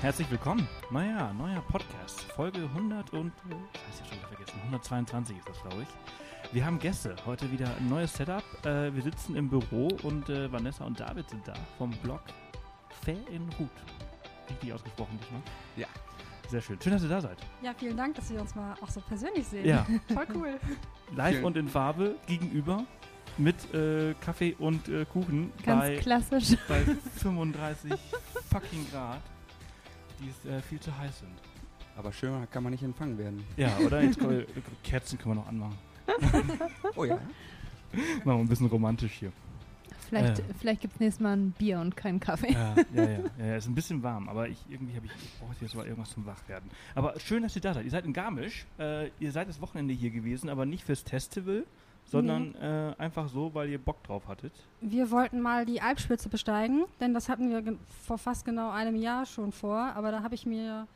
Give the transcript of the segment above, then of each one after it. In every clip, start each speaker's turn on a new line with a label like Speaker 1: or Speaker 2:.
Speaker 1: Herzlich willkommen. Naja, neuer Podcast. Folge 100 und, äh, das heißt ja schon wieder vergessen, 122 ist das, glaube ich. Wir haben Gäste. Heute wieder ein neues Setup. Äh, wir sitzen im Büro und äh, Vanessa und David sind da vom Blog Fair in Hut. Richtig ausgesprochen, nicht wahr?
Speaker 2: Ja.
Speaker 1: Sehr schön. Schön, dass ihr da seid.
Speaker 3: Ja, vielen Dank, dass wir uns mal auch so persönlich sehen.
Speaker 1: Ja.
Speaker 3: Voll cool.
Speaker 1: Live
Speaker 2: Schön.
Speaker 1: und in Farbe gegenüber mit äh, Kaffee und äh, Kuchen
Speaker 3: Ganz
Speaker 1: bei
Speaker 3: klassisch.
Speaker 1: bei 35 fucking Grad, die es äh, viel zu heiß sind.
Speaker 2: Aber schöner kann man nicht empfangen werden.
Speaker 1: Ja, oder? Jetzt können wir, Kerzen können wir noch anmachen.
Speaker 2: Oh ja.
Speaker 1: Machen wir ein bisschen romantisch hier.
Speaker 4: Vielleicht,
Speaker 1: Ja.
Speaker 4: vielleicht gibt es nächstes Mal ein Bier und keinen Kaffee.
Speaker 1: Ja, ja, ja. ja, ja ist ein bisschen warm, aber ich, irgendwie habe ich, ich brauche jetzt mal irgendwas zum Wachwerden. Aber schön, dass ihr da seid. Ihr seid in Garmisch. Äh, ihr seid das Wochenende hier gewesen, aber nicht fürs Festival, sondern äh, einfach so, weil ihr Bock drauf hattet.
Speaker 3: Wir wollten mal die Alpspitze besteigen, denn das hatten wir gen- vor fast genau einem Jahr schon vor, aber da habe ich mir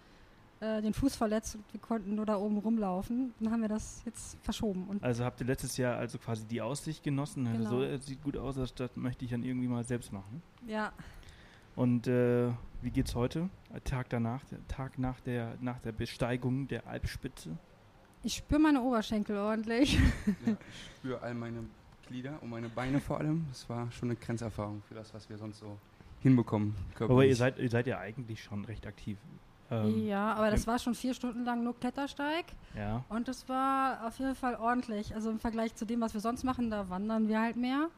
Speaker 3: äh, den Fuß verletzt und wir konnten nur da oben rumlaufen. Dann haben wir das jetzt verschoben. Und
Speaker 1: Also habt ihr letztes Jahr also quasi die Aussicht genossen. Also
Speaker 3: Genau.
Speaker 1: So, das sieht gut aus, das, das möchte ich dann irgendwie mal selbst machen.
Speaker 3: ja,
Speaker 1: Und äh, wie geht's heute? Tag danach, der Tag nach der, nach der Besteigung der Alpspitze.
Speaker 3: ich spüre meine Oberschenkel ordentlich.
Speaker 2: ja. Ich spüre all meine Glieder und meine Beine vor allem. Das war schon eine Grenzerfahrung für das, was wir sonst so hinbekommen.
Speaker 1: Aber ihr
Speaker 2: körperlich.
Speaker 1: seid, ihr seid ja eigentlich schon recht aktiv. Ähm,
Speaker 3: ja, aber das war schon vier Stunden lang nur Klettersteig
Speaker 1: ja.
Speaker 3: und das war auf jeden Fall ordentlich. Also im Vergleich zu dem, was wir sonst machen, da wandern wir halt mehr.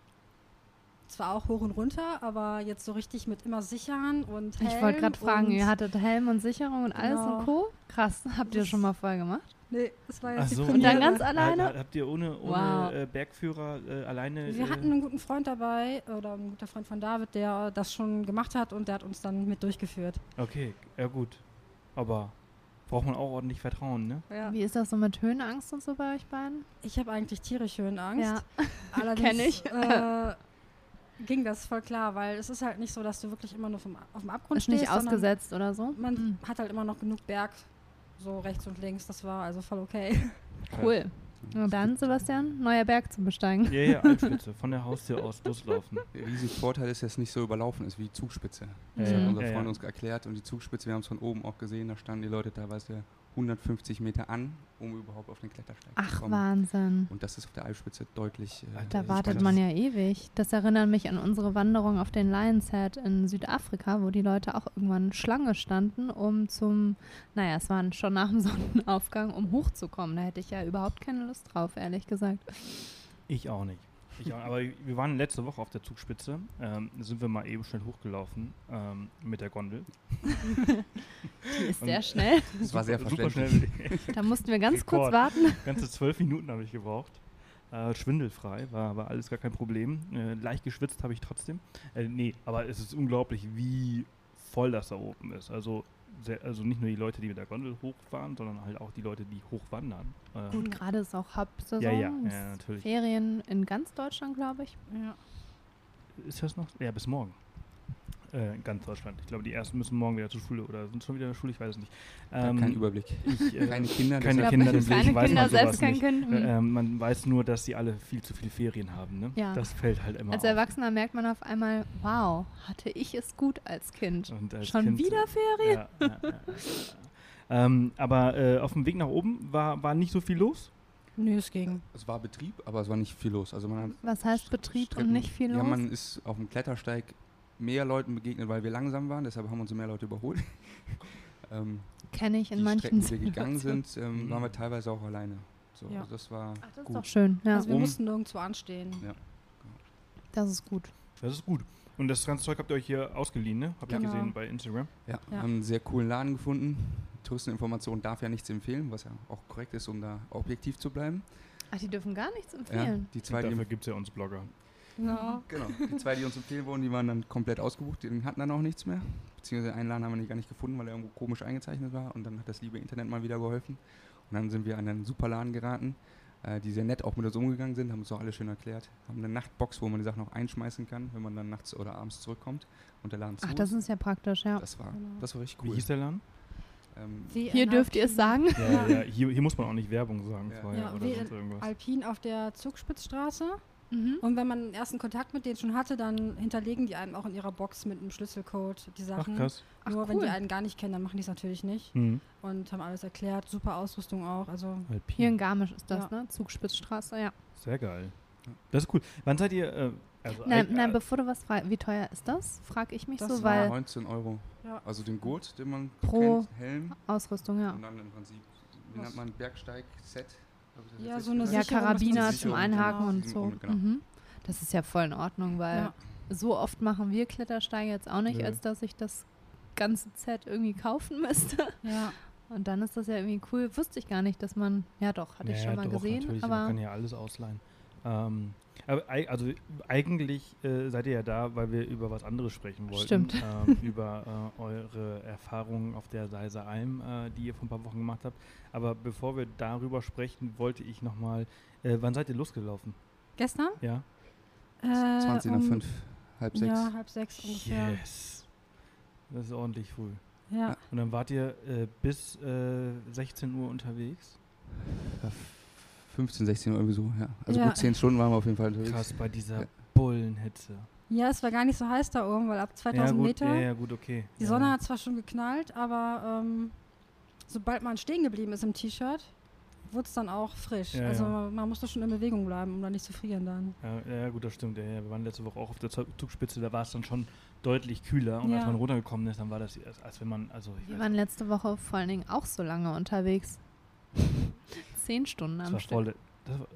Speaker 3: Zwar auch hoch und runter, aber jetzt so richtig mit immer sichern und
Speaker 4: Ich wollte gerade
Speaker 3: Helm
Speaker 4: fragen,
Speaker 3: und-
Speaker 4: ihr hattet Helm und Sicherung und alles
Speaker 3: Genau.
Speaker 4: und Co. Krass, habt ihr
Speaker 3: Das-
Speaker 4: schon mal vorher gemacht?
Speaker 3: Nee, das war
Speaker 1: Ach
Speaker 3: jetzt
Speaker 1: so.
Speaker 3: die
Speaker 4: Und
Speaker 3: Premiere.
Speaker 4: dann ganz alleine?
Speaker 1: Hat, habt ihr ohne, ohne
Speaker 4: Wow.
Speaker 1: äh, Bergführer äh, alleine.
Speaker 3: wir
Speaker 1: äh,
Speaker 3: hatten einen guten Freund dabei, oder ein guter Freund von David, der das schon gemacht hat und der hat uns dann mit durchgeführt.
Speaker 1: okay, ja gut. Aber braucht man auch ordentlich Vertrauen, ne?
Speaker 4: Wie ist das so mit Höhenangst und so bei euch beiden?
Speaker 3: Ich habe eigentlich tierisch Höhenangst. Allerdings
Speaker 4: Kenn ich.
Speaker 3: Äh, ging das voll klar, weil es ist halt nicht so, dass du wirklich immer nur vom, auf dem Abgrund
Speaker 4: Ist
Speaker 3: stehst.
Speaker 4: nicht
Speaker 3: sondern
Speaker 4: ausgesetzt oder so?
Speaker 3: Man
Speaker 4: Hm,
Speaker 3: hat halt immer noch genug Berg, so rechts und links. Das war also voll okay.
Speaker 4: Cool. Und dann, Sebastian, neuer Berg zum Besteigen.
Speaker 1: Ja, ja, Alpspitze. von der Haustür aus loslaufen.
Speaker 2: Der Riesenvorteil ist, dass es nicht so überlaufen ist wie die Zugspitze.
Speaker 1: Ja,
Speaker 2: Das hat
Speaker 4: Mhm.
Speaker 2: unser
Speaker 1: Ähm, ja, ja.
Speaker 2: Freund uns erklärt. Und die Zugspitze, wir haben es von oben auch gesehen, da standen die Leute teilweise 150 Meter an, um überhaupt auf den Klettersteig zu
Speaker 4: Ach,
Speaker 2: kommen.
Speaker 4: Wahnsinn.
Speaker 2: Und das ist auf der Alpspitze deutlich. Äh,
Speaker 1: Alter,
Speaker 4: Da
Speaker 1: Ich
Speaker 4: wartet
Speaker 1: kann
Speaker 4: man
Speaker 1: das-
Speaker 4: ja ewig. Das erinnert mich an unsere Wanderung auf den Lion's Head in Südafrika, wo die Leute auch irgendwann Schlange standen, um zum, naja, es waren schon nach dem Sonnenaufgang, um hochzukommen. Da hätte ich ja überhaupt keine Lust drauf, ehrlich gesagt.
Speaker 1: Ich auch nicht. Ich auch, aber wir waren letzte Woche auf der Zugspitze. Ähm, sind wir mal eben schnell hochgelaufen ähm, mit der Gondel.
Speaker 4: Die ist
Speaker 1: Und-
Speaker 4: sehr schnell.
Speaker 2: Das war sehr
Speaker 1: Super
Speaker 2: verständlich.
Speaker 1: schnell.
Speaker 4: Da mussten wir ganz kurz
Speaker 1: Rekord.
Speaker 4: warten.
Speaker 1: Ganze zwölf Minuten habe ich gebraucht. Äh, schwindelfrei, war, war alles gar kein Problem. Äh, leicht geschwitzt habe ich trotzdem. Äh, nee, aber es ist unglaublich, wie voll das da oben ist. Also, sehr, also nicht nur die Leute, die mit der Gondel hochfahren, sondern halt auch die Leute, die hochwandern. Äh,
Speaker 4: Gut, gerade ist auch Hauptsaison.
Speaker 1: Ja, ja,
Speaker 4: Es
Speaker 1: ja,
Speaker 4: ist
Speaker 1: natürlich.
Speaker 4: Ferien in ganz Deutschland, glaube ich.
Speaker 3: Ja.
Speaker 1: Ist das noch? Ja, bis morgen. Äh, in ganz Deutschland. Ich glaube, die ersten müssen morgen wieder zur Schule oder sind schon wieder in der Schule, ich weiß es nicht. Ähm,
Speaker 2: Kein Überblick.
Speaker 1: ich, äh,
Speaker 2: Keine Kinder.
Speaker 1: keine
Speaker 2: deshalb-
Speaker 1: Kinder,
Speaker 4: ich,
Speaker 1: deswegen weiß
Speaker 4: kleine
Speaker 1: man
Speaker 4: Kinder,
Speaker 1: sowas
Speaker 4: selbst kein
Speaker 1: nicht.
Speaker 4: Kind. hm.
Speaker 1: äh, ähm, man weiß nur, dass sie alle viel zu viele Ferien haben. Ne?
Speaker 4: Ja.
Speaker 1: Das fällt halt immer
Speaker 4: Als
Speaker 1: auf.
Speaker 4: Erwachsener merkt man auf einmal, wow, hatte ich es gut als Kind.
Speaker 1: Und als
Speaker 4: Schon
Speaker 1: Kind,
Speaker 4: wieder Ferien?
Speaker 1: Ja, ja, ja, ja. ähm, aber äh, auf dem Weg nach oben war, war nicht so viel los.
Speaker 3: Nö, es ging.
Speaker 2: Es war Betrieb, aber es war nicht viel los. Also man hat
Speaker 4: Was heißt Betrieb
Speaker 2: Strecken-
Speaker 4: und nicht viel los?
Speaker 2: Ja, man ist auf dem Klettersteig mehr Leuten begegnet, weil wir langsam waren, deshalb haben uns mehr Leute überholt. ähm,
Speaker 4: Kenne ich
Speaker 2: die
Speaker 4: in manchen
Speaker 2: Strecken, die wir gegangen
Speaker 4: Situationen.
Speaker 2: sind, ähm,
Speaker 1: Mhm.
Speaker 2: waren wir teilweise auch alleine. So,
Speaker 3: Ja.
Speaker 2: also das war
Speaker 4: Ach, das ist
Speaker 2: gut.
Speaker 4: doch schön. Ja,
Speaker 3: Also wir
Speaker 2: Um-
Speaker 3: mussten nirgendwo anstehen.
Speaker 2: Ja.
Speaker 4: das ist gut.
Speaker 1: Das ist gut. Und das ganze Zeug habt ihr euch hier ausgeliehen, ne? Habt ihr
Speaker 3: Genau.
Speaker 1: gesehen bei Instagram.
Speaker 2: Ja, wir
Speaker 3: Ja.
Speaker 2: haben einen sehr coolen Laden gefunden. Touristeninformation darf ja nichts empfehlen, was ja auch korrekt ist, um da objektiv zu bleiben.
Speaker 4: Ach, die dürfen gar nichts
Speaker 2: Ja,
Speaker 4: empfehlen.
Speaker 2: die, zwei, die,
Speaker 1: Dafür gibt es ja uns Blogger.
Speaker 3: Genau.
Speaker 2: genau, die zwei, die uns empfehlen wurden, die waren dann komplett ausgebucht, die hatten dann auch nichts mehr. Beziehungsweise einen Laden haben wir die gar nicht gefunden, weil er irgendwo komisch eingezeichnet war. Und dann hat das liebe Internet mal wieder geholfen. Und dann sind wir an einen super Laden geraten, äh, die sehr nett auch mit uns umgegangen sind, haben uns auch alles schön erklärt. Haben eine Nachtbox, wo man die Sachen auch einschmeißen kann, wenn man dann nachts oder abends zurückkommt und der Laden zu
Speaker 4: Ach, das
Speaker 2: ist.
Speaker 4: ist ja praktisch, ja.
Speaker 2: Das war,
Speaker 3: Genau.
Speaker 2: das war richtig
Speaker 1: Wie
Speaker 2: cool.
Speaker 1: hieß der Laden?
Speaker 2: Ähm,
Speaker 4: Hier dürft ihr es sagen.
Speaker 1: Ja, ja, hier, hier muss man auch nicht Werbung sagen
Speaker 2: Ja.
Speaker 1: vorher
Speaker 3: Ja,
Speaker 1: oder
Speaker 3: wie
Speaker 1: sonst irgendwas.
Speaker 3: Alpin auf der Zugspitzstraße.
Speaker 4: Mhm.
Speaker 3: Und wenn man einen ersten Kontakt mit denen schon hatte, dann hinterlegen die einem auch in ihrer Box mit einem Schlüsselcode die
Speaker 1: Ach,
Speaker 3: Sachen.
Speaker 1: krass.
Speaker 4: Ach,
Speaker 3: Nur wenn
Speaker 4: cool.
Speaker 3: die einen gar nicht kennen, dann machen die es natürlich nicht.
Speaker 1: Hm.
Speaker 3: Und haben alles erklärt, super Ausrüstung auch. Also
Speaker 4: Hier
Speaker 1: Alpin.
Speaker 4: in Garmisch ist das,
Speaker 3: Ja.
Speaker 4: ne? Zugspitzstraße, ja.
Speaker 1: Sehr geil. Das ist cool. Wann seid ihr? Äh, also
Speaker 4: Nein,
Speaker 1: eig-
Speaker 4: nein,
Speaker 1: äh,
Speaker 4: bevor du was fragst, wie teuer ist das? Frag ich mich
Speaker 3: Das
Speaker 4: so,
Speaker 3: war
Speaker 4: weil
Speaker 2: 19 Euro.
Speaker 3: Ja.
Speaker 2: Also den Gurt, den man
Speaker 4: Pro- Ah.
Speaker 2: kennt, Helm
Speaker 4: Ausrüstung, ja.
Speaker 2: und dann im Prinzip, wie
Speaker 3: Was?
Speaker 2: nennt man, Bergsteig-Set? Hab ich das
Speaker 3: Ja,
Speaker 2: jetzt
Speaker 3: so eine
Speaker 2: richtig
Speaker 4: Ja,
Speaker 2: gesagt?
Speaker 3: Sicherung,
Speaker 4: Karabiner
Speaker 2: dass man
Speaker 4: zum
Speaker 2: Sicherung,
Speaker 4: Einhaken
Speaker 3: genau.
Speaker 4: und
Speaker 2: Diesen
Speaker 4: so.
Speaker 2: Moment, genau.
Speaker 4: Mhm. Das ist ja voll in Ordnung, weil
Speaker 3: Ja.
Speaker 4: so oft machen wir Klettersteige jetzt auch nicht,
Speaker 1: Nö.
Speaker 4: als dass ich das ganze Set irgendwie kaufen müsste.
Speaker 3: ja.
Speaker 4: Und dann ist das ja irgendwie cool. Wusste ich gar nicht, dass man, ja doch, hatte ich
Speaker 1: naja,
Speaker 4: schon mal
Speaker 1: doch,
Speaker 4: gesehen,
Speaker 1: Natürlich, man
Speaker 4: aber
Speaker 1: kann ja alles ausleihen. Ähm, aber ei- also eigentlich äh, seid ihr ja da, weil wir über was anderes sprechen wollten.
Speaker 4: Stimmt.
Speaker 1: Ähm, über äh, eure Erfahrungen auf der Seiser Alm, äh, die ihr vor ein paar Wochen gemacht habt. Aber bevor wir darüber sprechen, wollte ich nochmal, äh, wann seid ihr losgelaufen?
Speaker 3: Gestern?
Speaker 1: Ja?
Speaker 3: Äh,
Speaker 2: 20
Speaker 4: Ähm,
Speaker 2: nach
Speaker 3: um-
Speaker 2: 5, halb 6.
Speaker 3: Ja, halb sechs ungefähr.
Speaker 1: Yes. Das ist ordentlich früh.
Speaker 3: Ja.
Speaker 1: Und dann wart ihr äh, bis äh, 16 Uhr unterwegs.
Speaker 2: 15, 16 äh, Uhr irgendwie so, ja. Also
Speaker 3: Ja.
Speaker 2: gut 10 Stunden waren wir auf jeden Fall unterwegs.
Speaker 1: Krass, bei dieser
Speaker 2: Ja.
Speaker 1: Bullenhitze.
Speaker 3: ja, es war gar nicht so heiß da oben, weil ab 2000
Speaker 1: ja, gut,
Speaker 3: Meter,
Speaker 1: Ja, ja, gut, okay.
Speaker 3: die
Speaker 1: ja.
Speaker 3: Sonne hat zwar schon geknallt, aber ähm, sobald man stehen geblieben ist im T-Shirt, wurde es dann auch frisch.
Speaker 1: Ja,
Speaker 3: also
Speaker 1: ja.
Speaker 3: man musste schon in Bewegung bleiben, um da nicht zu frieren dann.
Speaker 1: Ja, ja, gut, das stimmt. Ja, ja. Wir waren letzte Woche auch auf der Zug- Zugspitze, da war es dann schon deutlich kühler. Und als
Speaker 3: Ja.
Speaker 1: man runtergekommen ist, dann war das, als, als wenn man, also ich
Speaker 4: wir
Speaker 1: weiß,
Speaker 4: waren letzte Woche vor allen Dingen auch so lange unterwegs. Zehn Stunden
Speaker 1: das
Speaker 4: am
Speaker 1: war
Speaker 4: Stück.
Speaker 1: voll. Das war,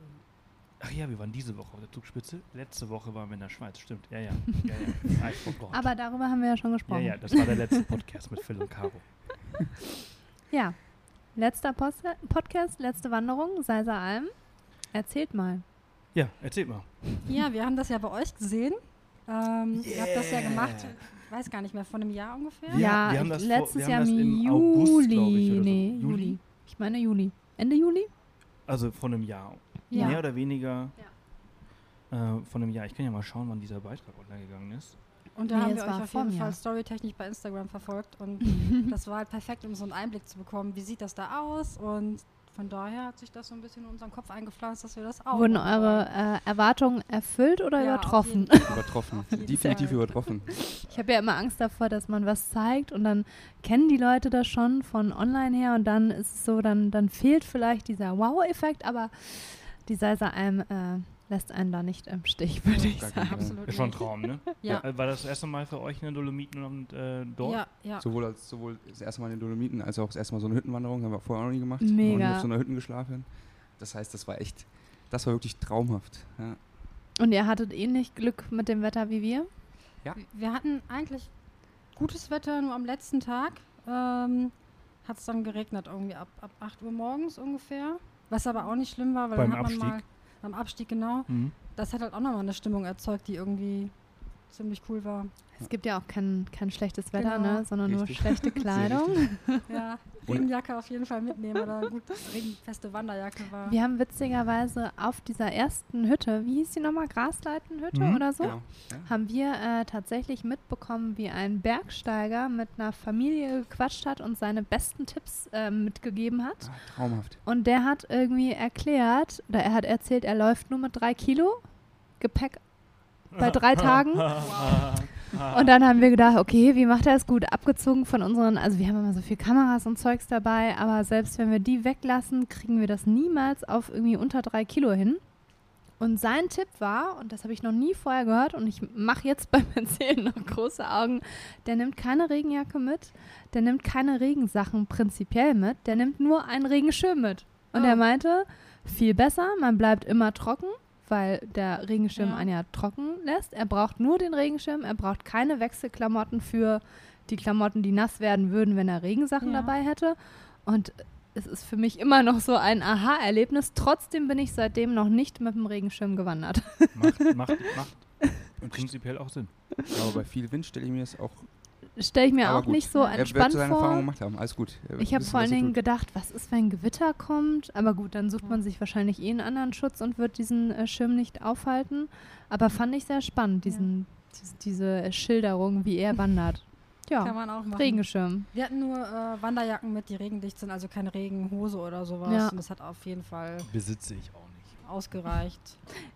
Speaker 1: ach ja, wir waren diese Woche auf der Zugspitze. Letzte Woche waren wir in der Schweiz, stimmt. Ja, ja. ja, ja. I forgot.
Speaker 4: Aber darüber haben wir ja schon
Speaker 1: ja,
Speaker 4: gesprochen.
Speaker 1: ja, das war der letzte Podcast mit Phil und Caro.
Speaker 4: Ja. letzter Post Podcast, letzte Wanderung, Seiser Alm. Erzählt mal.
Speaker 1: Ja, erzählt mal.
Speaker 3: Ja, wir haben das ja bei euch gesehen. Ähm, Ihr habt das ja
Speaker 1: Yeah.
Speaker 3: gemacht, ich weiß gar nicht mehr, vor einem Jahr ungefähr.
Speaker 1: Ja,
Speaker 4: Ja,
Speaker 1: wir haben
Speaker 4: ich-
Speaker 1: das vor- wir
Speaker 4: letztes
Speaker 1: haben
Speaker 4: Jahr
Speaker 1: das
Speaker 4: im
Speaker 1: im
Speaker 4: Juli.
Speaker 1: August, glaub ich, oder so.
Speaker 4: Nee, Juli?
Speaker 1: Juli?
Speaker 4: Ich meine Juli. Ende Juli?
Speaker 1: Also von einem Jahr.
Speaker 4: Ja.
Speaker 1: Mehr oder weniger äh, von einem Jahr. Ich kann ja mal schauen, wann dieser Beitrag online gegangen ist.
Speaker 3: Und da
Speaker 4: Nee,
Speaker 3: haben
Speaker 4: es
Speaker 3: wir
Speaker 4: war
Speaker 3: euch auf
Speaker 4: vor
Speaker 3: jeden
Speaker 4: mir.
Speaker 3: Fall storytechnisch bei Instagram verfolgt und das war halt perfekt, um so einen Einblick zu bekommen, wie sieht das da aus und von daher hat sich das so ein bisschen in unseren Kopf eingepflanzt, dass wir das auch.
Speaker 4: Wurden
Speaker 3: machen
Speaker 4: eure
Speaker 3: wollen.
Speaker 4: äh, Erwartungen erfüllt oder
Speaker 3: Oh, Ja, auf
Speaker 4: übertroffen?
Speaker 2: Übertroffen.
Speaker 3: Auf jeden
Speaker 2: Definitiv
Speaker 3: Fall.
Speaker 2: übertroffen.
Speaker 4: Ich habe ja immer Angst davor, dass man was zeigt und dann kennen die Leute das schon von online her und dann ist es so, dann, dann fehlt vielleicht dieser Wow-Effekt, aber die Seiser Alm äh, lässt einen da nicht im Stich, würde ich
Speaker 2: Gar
Speaker 4: sagen.
Speaker 2: kein Problem.
Speaker 3: Absolut.
Speaker 1: Ist schon ein
Speaker 3: nicht.
Speaker 1: Traum, ne?
Speaker 3: Ja.
Speaker 1: Äh, War das das erste Mal für euch in den Dolomiten und äh, dort?
Speaker 3: Ja, ja.
Speaker 2: Sowohl, als, sowohl das erste Mal in den Dolomiten, als auch das erste Mal so eine Hüttenwanderung, haben wir vorher auch nie gemacht. Noch
Speaker 4: Mega.
Speaker 2: nie auf so einer Hütten geschlafen. Das heißt, das war echt, das war wirklich traumhaft. Ja.
Speaker 4: Und ihr hattet ähnlich Glück mit dem Wetter wie wir?
Speaker 3: Wir hatten eigentlich gutes Wetter, nur am letzten Tag ähm, hat es dann geregnet, irgendwie ab, ab 8 Uhr morgens ungefähr. Was aber auch nicht schlimm war, weil
Speaker 1: Beim
Speaker 3: dann hat man mal
Speaker 1: Abstieg?
Speaker 3: am Abstieg genau.
Speaker 1: Mhm.
Speaker 3: Das hat halt auch nochmal eine Stimmung erzeugt, die irgendwie ziemlich cool war.
Speaker 4: Es gibt ja auch kein, kein schlechtes Wetter,
Speaker 3: Genau.
Speaker 4: ne? sondern nur
Speaker 2: Richtig.
Speaker 4: schlechte Kleidung.
Speaker 3: Ja,
Speaker 2: Und-
Speaker 3: Regenjacke auf jeden Fall mitnehmen oder gut, regenfeste Wanderjacke war.
Speaker 4: Wir haben witzigerweise auf dieser ersten Hütte, wie hieß die nochmal, Grasleitenhütte
Speaker 1: Mhm,
Speaker 4: oder so,
Speaker 2: Genau.
Speaker 4: haben wir äh, tatsächlich mitbekommen, wie ein Bergsteiger mit einer Familie gequatscht hat und seine besten Tipps äh, mitgegeben hat.
Speaker 2: Ah, traumhaft.
Speaker 4: Und der hat irgendwie erklärt, oder er hat erzählt, er läuft nur mit drei Kilo Gepäck bei drei Tagen. Und dann haben wir gedacht, okay, wie macht er es gut? Abgezogen von unseren, also wir haben immer so viel Kameras und Zeugs dabei, aber selbst wenn wir die weglassen, kriegen wir das niemals auf irgendwie unter drei Kilo hin. Und sein Tipp war, und das habe ich noch nie vorher gehört, und ich mache jetzt beim Erzählen noch große Augen, der nimmt keine Regenjacke mit, der nimmt keine Regensachen prinzipiell mit, der nimmt nur einen Regenschirm mit. Und
Speaker 3: Oh.
Speaker 4: er meinte, viel besser, man bleibt immer trocken, weil der Regenschirm
Speaker 3: Ja.
Speaker 4: einen ja trocken lässt. Er braucht nur den Regenschirm, er braucht keine Wechselklamotten für die Klamotten, die nass werden würden, wenn er Regensachen
Speaker 3: Ja.
Speaker 4: dabei hätte. Und es ist für mich immer noch so ein Aha-Erlebnis. Trotzdem bin ich seitdem noch nicht mit dem Regenschirm gewandert.
Speaker 1: macht, macht, macht prinzipiell auch Sinn.
Speaker 2: Aber bei viel Wind stelle ich mir das auch
Speaker 4: Stelle ich mir
Speaker 2: aber
Speaker 4: auch
Speaker 2: gut.
Speaker 4: nicht so
Speaker 2: Er
Speaker 4: entspannt
Speaker 2: wird seine Erfahrungen
Speaker 4: vor.
Speaker 2: gemacht haben. Alles gut. Er wird
Speaker 3: Äh,
Speaker 4: Ich habe
Speaker 2: wissen,
Speaker 4: vor
Speaker 2: was
Speaker 4: allen
Speaker 2: er
Speaker 4: Dingen
Speaker 2: tut.
Speaker 4: gedacht, was ist, wenn Gewitter kommt? Aber gut, dann sucht man sich wahrscheinlich eh einen anderen Schutz und wird diesen äh, Schirm nicht aufhalten. Aber fand ich sehr spannend,
Speaker 3: Ja.
Speaker 4: diesen, dies- diese äh, Schilderung, wie er wandert.
Speaker 3: Kann
Speaker 4: Ja,
Speaker 3: man auch machen.
Speaker 4: Regenschirm.
Speaker 3: Wir hatten nur äh, Wanderjacken mit, die regendicht sind, also keine Regenhose oder sowas.
Speaker 4: Ja.
Speaker 3: Und das hat auf jeden Fall.
Speaker 1: Besitze ich auch nicht.
Speaker 3: ausgereicht.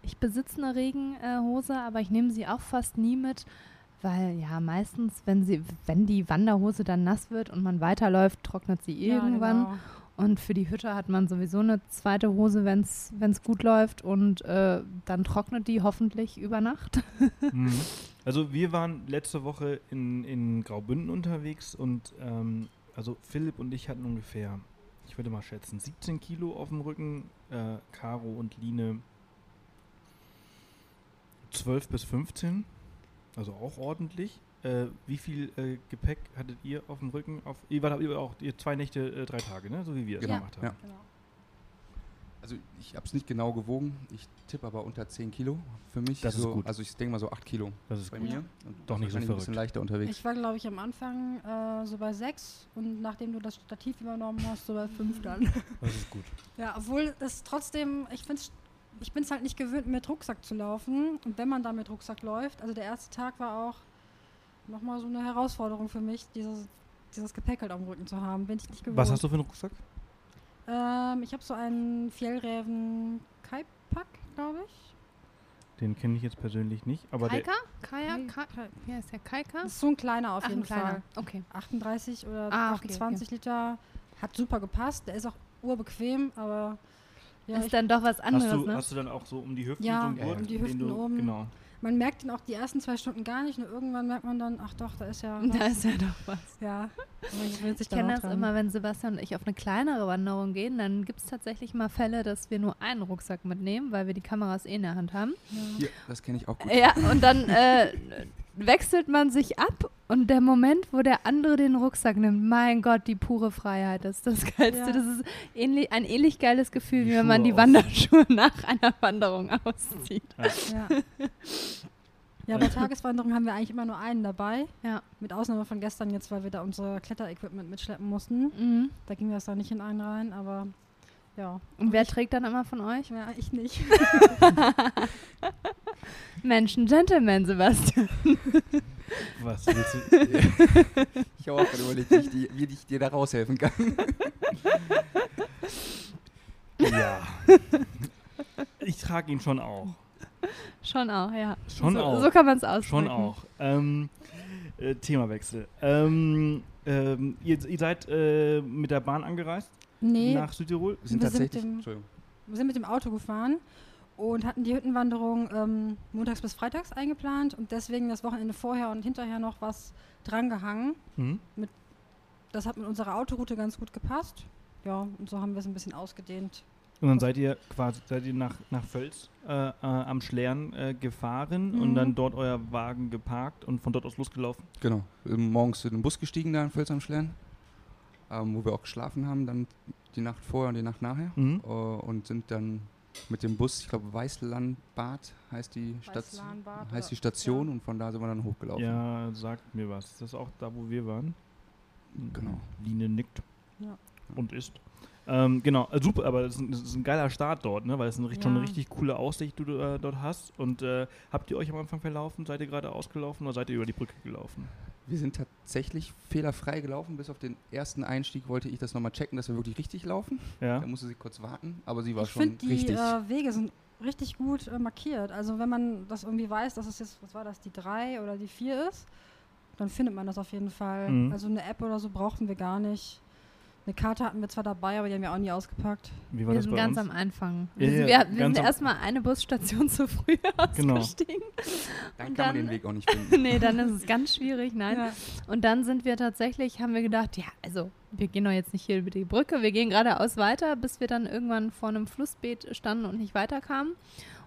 Speaker 4: Ich besitze eine Regenhose, aber ich nehme sie auch fast nie mit, weil ja meistens, wenn sie, wenn die Wanderhose dann nass wird und man weiterläuft, trocknet sie irgendwann.
Speaker 3: Ja, genau.
Speaker 4: Und für die Hütte hat man sowieso eine zweite Hose, wenn es gut läuft. Und äh, dann trocknet die hoffentlich über Nacht.
Speaker 1: Mhm. Also wir waren letzte Woche in, in Graubünden unterwegs und ähm, also Philipp und ich hatten ungefähr, ich würde mal schätzen, 17 Kilo auf dem Rücken, äh, Caro und Line 12 bis 15, also auch ordentlich. Äh, wie viel äh, Gepäck hattet ihr auf dem Rücken? Auf, ihr wart ihr wart auch ihr zwei Nächte, äh, drei Tage, ne? so wie wir es
Speaker 2: Genau,
Speaker 1: gemacht haben.
Speaker 2: ja.
Speaker 3: genau.
Speaker 2: Also ich habe es nicht genau gewogen. Ich tippe aber unter 10 Kilo für mich.
Speaker 1: Das ist
Speaker 2: so,
Speaker 1: gut.
Speaker 2: Also ich denke mal so 8 Kilo
Speaker 1: Das ist
Speaker 2: bei
Speaker 1: gut.
Speaker 2: mir.
Speaker 3: Ja.
Speaker 2: Und
Speaker 1: Doch nicht so
Speaker 2: wahrscheinlich ein bisschen
Speaker 1: verrückt.
Speaker 2: leichter unterwegs.
Speaker 3: Ich war, glaube ich, am Anfang äh, so bei sechs und nachdem du das Stativ übernommen hast, so bei fünf dann.
Speaker 1: Das ist gut.
Speaker 3: ja, obwohl das trotzdem, ich find's, ich bin es halt nicht gewöhnt, mit Rucksack zu laufen. Und wenn man da mit Rucksack läuft, also der erste Tag war auch nochmal so eine Herausforderung für mich, dieses, dieses Gepäck halt am Rücken zu haben, bin ich nicht gewöhnt.
Speaker 1: Was hast du für einen Rucksack?
Speaker 3: Ähm, ich habe so einen Fjellräven Kaipack, glaube ich.
Speaker 1: Den kenne ich jetzt persönlich nicht, aber der,
Speaker 4: Kaika? Kaja?
Speaker 3: Kai-
Speaker 4: Ka
Speaker 3: Kai-
Speaker 4: Wie heißt der? Kaika?
Speaker 3: Das ist so ein kleiner auf
Speaker 4: Ach,
Speaker 3: jeden
Speaker 4: ein kleiner.
Speaker 3: Fall.
Speaker 4: Okay.
Speaker 3: 38 oder
Speaker 4: Ah, okay,
Speaker 3: 28 Liter. Hat super gepasst. Der ist auch urbequem, aber ja,
Speaker 4: ist
Speaker 3: ich,
Speaker 4: dann doch was anderes,
Speaker 1: hast, du,
Speaker 4: ne?
Speaker 1: hast du dann auch so um die Hüften
Speaker 3: Ja,
Speaker 1: so einen
Speaker 2: ja,
Speaker 1: Gurt,
Speaker 2: um
Speaker 3: die
Speaker 1: den
Speaker 3: Hüften
Speaker 1: du,
Speaker 3: oben.
Speaker 1: Genau.
Speaker 3: man merkt ihn auch die ersten zwei Stunden gar nicht. Nur irgendwann merkt man dann, ach doch, da ist ja.
Speaker 4: da
Speaker 3: was.
Speaker 4: ist ja doch was.
Speaker 3: ja. Aber ich will sich
Speaker 4: Also Ich kenne das immer, wenn Sebastian und ich auf eine kleinere Wanderung gehen, dann gibt es tatsächlich mal Fälle, dass wir nur einen Rucksack mitnehmen, weil wir die Kameras eh in der Hand haben.
Speaker 2: Hier, das kenne ich auch gut.
Speaker 4: Ja, und dann äh, wechselt man sich ab und der Moment, wo der andere den Rucksack nimmt, mein Gott, die pure Freiheit das ist das Geilste.
Speaker 3: Ja.
Speaker 4: Das ist ähnlich, ein ähnlich geiles Gefühl,
Speaker 1: Die
Speaker 4: wie wenn man
Speaker 1: Schuhe
Speaker 4: die
Speaker 1: aus-
Speaker 4: Wanderschuhe nach einer Wanderung auszieht.
Speaker 3: Ja. ja, bei Tageswanderungen haben wir eigentlich immer nur einen dabei.
Speaker 4: Ja.
Speaker 3: Mit Ausnahme von gestern jetzt, weil wir da unser Kletterequipment mitschleppen mussten.
Speaker 4: Mhm.
Speaker 3: Da ging das da nicht in einen rein, aber ja.
Speaker 4: Und wer trägt dann immer von euch?
Speaker 3: Ja, ich nicht.
Speaker 4: Menschen, Gentleman, Sebastian.
Speaker 1: Was willst du?
Speaker 2: Ich habe auch gerade überlegt, wie ich, die, wie ich dir da raushelfen kann.
Speaker 1: ja. Ich trage ihn schon auch.
Speaker 4: Schon auch, ja.
Speaker 1: Schon
Speaker 4: so,
Speaker 1: auch.
Speaker 4: So kann man es ausdrücken.
Speaker 1: Schon auch. Ähm, äh, Themawechsel. Ähm, ähm, ihr, ihr seid äh, mit der Bahn angereist
Speaker 3: Nee,
Speaker 1: nach Südtirol.
Speaker 2: Wir sind
Speaker 3: Wir sind
Speaker 2: tatsächlich.
Speaker 3: dem-
Speaker 2: Entschuldigung.
Speaker 3: Wir sind mit dem Auto gefahren und hatten die Hüttenwanderung ähm, montags bis freitags eingeplant und deswegen das Wochenende vorher und hinterher noch was drangehangen.
Speaker 1: Mhm.
Speaker 3: Das hat mit unserer Autoroute ganz gut gepasst. Ja, und so haben wir es ein bisschen ausgedehnt.
Speaker 1: Und dann seid ihr quasi seid ihr nach, nach Völz äh, äh, am Schlern äh, gefahren und
Speaker 3: Mhm.
Speaker 1: dann dort euer Wagen geparkt und von dort aus losgelaufen.
Speaker 2: Genau. Wir sind Morgens in den Bus gestiegen da in Völz am Schlern, ähm, wo wir auch geschlafen haben, dann die Nacht vorher und die Nacht nachher.
Speaker 1: Mhm.
Speaker 2: Äh, und sind dann mit dem Bus, ich glaube Weißlandbad heißt die, Station,
Speaker 3: Weißlandbad
Speaker 2: heißt die
Speaker 3: oder-
Speaker 2: Station
Speaker 3: ja.
Speaker 2: und von da sind wir dann hochgelaufen.
Speaker 1: Ja, sagt mir was. Ist das auch da, wo wir waren?
Speaker 2: Genau.
Speaker 1: Line nickt.
Speaker 3: Ja.
Speaker 1: Und ist. Ähm, genau, äh, super, aber das ist, ein, das ist ein geiler Start dort, ne? weil es ist eine, richt- schon eine
Speaker 3: Ja.
Speaker 1: richtig coole Aussicht, die du äh, dort hast. Und äh, habt ihr euch am Anfang verlaufen? Seid ihr gerade ausgelaufen oder seid ihr über die Brücke gelaufen?
Speaker 2: Wir sind tatsächlich fehlerfrei gelaufen, bis auf den ersten Einstieg wollte ich das nochmal checken, dass wir wirklich richtig laufen.
Speaker 1: Ja.
Speaker 2: Da musste sie kurz warten, aber sie war
Speaker 3: Ich
Speaker 2: schon
Speaker 3: finde, die
Speaker 2: richtig.
Speaker 3: äh, Wege sind richtig gut äh, markiert. Also wenn man das irgendwie weiß, dass es jetzt, was war das, die 3 oder die 4 ist, dann findet man das auf jeden Fall.
Speaker 1: Mhm.
Speaker 3: Also eine App oder so brauchten wir gar nicht. Eine Karte hatten wir zwar dabei, aber die haben wir auch nie ausgepackt.
Speaker 1: Wie war
Speaker 4: Wir
Speaker 1: das
Speaker 4: sind
Speaker 1: bei
Speaker 4: ganz
Speaker 1: uns?
Speaker 4: am Anfang.
Speaker 1: Ja,
Speaker 4: Wir sind,
Speaker 1: ja,
Speaker 4: wir, wir
Speaker 1: ganz
Speaker 4: sind
Speaker 1: am-
Speaker 4: erstmal eine Busstation zu früh
Speaker 1: Genau.
Speaker 4: ausgestiegen.
Speaker 2: dann kann man
Speaker 4: dann-
Speaker 2: den Weg auch nicht finden.
Speaker 4: nee, dann ist es ganz schwierig, nein. Und dann sind wir tatsächlich, haben wir gedacht, ja, also wir gehen doch jetzt nicht hier über die Brücke, wir gehen geradeaus weiter, bis wir dann irgendwann vor einem Flussbeet standen und nicht weiterkamen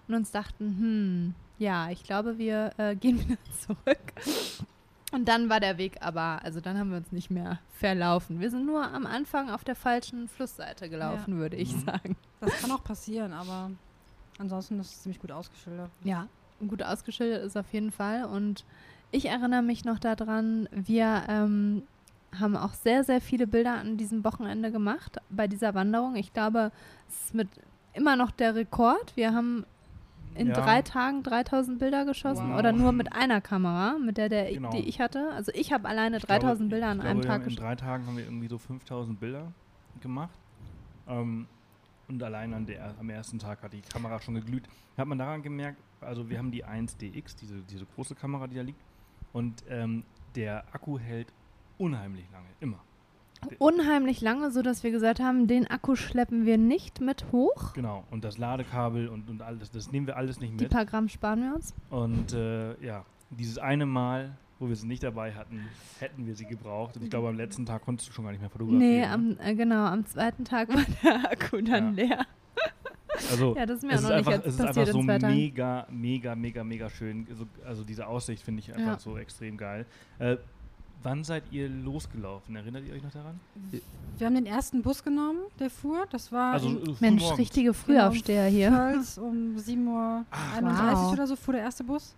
Speaker 4: und uns dachten, hm, ja, ich glaube, wir äh, gehen wieder zurück. Und dann war der Weg aber, also dann haben wir uns nicht mehr verlaufen. Wir sind nur am Anfang auf der falschen Flussseite gelaufen, würde ich
Speaker 1: Mhm.
Speaker 4: sagen.
Speaker 3: Das kann auch passieren, aber ansonsten ist es ziemlich gut ausgeschildert.
Speaker 4: Ja, gut ausgeschildert ist auf jeden Fall. Und ich erinnere mich noch daran, wir ähm, haben auch sehr, sehr viele Bilder an diesem Wochenende gemacht bei dieser Wanderung. Ich glaube, es ist mit immer noch der Rekord. Wir haben in
Speaker 1: Ja.
Speaker 4: drei Tagen 3000 Bilder geschossen
Speaker 1: Wow.
Speaker 4: oder nur mit einer Kamera, mit der, der
Speaker 1: Genau.
Speaker 4: ich, die ich hatte. Also ich habe alleine
Speaker 1: Ich glaube,
Speaker 4: 3000 Bilder
Speaker 1: ich
Speaker 4: an
Speaker 1: glaube,
Speaker 4: einem
Speaker 1: wir
Speaker 4: Tag
Speaker 1: haben In
Speaker 4: geschossen.
Speaker 1: drei Tagen haben wir irgendwie so 5000 Bilder gemacht. Ähm, Und allein an der, am ersten Tag hat die Kamera schon geglüht. Hat man daran gemerkt, also wir haben die 1DX, diese, diese große Kamera, die da liegt. Und ähm, der Akku hält unheimlich lange, immer.
Speaker 4: Unheimlich lange, sodass wir gesagt haben, den Akku schleppen wir nicht mit hoch.
Speaker 1: Genau. Und das Ladekabel und, und alles, das nehmen wir alles nicht
Speaker 4: Die
Speaker 1: mit.
Speaker 4: paar Gramm sparen wir uns.
Speaker 1: Und äh, ja, dieses eine Mal, wo wir sie nicht dabei hatten, hätten wir sie gebraucht. Und ich glaube, am letzten Tag konntest du schon gar nicht mehr fotografieren.
Speaker 4: Mhm. Nee,
Speaker 1: ne?
Speaker 4: am, äh, genau, am zweiten Tag war der Akku dann leer.
Speaker 1: also,
Speaker 4: Ja, das ist mir
Speaker 1: es ist
Speaker 4: auch noch
Speaker 1: einfach,
Speaker 4: nicht
Speaker 1: es
Speaker 4: jetzt
Speaker 1: ist einfach
Speaker 4: passiert
Speaker 1: so
Speaker 4: in zwei Tagen.
Speaker 1: mega, mega, mega, mega schön. Also, also diese Aussicht finde ich einfach
Speaker 4: Ja.
Speaker 1: so extrem geil. Äh, wann seid ihr losgelaufen? Erinnert ihr euch noch daran?
Speaker 3: Wir haben den ersten Bus genommen, der fuhr. Das war
Speaker 1: Also
Speaker 3: in
Speaker 1: äh, früh
Speaker 4: Mensch,
Speaker 1: morgens.
Speaker 4: richtige Frühaufsteher
Speaker 1: Genau.
Speaker 4: hier.
Speaker 3: Völz um 7.31
Speaker 1: Ah,
Speaker 3: Uhr
Speaker 4: wow.
Speaker 3: oder so fuhr der erste Bus.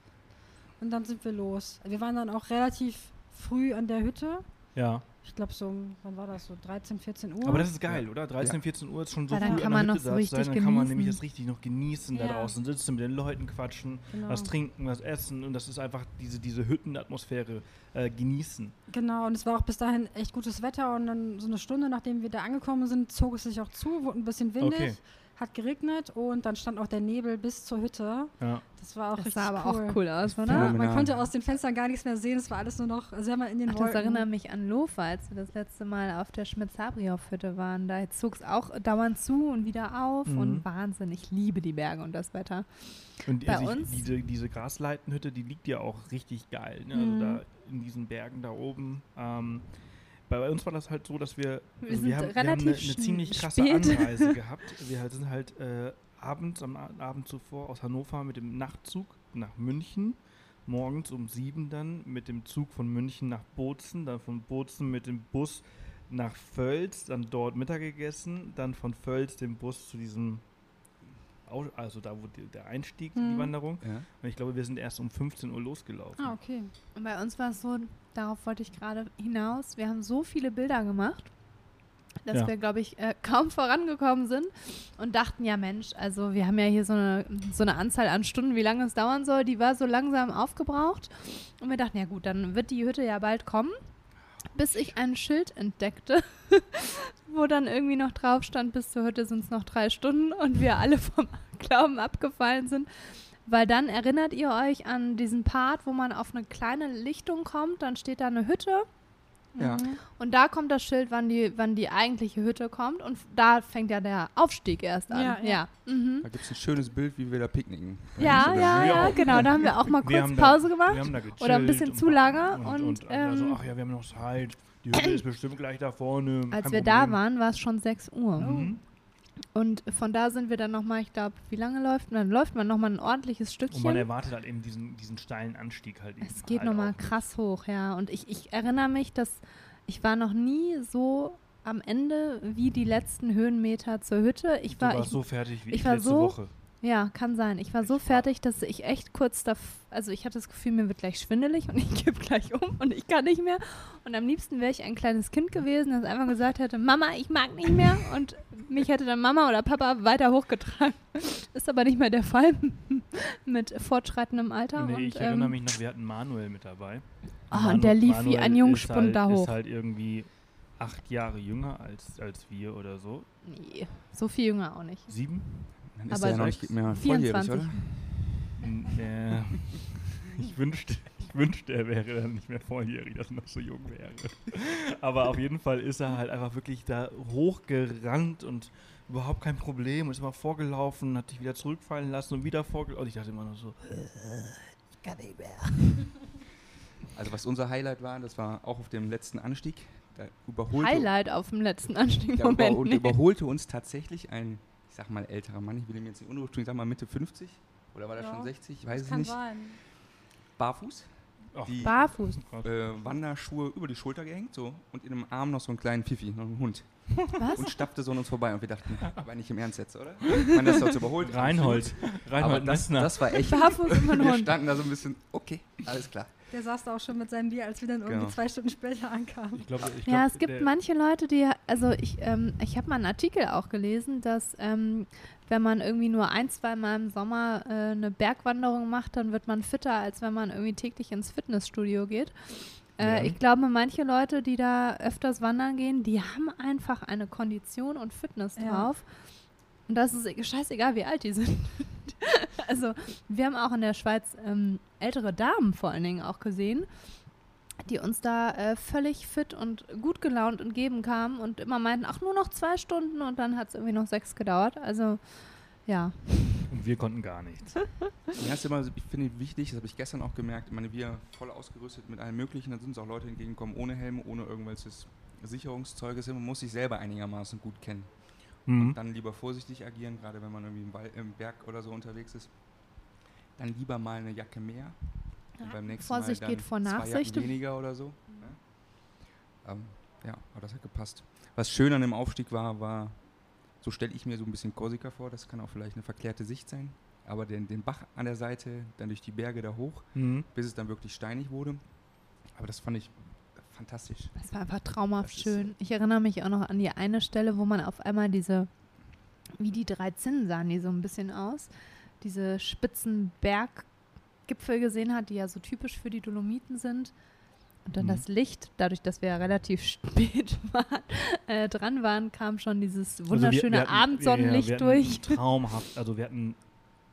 Speaker 3: Und dann sind wir los. Wir waren dann auch relativ früh an der Hütte.
Speaker 1: Ja.
Speaker 3: Ich glaube, so, um- wann war das? So 13, 14 Uhr.
Speaker 1: Aber das ist geil, oder? 13, 14 Uhr ist schon so
Speaker 4: Weil
Speaker 1: früh
Speaker 4: dann
Speaker 1: an
Speaker 4: kann
Speaker 1: der
Speaker 4: man noch
Speaker 1: Hütte
Speaker 4: so
Speaker 1: da zu sein,
Speaker 4: richtig
Speaker 1: Dann kann man
Speaker 4: genießen.
Speaker 1: nämlich das richtig noch genießen da
Speaker 3: Ja.
Speaker 1: draußen. Sitzen mit den Leuten, quatschen,
Speaker 3: genau.
Speaker 1: was trinken, was essen. Und das ist einfach diese, diese Hüttenatmosphäre äh, genießen.
Speaker 3: genau, und es war auch bis dahin echt gutes Wetter. Und dann so eine Stunde, nachdem wir da angekommen sind, zog es sich auch zu, wurde ein bisschen windig,
Speaker 1: Okay.
Speaker 3: hat geregnet und dann stand auch der Nebel bis zur Hütte.
Speaker 1: Ja.
Speaker 3: Das war auch
Speaker 4: Das
Speaker 3: richtig
Speaker 4: sah aber
Speaker 3: cool.
Speaker 4: auch cool aus, oder?
Speaker 3: Ja, Ne? man
Speaker 2: Phänomenal.
Speaker 3: konnte aus den Fenstern gar nichts mehr sehen. Es war alles nur noch sehr mal in den
Speaker 4: Ach, das
Speaker 3: Wolken.
Speaker 4: erinnert mich an Lofa, als wir das letzte Mal auf der Schmitz-Habriow-Hütte waren. Da zog es auch dauernd zu und wieder auf.
Speaker 1: Mhm.
Speaker 4: Und Wahnsinn, ich liebe die Berge und das Wetter.
Speaker 1: Und
Speaker 4: Bei
Speaker 1: also ich-
Speaker 4: uns?
Speaker 1: diese, diese Grasleitenhütte, die liegt ja auch richtig geil. Ne? Also
Speaker 4: Mhm.
Speaker 1: da in diesen Bergen da oben. Ähm, bei, bei uns war das halt so, dass wir,
Speaker 4: Wir
Speaker 1: also
Speaker 4: sind
Speaker 1: haben, wir haben
Speaker 4: relativ
Speaker 1: eine, eine ziemlich
Speaker 4: schn-
Speaker 1: krasse
Speaker 4: spät.
Speaker 1: Anreise gehabt. Wir halt sind halt äh, abends, am A- Abend zuvor aus Hannover mit dem Nachtzug nach München. Morgens um sieben dann mit dem Zug von München nach Bozen, dann von Bozen mit dem Bus nach Völz, dann dort Mittag gegessen, dann von Völz den Bus zu diesem, Au- also da wo die- der Einstieg in die
Speaker 3: Mhm.
Speaker 1: Wanderung.
Speaker 2: Ja.
Speaker 1: Und ich glaube, wir sind erst um 15 Uhr losgelaufen.
Speaker 3: Ah, okay.
Speaker 4: Und bei uns war es so, darauf wollte ich gerade hinaus, wir haben so viele Bilder gemacht, dass
Speaker 1: Ja.
Speaker 4: wir, glaube ich, äh, kaum vorangekommen sind und dachten, ja Mensch, also wir haben ja hier so eine, so eine Anzahl an Stunden, wie lange es dauern soll, die war so langsam aufgebraucht. Und wir dachten, ja gut, dann wird die Hütte ja bald kommen, bis ich ein Schild entdeckte, wo dann irgendwie noch drauf stand, bis zur Hütte sind es noch drei Stunden und wir alle vom Glauben abgefallen sind. Weil dann erinnert ihr euch an diesen Part, wo man auf eine kleine Lichtung kommt, dann steht da eine Hütte
Speaker 2: Ja.
Speaker 3: Mhm.
Speaker 4: und da kommt das Schild, wann die, wann die eigentliche Hütte kommt und f- da fängt ja der Aufstieg erst an.
Speaker 3: Ja,
Speaker 4: Ja,
Speaker 3: ja.
Speaker 4: ja. Mhm.
Speaker 2: Da gibt es ein schönes Bild, wie wir da picknicken.
Speaker 4: ja,
Speaker 2: Oder?
Speaker 4: ja,
Speaker 1: wir
Speaker 4: ja,
Speaker 1: auch.
Speaker 4: genau. Da haben wir auch mal
Speaker 1: Wir
Speaker 4: kurz
Speaker 1: haben da-
Speaker 4: Pause
Speaker 1: Wir haben
Speaker 4: gemacht.
Speaker 1: da gechillt
Speaker 4: Oder ein bisschen zu lange
Speaker 1: und,
Speaker 4: und,
Speaker 1: also,
Speaker 4: ähm,
Speaker 1: ach ja, wir haben noch Zeit. Die Hütte ist bestimmt gleich da vorne.
Speaker 4: Als
Speaker 1: kein
Speaker 4: wir da
Speaker 1: Problem.
Speaker 4: waren, Oh, war es schon 6 Uhr.
Speaker 1: Mhm.
Speaker 4: Und von da sind wir dann nochmal, ich glaube, wie lange läuft man? Dann läuft man nochmal ein ordentliches Stückchen.
Speaker 1: Und man erwartet halt eben diesen, diesen steilen Anstieg halt eben.
Speaker 4: Es geht
Speaker 1: halt
Speaker 4: nochmal
Speaker 1: auch.
Speaker 4: krass hoch, ja. Und ich, ich erinnere mich, dass ich war noch nie so am Ende wie die letzten Höhenmeter zur Hütte. Ich
Speaker 1: Du
Speaker 4: war,
Speaker 1: warst
Speaker 4: ich,
Speaker 1: so fertig wie ich,
Speaker 4: ich war
Speaker 1: letzte
Speaker 4: so-
Speaker 1: Woche.
Speaker 4: ja, kann sein. Ich war so
Speaker 1: Ich war-
Speaker 4: fertig, dass ich echt kurz da, also ich hatte das Gefühl, mir wird gleich schwindelig und ich kipp gleich um und ich kann nicht mehr. Und am liebsten wäre ich ein kleines Kind gewesen, das einfach gesagt hätte, Mama, ich mag nicht mehr. Und mich hätte dann Mama oder Papa weiter hochgetragen. Ist aber nicht mehr der Fall mit fortschreitendem Alter.
Speaker 1: Nee,
Speaker 4: und,
Speaker 1: ich erinnere
Speaker 4: ähm,
Speaker 1: mich noch, wir hatten Manuel mit dabei.
Speaker 4: Ah, und der lief wie ein Jungspund
Speaker 1: ist halt,
Speaker 4: da
Speaker 1: ist
Speaker 4: hoch.
Speaker 1: halt irgendwie acht Jahre jünger als, als wir oder so.
Speaker 4: Nee, so viel jünger auch nicht.
Speaker 1: Sieben?
Speaker 2: Dann ist
Speaker 4: Aber
Speaker 2: er ja noch
Speaker 1: sechs-
Speaker 2: nicht mehr
Speaker 4: 24.
Speaker 2: volljährig, oder?
Speaker 1: N- Äh, ich wünschte, ich wünschte, er wäre dann nicht mehr volljährig, dass er noch so jung wäre. Aber auf jeden Fall ist er halt einfach wirklich da hochgerannt und überhaupt kein Problem und ist immer vorgelaufen, hat sich wieder zurückfallen lassen und wieder vorgelaufen. Und ich dachte immer nur so,
Speaker 2: Also was unser Highlight war, das war auch auf dem letzten Anstieg. Da überholte,
Speaker 4: Highlight auf dem letzten Anstieg.
Speaker 2: da über,
Speaker 4: Moment.
Speaker 2: und
Speaker 4: nee.
Speaker 2: überholte uns tatsächlich ein, ich sag mal, älterer Mann. Ich will ihm jetzt nicht Unruhe tun, ich sag mal Mitte 50. Oder war das
Speaker 3: Ja.
Speaker 2: schon 60? Ich weiß es
Speaker 3: Kann
Speaker 2: nicht.
Speaker 3: sein.
Speaker 2: Barfuß.
Speaker 1: ach,
Speaker 2: Die
Speaker 4: Barfuß.
Speaker 1: Gott.
Speaker 2: äh, Wanderschuhe über die Schulter gehängt so und in einem Arm noch so einen kleinen Fifi, noch einen Hund.
Speaker 4: Was?
Speaker 2: Und stapfte so an uns vorbei und wir dachten, aber nicht im Ernst jetzt, oder? Man das dort überholt.
Speaker 1: Reinhold,
Speaker 2: Aber
Speaker 1: Reinhold
Speaker 2: das,
Speaker 1: Messner.
Speaker 2: das war echt.
Speaker 4: Barfuß und ein
Speaker 2: Wir
Speaker 4: Hund.
Speaker 2: standen da so ein bisschen, okay, alles klar.
Speaker 3: Der saß da auch schon mit seinem Bier, als wir dann irgendwie
Speaker 2: Genau.
Speaker 3: zwei Stunden später ankamen.
Speaker 1: ich glaub, ich glaub,
Speaker 4: Ja, es gibt
Speaker 1: der-
Speaker 4: manche Leute, die, also ich, ähm, ich habe mal einen Artikel auch gelesen, dass ähm, wenn man irgendwie nur ein, zwei Mal im Sommer äh, eine Bergwanderung macht, dann wird man fitter, als wenn man irgendwie täglich ins Fitnessstudio geht. Äh,
Speaker 1: Ja.
Speaker 4: Ich glaube, manche Leute, die da öfters wandern gehen, die haben einfach eine Kondition und Fitness
Speaker 3: Ja.
Speaker 4: drauf. Und das ist e- scheißegal, wie alt die sind. also, wir haben auch in der Schweiz ähm, ältere Damen vor allen Dingen auch gesehen, die uns da äh, völlig fit und gut gelaunt entgegen kamen und immer meinten, ach, nur noch zwei Stunden und dann hat es irgendwie noch sechs gedauert. Also, ja.
Speaker 1: Und wir konnten gar nichts.
Speaker 2: Ja, ist immer, so- ich finde wichtig, das habe ich gestern auch gemerkt, ich meine, wir voll ausgerüstet mit allem Möglichen, dann sind uns auch Leute entgegengekommen ohne Helm, ohne irgendwelches Sicherungszeuges, man muss sich selber einigermaßen gut kennen.
Speaker 1: Mhm.
Speaker 2: Dann lieber vorsichtig agieren, gerade wenn man irgendwie im, Wald, im Berg oder so unterwegs ist. Dann lieber mal eine Jacke mehr und beim nächsten
Speaker 4: Vorsicht
Speaker 2: Mal dann
Speaker 4: geht vor
Speaker 2: zwei
Speaker 4: Nachsicht.
Speaker 2: Jacken weniger oder so. Ne? Ähm, ja, aber das hat gepasst. Was schön an dem Aufstieg war, war, so stelle ich mir so ein bisschen Korsika vor, das kann auch vielleicht eine verklärte Sicht sein, aber den, den Bach an der Seite, dann durch die Berge da hoch,
Speaker 1: Mhm.
Speaker 2: bis es dann wirklich steinig wurde. Aber das fand ich fantastisch.
Speaker 4: Das war einfach traumhaft
Speaker 2: Das ist
Speaker 4: schön. Ich erinnere mich auch noch an die eine Stelle, wo man auf einmal diese, wie die drei Zinnen sahen die so ein bisschen aus, diese spitzen Berggipfel gesehen hat, die ja so typisch für die Dolomiten sind. Und dann
Speaker 1: Mhm.
Speaker 4: das Licht, dadurch, dass wir ja relativ spät waren, äh, dran waren, kam schon dieses wunderschöne
Speaker 1: Also hatten-
Speaker 4: Abendsonnenlicht
Speaker 1: ja, wir
Speaker 4: durch.
Speaker 1: hatten Traumhaft, also wir hatten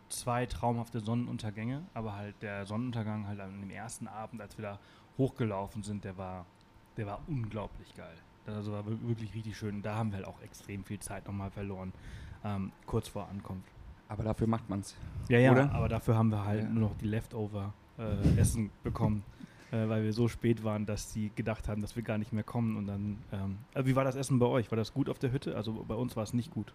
Speaker 1: zwei traumhafte Sonnenuntergänge, aber halt der Sonnenuntergang halt an dem ersten Abend, als wir da hochgelaufen sind, der war, der war unglaublich geil. Das also war wir- wirklich richtig schön. Da haben wir halt auch extrem viel Zeit nochmal verloren, ähm, kurz vor Ankunft.
Speaker 2: Aber dafür macht man es.
Speaker 1: Ja, ja,
Speaker 2: Oder?
Speaker 1: aber dafür haben wir halt
Speaker 2: Ja.
Speaker 1: nur noch die Leftover-Essen bekommen, äh, weil wir so spät waren, dass sie gedacht haben, dass wir gar nicht mehr kommen. Und dann, ähm, äh, wie war das Essen bei euch? War das gut auf der Hütte? Also bei uns war es nicht gut.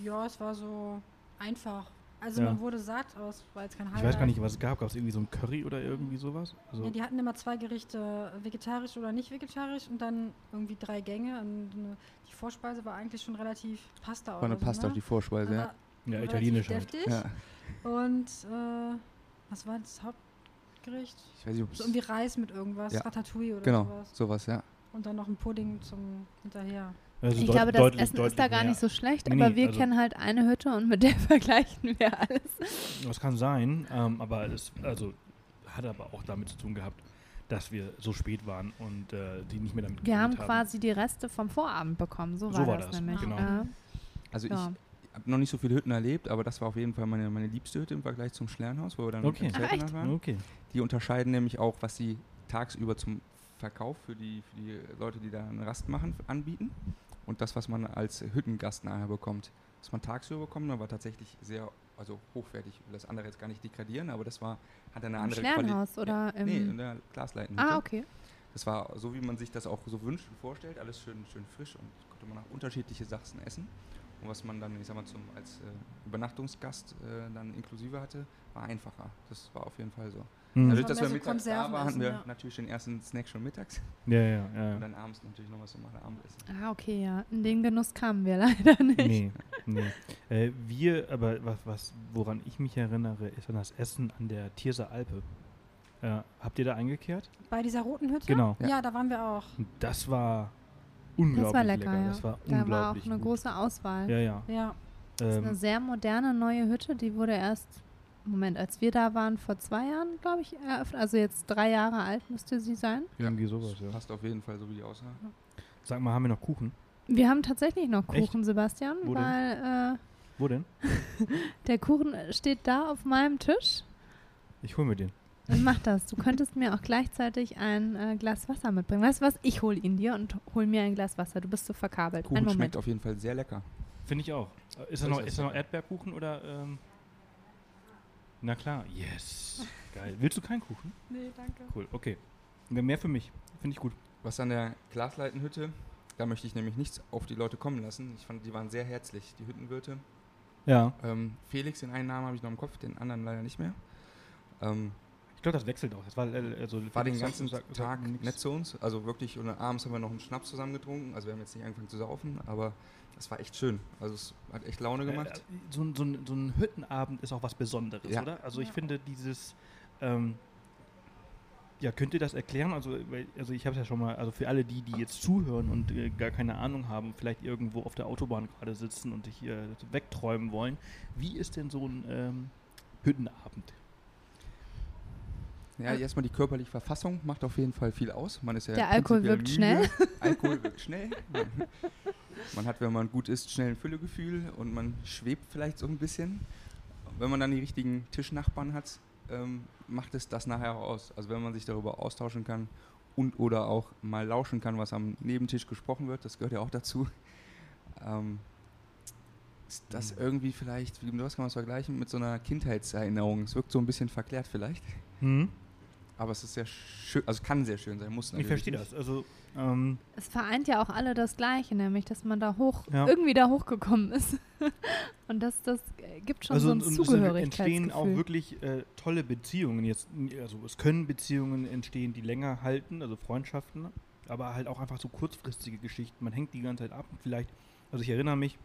Speaker 3: Ja, es war so einfach. Also
Speaker 1: Ja.
Speaker 3: man wurde satt, aber es war jetzt kein
Speaker 1: Ich
Speaker 3: Highlight.
Speaker 1: weiß gar nicht, was es gab. Gab es irgendwie so ein Curry oder irgendwie sowas? Also,
Speaker 3: Ja, die hatten immer zwei Gerichte, vegetarisch oder nicht vegetarisch und dann irgendwie drei Gänge. Und eine, die Vorspeise war eigentlich schon relativ Pasta
Speaker 2: War eine
Speaker 3: oder so,
Speaker 2: Pasta
Speaker 3: ne?
Speaker 2: auf die Vorspeise, ja.
Speaker 3: Aber
Speaker 1: ja,
Speaker 3: relativ
Speaker 1: italienisch halt.
Speaker 3: deftig.
Speaker 2: ja.
Speaker 3: Und äh, was war das Hauptgericht?
Speaker 2: Ich weiß nicht, ob
Speaker 3: So
Speaker 2: es.
Speaker 3: irgendwie Reis mit irgendwas,
Speaker 2: Ja.
Speaker 3: Ratatouille oder
Speaker 2: Genau,
Speaker 3: sowas.
Speaker 2: sowas, ja.
Speaker 3: Und dann noch ein Pudding zum hinterher.
Speaker 1: Also
Speaker 4: Ich
Speaker 1: deut-
Speaker 4: glaube, das
Speaker 1: deutlich-
Speaker 4: Essen
Speaker 1: deutlich
Speaker 4: ist da gar
Speaker 1: mehr.
Speaker 4: nicht so schlecht,
Speaker 1: Nee,
Speaker 4: aber
Speaker 1: nee,
Speaker 4: wir
Speaker 1: also-
Speaker 4: kennen halt eine Hütte und mit der vergleichen wir alles.
Speaker 1: Das kann sein, ähm, aber es also, hat aber auch damit zu tun gehabt, dass wir so spät waren und äh, die nicht mehr damit
Speaker 4: Wir haben
Speaker 1: gerechnet
Speaker 4: quasi die Reste vom Vorabend bekommen, so
Speaker 1: So
Speaker 4: war,
Speaker 1: war
Speaker 4: das,
Speaker 1: das,
Speaker 4: nämlich.
Speaker 1: genau.
Speaker 4: Ja.
Speaker 2: Also ich,
Speaker 4: Ja.
Speaker 2: habe noch nicht so viele Hütten erlebt, aber das war auf jeden Fall meine, meine liebste Hütte im Vergleich zum Schlernhaus, wo wir dann
Speaker 1: Okay.
Speaker 2: im
Speaker 1: Ach,
Speaker 2: Zeltlager
Speaker 4: echt?
Speaker 2: waren.
Speaker 1: Okay.
Speaker 2: Die unterscheiden nämlich auch, was sie tagsüber zum Verkauf für die, für die Leute, die da eine Rast machen, f- anbieten und das, was man als Hüttengast nachher bekommt. Was man tagsüber bekommt, da war tatsächlich sehr also hochwertig. Ich will das andere jetzt gar nicht degradieren, aber das war hat eine
Speaker 4: Im
Speaker 2: andere
Speaker 4: Schlernhaus
Speaker 2: Quali-
Speaker 4: oder
Speaker 2: Ja, nee,
Speaker 4: im-
Speaker 2: in der Glasleitenhütte.
Speaker 4: Ah, okay.
Speaker 2: Das war so, wie man sich das auch so wünscht und vorstellt, alles schön, schön frisch und konnte man auch unterschiedliche Sachsen essen. Und was man dann, ich sag mal, zum, als äh, Übernachtungsgast äh, dann inklusive hatte, war einfacher. Das war auf jeden Fall so.
Speaker 1: Hm.
Speaker 2: Dadurch,
Speaker 3: war
Speaker 2: dass
Speaker 3: Mhm. mehr
Speaker 2: wir
Speaker 3: so
Speaker 2: mittags da waren,
Speaker 3: Konserven
Speaker 2: hatten
Speaker 3: essen,
Speaker 2: wir
Speaker 3: ja.
Speaker 2: natürlich den ersten Snack schon mittags
Speaker 1: Ja, ja,
Speaker 2: und
Speaker 1: ja.
Speaker 2: dann abends natürlich noch was normales Abendessen.
Speaker 4: Ah, okay, ja. In den Genuss kamen wir leider nicht.
Speaker 1: Nee, nee. Äh, wir, aber was, was, woran ich mich erinnere, ist an das Essen an der Tierser Alpe. Äh, habt ihr da eingekehrt?
Speaker 3: Bei dieser roten Hütte?
Speaker 1: Genau.
Speaker 3: Ja, da waren wir auch.
Speaker 1: Und das war unglaublich
Speaker 4: Das war lecker, ja.
Speaker 1: Das war
Speaker 4: Da war auch
Speaker 1: unglaublich
Speaker 4: eine
Speaker 1: gut.
Speaker 4: große Auswahl.
Speaker 1: Ja, ja.
Speaker 3: Ja,
Speaker 4: Das ist eine
Speaker 1: Ähm,
Speaker 4: sehr moderne neue Hütte, die wurde erst, Moment, als wir da waren, vor zwei Jahren, glaube ich, eröffnet. Also jetzt drei Jahre alt müsste sie sein.
Speaker 1: irgendwie sowas, ja.
Speaker 2: Passt auf jeden Fall so wie die aussah.
Speaker 1: Sag mal, haben wir noch Kuchen?
Speaker 4: Wir haben tatsächlich noch
Speaker 1: Echt?
Speaker 4: Kuchen, Sebastian,
Speaker 1: Wo denn?
Speaker 4: weil äh,
Speaker 1: Wo denn?
Speaker 4: der Kuchen äh, steht da auf meinem Tisch.
Speaker 1: Ich hol mir den.
Speaker 4: Dann mach das. Du könntest mir auch gleichzeitig ein äh, Glas Wasser mitbringen. Weißt du was? Ich hole ihn dir und hol mir ein Glas Wasser. Du bist so verkabelt.
Speaker 2: Kuchen
Speaker 4: Einen Moment.
Speaker 2: schmeckt auf jeden Fall sehr lecker.
Speaker 1: Finde ich auch. Äh, Ist da
Speaker 2: Äußerst
Speaker 1: noch, ist da noch
Speaker 2: lecker.
Speaker 1: Erdbeerkuchen oder? Ähm? Na klar. Yes. Geil. Willst du keinen Kuchen?
Speaker 3: nee, danke.
Speaker 1: Cool. Okay. Mehr für mich. Finde ich gut.
Speaker 2: Was an der Glasleitenhütte, da möchte ich nämlich nichts auf die Leute kommen lassen. Ich fand, die waren sehr herzlich, die Hüttenwirte.
Speaker 1: Ja.
Speaker 2: Ähm, Felix, den einen Namen habe ich noch im Kopf, den anderen leider nicht mehr. Ähm,
Speaker 1: Ich glaube, das wechselt auch. Das war, äh, also
Speaker 2: war den
Speaker 1: sag-
Speaker 2: ganzen
Speaker 1: sag- sag
Speaker 2: Tag
Speaker 1: nix.
Speaker 2: nett zu uns. Also wirklich, und abends haben wir noch einen Schnaps zusammen getrunken. Also wir haben jetzt nicht angefangen zu saufen, aber es war echt schön. Also es hat echt Laune
Speaker 1: Äh,
Speaker 2: gemacht.
Speaker 1: äh, So, ein- so, ein- so ein Hüttenabend ist auch was Besonderes,
Speaker 2: Ja.
Speaker 1: oder? Also ich
Speaker 3: Ja.
Speaker 1: finde dieses, ähm, ja, könnt ihr das erklären? Also, weil- also ich habe es ja schon mal, also für alle die, die jetzt zuhören und äh, gar keine Ahnung haben, vielleicht irgendwo auf der Autobahn gerade sitzen und sich hier wegträumen wollen, wie ist denn so ein ähm, Hüttenabend?
Speaker 2: Ja, erstmal die körperliche Verfassung macht auf jeden Fall viel aus. Man ist ja
Speaker 4: Der Alkohol
Speaker 2: prinzipiell
Speaker 4: wirkt
Speaker 2: müde. Alkohol wirkt schnell. Man hat, wenn man gut isst, schnell ein Füllegefühl und man schwebt vielleicht so ein bisschen. Wenn man dann die richtigen Tischnachbarn hat, ähm, macht es das nachher auch aus. Also wenn man sich darüber austauschen kann und oder auch mal lauschen kann, was am Nebentisch gesprochen wird, das gehört ja auch dazu. Ähm, ist das
Speaker 1: Mhm.
Speaker 2: irgendwie vielleicht, wie du das kann man es vergleichen, mit so einer Kindheitserinnerung. Es wirkt so ein bisschen verklärt vielleicht,
Speaker 1: Hm?
Speaker 2: aber es ist sehr schön, also kann sehr schön sein, muss
Speaker 1: Ich
Speaker 2: natürlich
Speaker 1: verstehe
Speaker 2: nicht.
Speaker 1: das. Also, ähm,
Speaker 4: Es vereint ja auch alle das Gleiche, nämlich, dass man da hoch,
Speaker 1: Ja.
Speaker 4: irgendwie da hochgekommen ist. Und das, das äh, gibt schon
Speaker 1: also
Speaker 4: so ein
Speaker 1: und es
Speaker 4: Zugehörigkeitsgefühl.
Speaker 1: entstehen auch wirklich äh, tolle Beziehungen jetzt. Also es können Beziehungen entstehen, die länger halten, also Freundschaften, aber halt auch einfach so kurzfristige Geschichten. Man hängt die ganze Zeit ab und vielleicht, also ich erinnere mich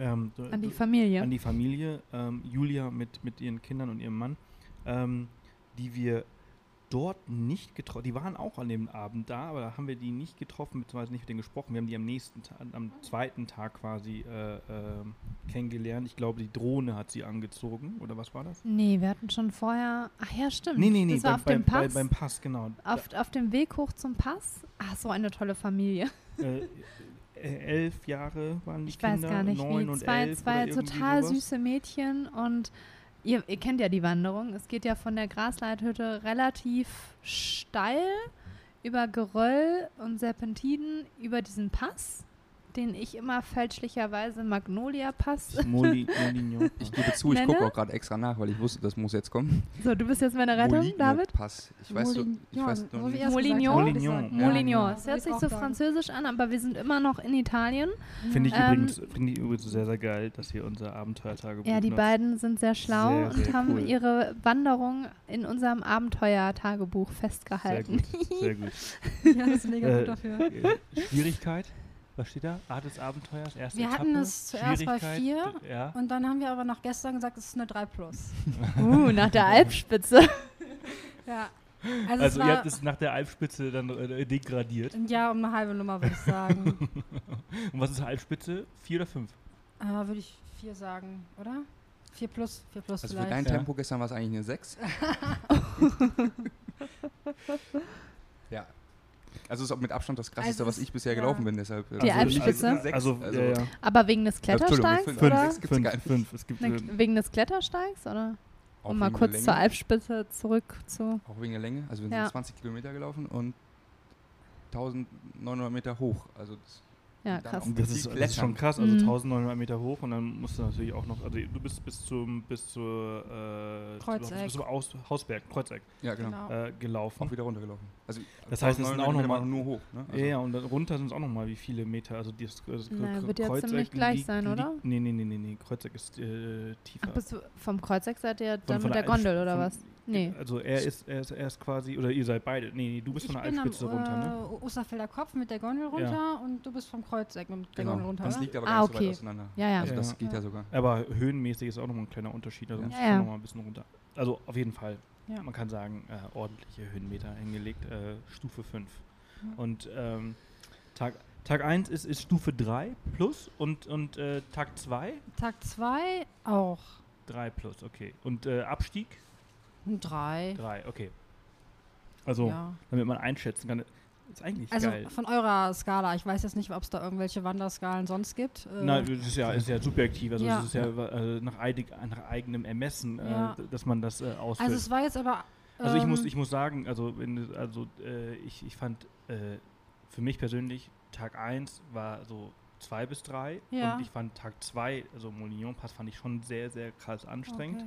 Speaker 1: ähm, so-
Speaker 4: an die
Speaker 1: so-
Speaker 4: Familie.
Speaker 1: an die Familie, ähm, Julia mit, mit ihren Kindern und ihrem Mann, ähm, die wir dort nicht getroffen, die waren auch an dem Abend da, aber da haben wir die nicht getroffen, beziehungsweise nicht mit denen gesprochen. Wir haben die am nächsten Tag, am zweiten Tag quasi äh, ähm, kennengelernt. Ich glaube, die Drohne hat sie angezogen, oder was war das?
Speaker 4: nee, wir hatten schon vorher. Ach ja, stimmt.
Speaker 1: Nee, nee, nee,
Speaker 4: das war
Speaker 1: beim-
Speaker 4: auf
Speaker 1: beim,
Speaker 4: dem Pass.
Speaker 1: Bei, beim Pass, genau.
Speaker 4: auf, auf dem Weg hoch zum Pass. Ach, so eine tolle Familie.
Speaker 1: äh, äh, elf Jahre waren die
Speaker 4: Ich
Speaker 1: Kinder,
Speaker 4: weiß gar nicht,
Speaker 1: neun
Speaker 4: wie
Speaker 1: und
Speaker 4: zwei,
Speaker 1: elf
Speaker 4: zwei
Speaker 1: oder irgendwie
Speaker 4: total
Speaker 1: sowas.
Speaker 4: süße Mädchen und ihr, ihr kennt ja die Wanderung. Es geht ja von der Grasleithütte relativ steil über Geröll und Serpentinen über diesen Pass, den ich immer fälschlicherweise Magnolia Pass.
Speaker 1: Moli, Molignon.
Speaker 2: Ich gebe zu, ich
Speaker 4: Nenne?
Speaker 2: gucke auch gerade extra nach, weil ich wusste, das muss jetzt kommen. ne,
Speaker 4: So, du bist jetzt meine Rettung, David.
Speaker 2: Pass. Ich weiß, so, ich weiß noch
Speaker 3: so wie
Speaker 2: nicht.
Speaker 3: er es gesagt
Speaker 4: Molignon?
Speaker 3: hat.
Speaker 1: Molignon, Ja.
Speaker 4: Molignon.
Speaker 1: Ja,
Speaker 4: Es
Speaker 3: so
Speaker 4: hört
Speaker 3: wie
Speaker 4: sich
Speaker 3: auch
Speaker 4: so
Speaker 3: sagen.
Speaker 4: französisch an, aber wir sind immer noch in Italien.
Speaker 1: Finde ich,
Speaker 4: Ähm,
Speaker 1: übrigens, finde ich übrigens sehr, sehr geil, dass wir unser Abenteuertagebuch
Speaker 4: Ja, die
Speaker 1: nutzen.
Speaker 4: beiden sind sehr schlau
Speaker 1: Sehr,
Speaker 4: und
Speaker 1: sehr
Speaker 4: haben
Speaker 1: cool.
Speaker 4: ihre Wanderung in unserem Abenteuer-Tagebuch
Speaker 1: Sehr
Speaker 4: festgehalten.
Speaker 1: gut, sehr gut.
Speaker 3: Ja, das ist mega
Speaker 1: Äh,
Speaker 3: gut dafür.
Speaker 1: äh, Schwierigkeit, was steht da? Art des Abenteuers, erste
Speaker 3: Wir
Speaker 1: Etappe.
Speaker 3: hatten es zuerst bei
Speaker 1: Schwierigkeit,
Speaker 3: vier
Speaker 1: d- Ja.
Speaker 3: Und dann haben wir aber nach gestern gesagt, es ist eine 3 plus.
Speaker 4: Uh, nach der Alpspitze.
Speaker 3: Ja. Also,
Speaker 1: Also
Speaker 3: es
Speaker 1: ihr
Speaker 3: war
Speaker 1: habt es nach der Alpspitze dann äh, degradiert.
Speaker 3: ja um eine halbe Nummer, würde ich sagen.
Speaker 1: Und was ist Alpspitze? Vier oder fünf?
Speaker 3: äh, würde ich 4 sagen, oder? 4 plus, 4 plus
Speaker 2: Also für
Speaker 3: vielleicht.
Speaker 2: dein
Speaker 1: Ja.
Speaker 2: Tempo gestern war es eigentlich eine 6. ja. Also ist auch mit Abstand das krasseste,
Speaker 3: Also
Speaker 2: was
Speaker 3: es-
Speaker 2: ich bisher
Speaker 3: ja.
Speaker 2: gelaufen bin, deshalb. äh,
Speaker 4: Die
Speaker 2: also-
Speaker 4: Alpspitze?
Speaker 2: also-
Speaker 1: Also,
Speaker 2: also-
Speaker 1: ja, ja.
Speaker 4: Aber wegen des
Speaker 2: Ja, Entschuldigung,
Speaker 4: Klettersteigs,
Speaker 2: fünf,
Speaker 4: oder?
Speaker 2: sechs gibt's
Speaker 1: fünf,
Speaker 2: gar nicht.
Speaker 1: fünf. Es gibt,
Speaker 4: Na,
Speaker 1: äh,
Speaker 4: wegen des Klettersteigs, oder?
Speaker 2: Auch
Speaker 4: um mal
Speaker 2: wegen der
Speaker 4: kurz
Speaker 2: Länge,
Speaker 4: zur Alpspitze zurück zu.
Speaker 2: Auch wegen der Länge. Also wir sind
Speaker 4: Ja.
Speaker 2: 20 Kilometer gelaufen und 1900 Meter hoch. Also das,
Speaker 4: Ja,
Speaker 2: Und dann um
Speaker 4: krass.
Speaker 2: auch-
Speaker 1: das
Speaker 2: Die
Speaker 1: ist, das ist schon
Speaker 2: klettern.
Speaker 1: krass, also
Speaker 4: Mhm.
Speaker 1: 1900 Meter hoch und dann musst du natürlich auch noch, also du bist bis zum, bis zur, äh,
Speaker 3: Kreuzeck.
Speaker 1: bis zum Aus, Hausberg, Kreuzeck
Speaker 2: ja, genau.
Speaker 3: Genau.
Speaker 1: äh, gelaufen.
Speaker 2: Auch wieder runtergelaufen. Also
Speaker 1: Das heißt, es sind
Speaker 2: 1900
Speaker 1: auch noch
Speaker 2: Meter
Speaker 1: mal-
Speaker 2: waren nur hoch. Ne? Also
Speaker 1: ja, ja, und dann runter sind es auch nochmal wie viele Meter. Also das, das
Speaker 4: Na,
Speaker 1: Kre-
Speaker 4: wird ja
Speaker 1: Kreuzeck
Speaker 4: ziemlich gleich
Speaker 1: liegt-
Speaker 4: sein, oder?
Speaker 1: Liegt, nee, nee, nee, nee, nee, Kreuzeck ist äh, tiefer.
Speaker 4: Ach, bist du vom Kreuzeck seid ihr dann
Speaker 1: von
Speaker 4: mit der
Speaker 1: Alps-
Speaker 4: Gondel, oder
Speaker 1: von-
Speaker 4: was? Nee.
Speaker 1: Also er ist, er ist, er ist quasi, oder ihr seid beide, nee, nee du bist
Speaker 3: ich
Speaker 1: von der
Speaker 3: bin am
Speaker 1: Alpspitze runter, ne?
Speaker 3: äh, Osterfelder Kopf mit der Gondel runter und du bist vom Kreuzeck mit der Gondel
Speaker 2: genau.
Speaker 3: runter. ne?
Speaker 2: Das
Speaker 3: oder?
Speaker 2: liegt aber
Speaker 4: Ah,
Speaker 2: gar nicht so
Speaker 4: okay.
Speaker 2: weit auseinander.
Speaker 4: Ja, ja.
Speaker 2: Also
Speaker 1: Ja.
Speaker 2: das geht
Speaker 3: Ja.
Speaker 2: ja sogar.
Speaker 1: Aber höhenmäßig ist auch nochmal ein kleiner Unterschied, also
Speaker 2: Ja.
Speaker 1: muss
Speaker 4: äh, Ja, ja.
Speaker 1: man nochmal ein bisschen runter. Also auf jeden Fall,
Speaker 3: Ja.
Speaker 1: man kann sagen, äh, ordentliche Höhenmeter hingelegt, äh, Stufe 5.
Speaker 3: Ja.
Speaker 1: Und ähm, Tag 1 Tag eins ist, ist Stufe 3 plus und, und äh, Tag 2
Speaker 3: Tag 2 auch
Speaker 1: 3 plus, okay. Und äh, Abstieg
Speaker 3: ein 3.
Speaker 1: 3, okay. Also
Speaker 3: Ja.
Speaker 1: damit man einschätzen kann. Ist eigentlich
Speaker 3: Also
Speaker 1: geil.
Speaker 3: von eurer Skala. Ich weiß jetzt nicht, ob es da irgendwelche Wanderskalen sonst gibt. Äh,
Speaker 1: Nein, das ist ja, ist ja subjektiv, also
Speaker 3: Ja.
Speaker 1: es ist ja äh, nach, eidig, nach eigenem Ermessen,
Speaker 3: Ja.
Speaker 1: äh, d- dass man das äh, ausfüllt.
Speaker 3: also
Speaker 1: Also,
Speaker 3: es war jetzt aber.
Speaker 1: ich, muss,
Speaker 3: ähm,
Speaker 1: ich muss sagen, also, wenn, also äh, ich, ich fand äh, für mich persönlich, Tag 1 war so 2 bis 3
Speaker 3: Ja.
Speaker 1: und ich fand Tag 2, also Molignon Pass, fand ich schon sehr, sehr krass anstrengend.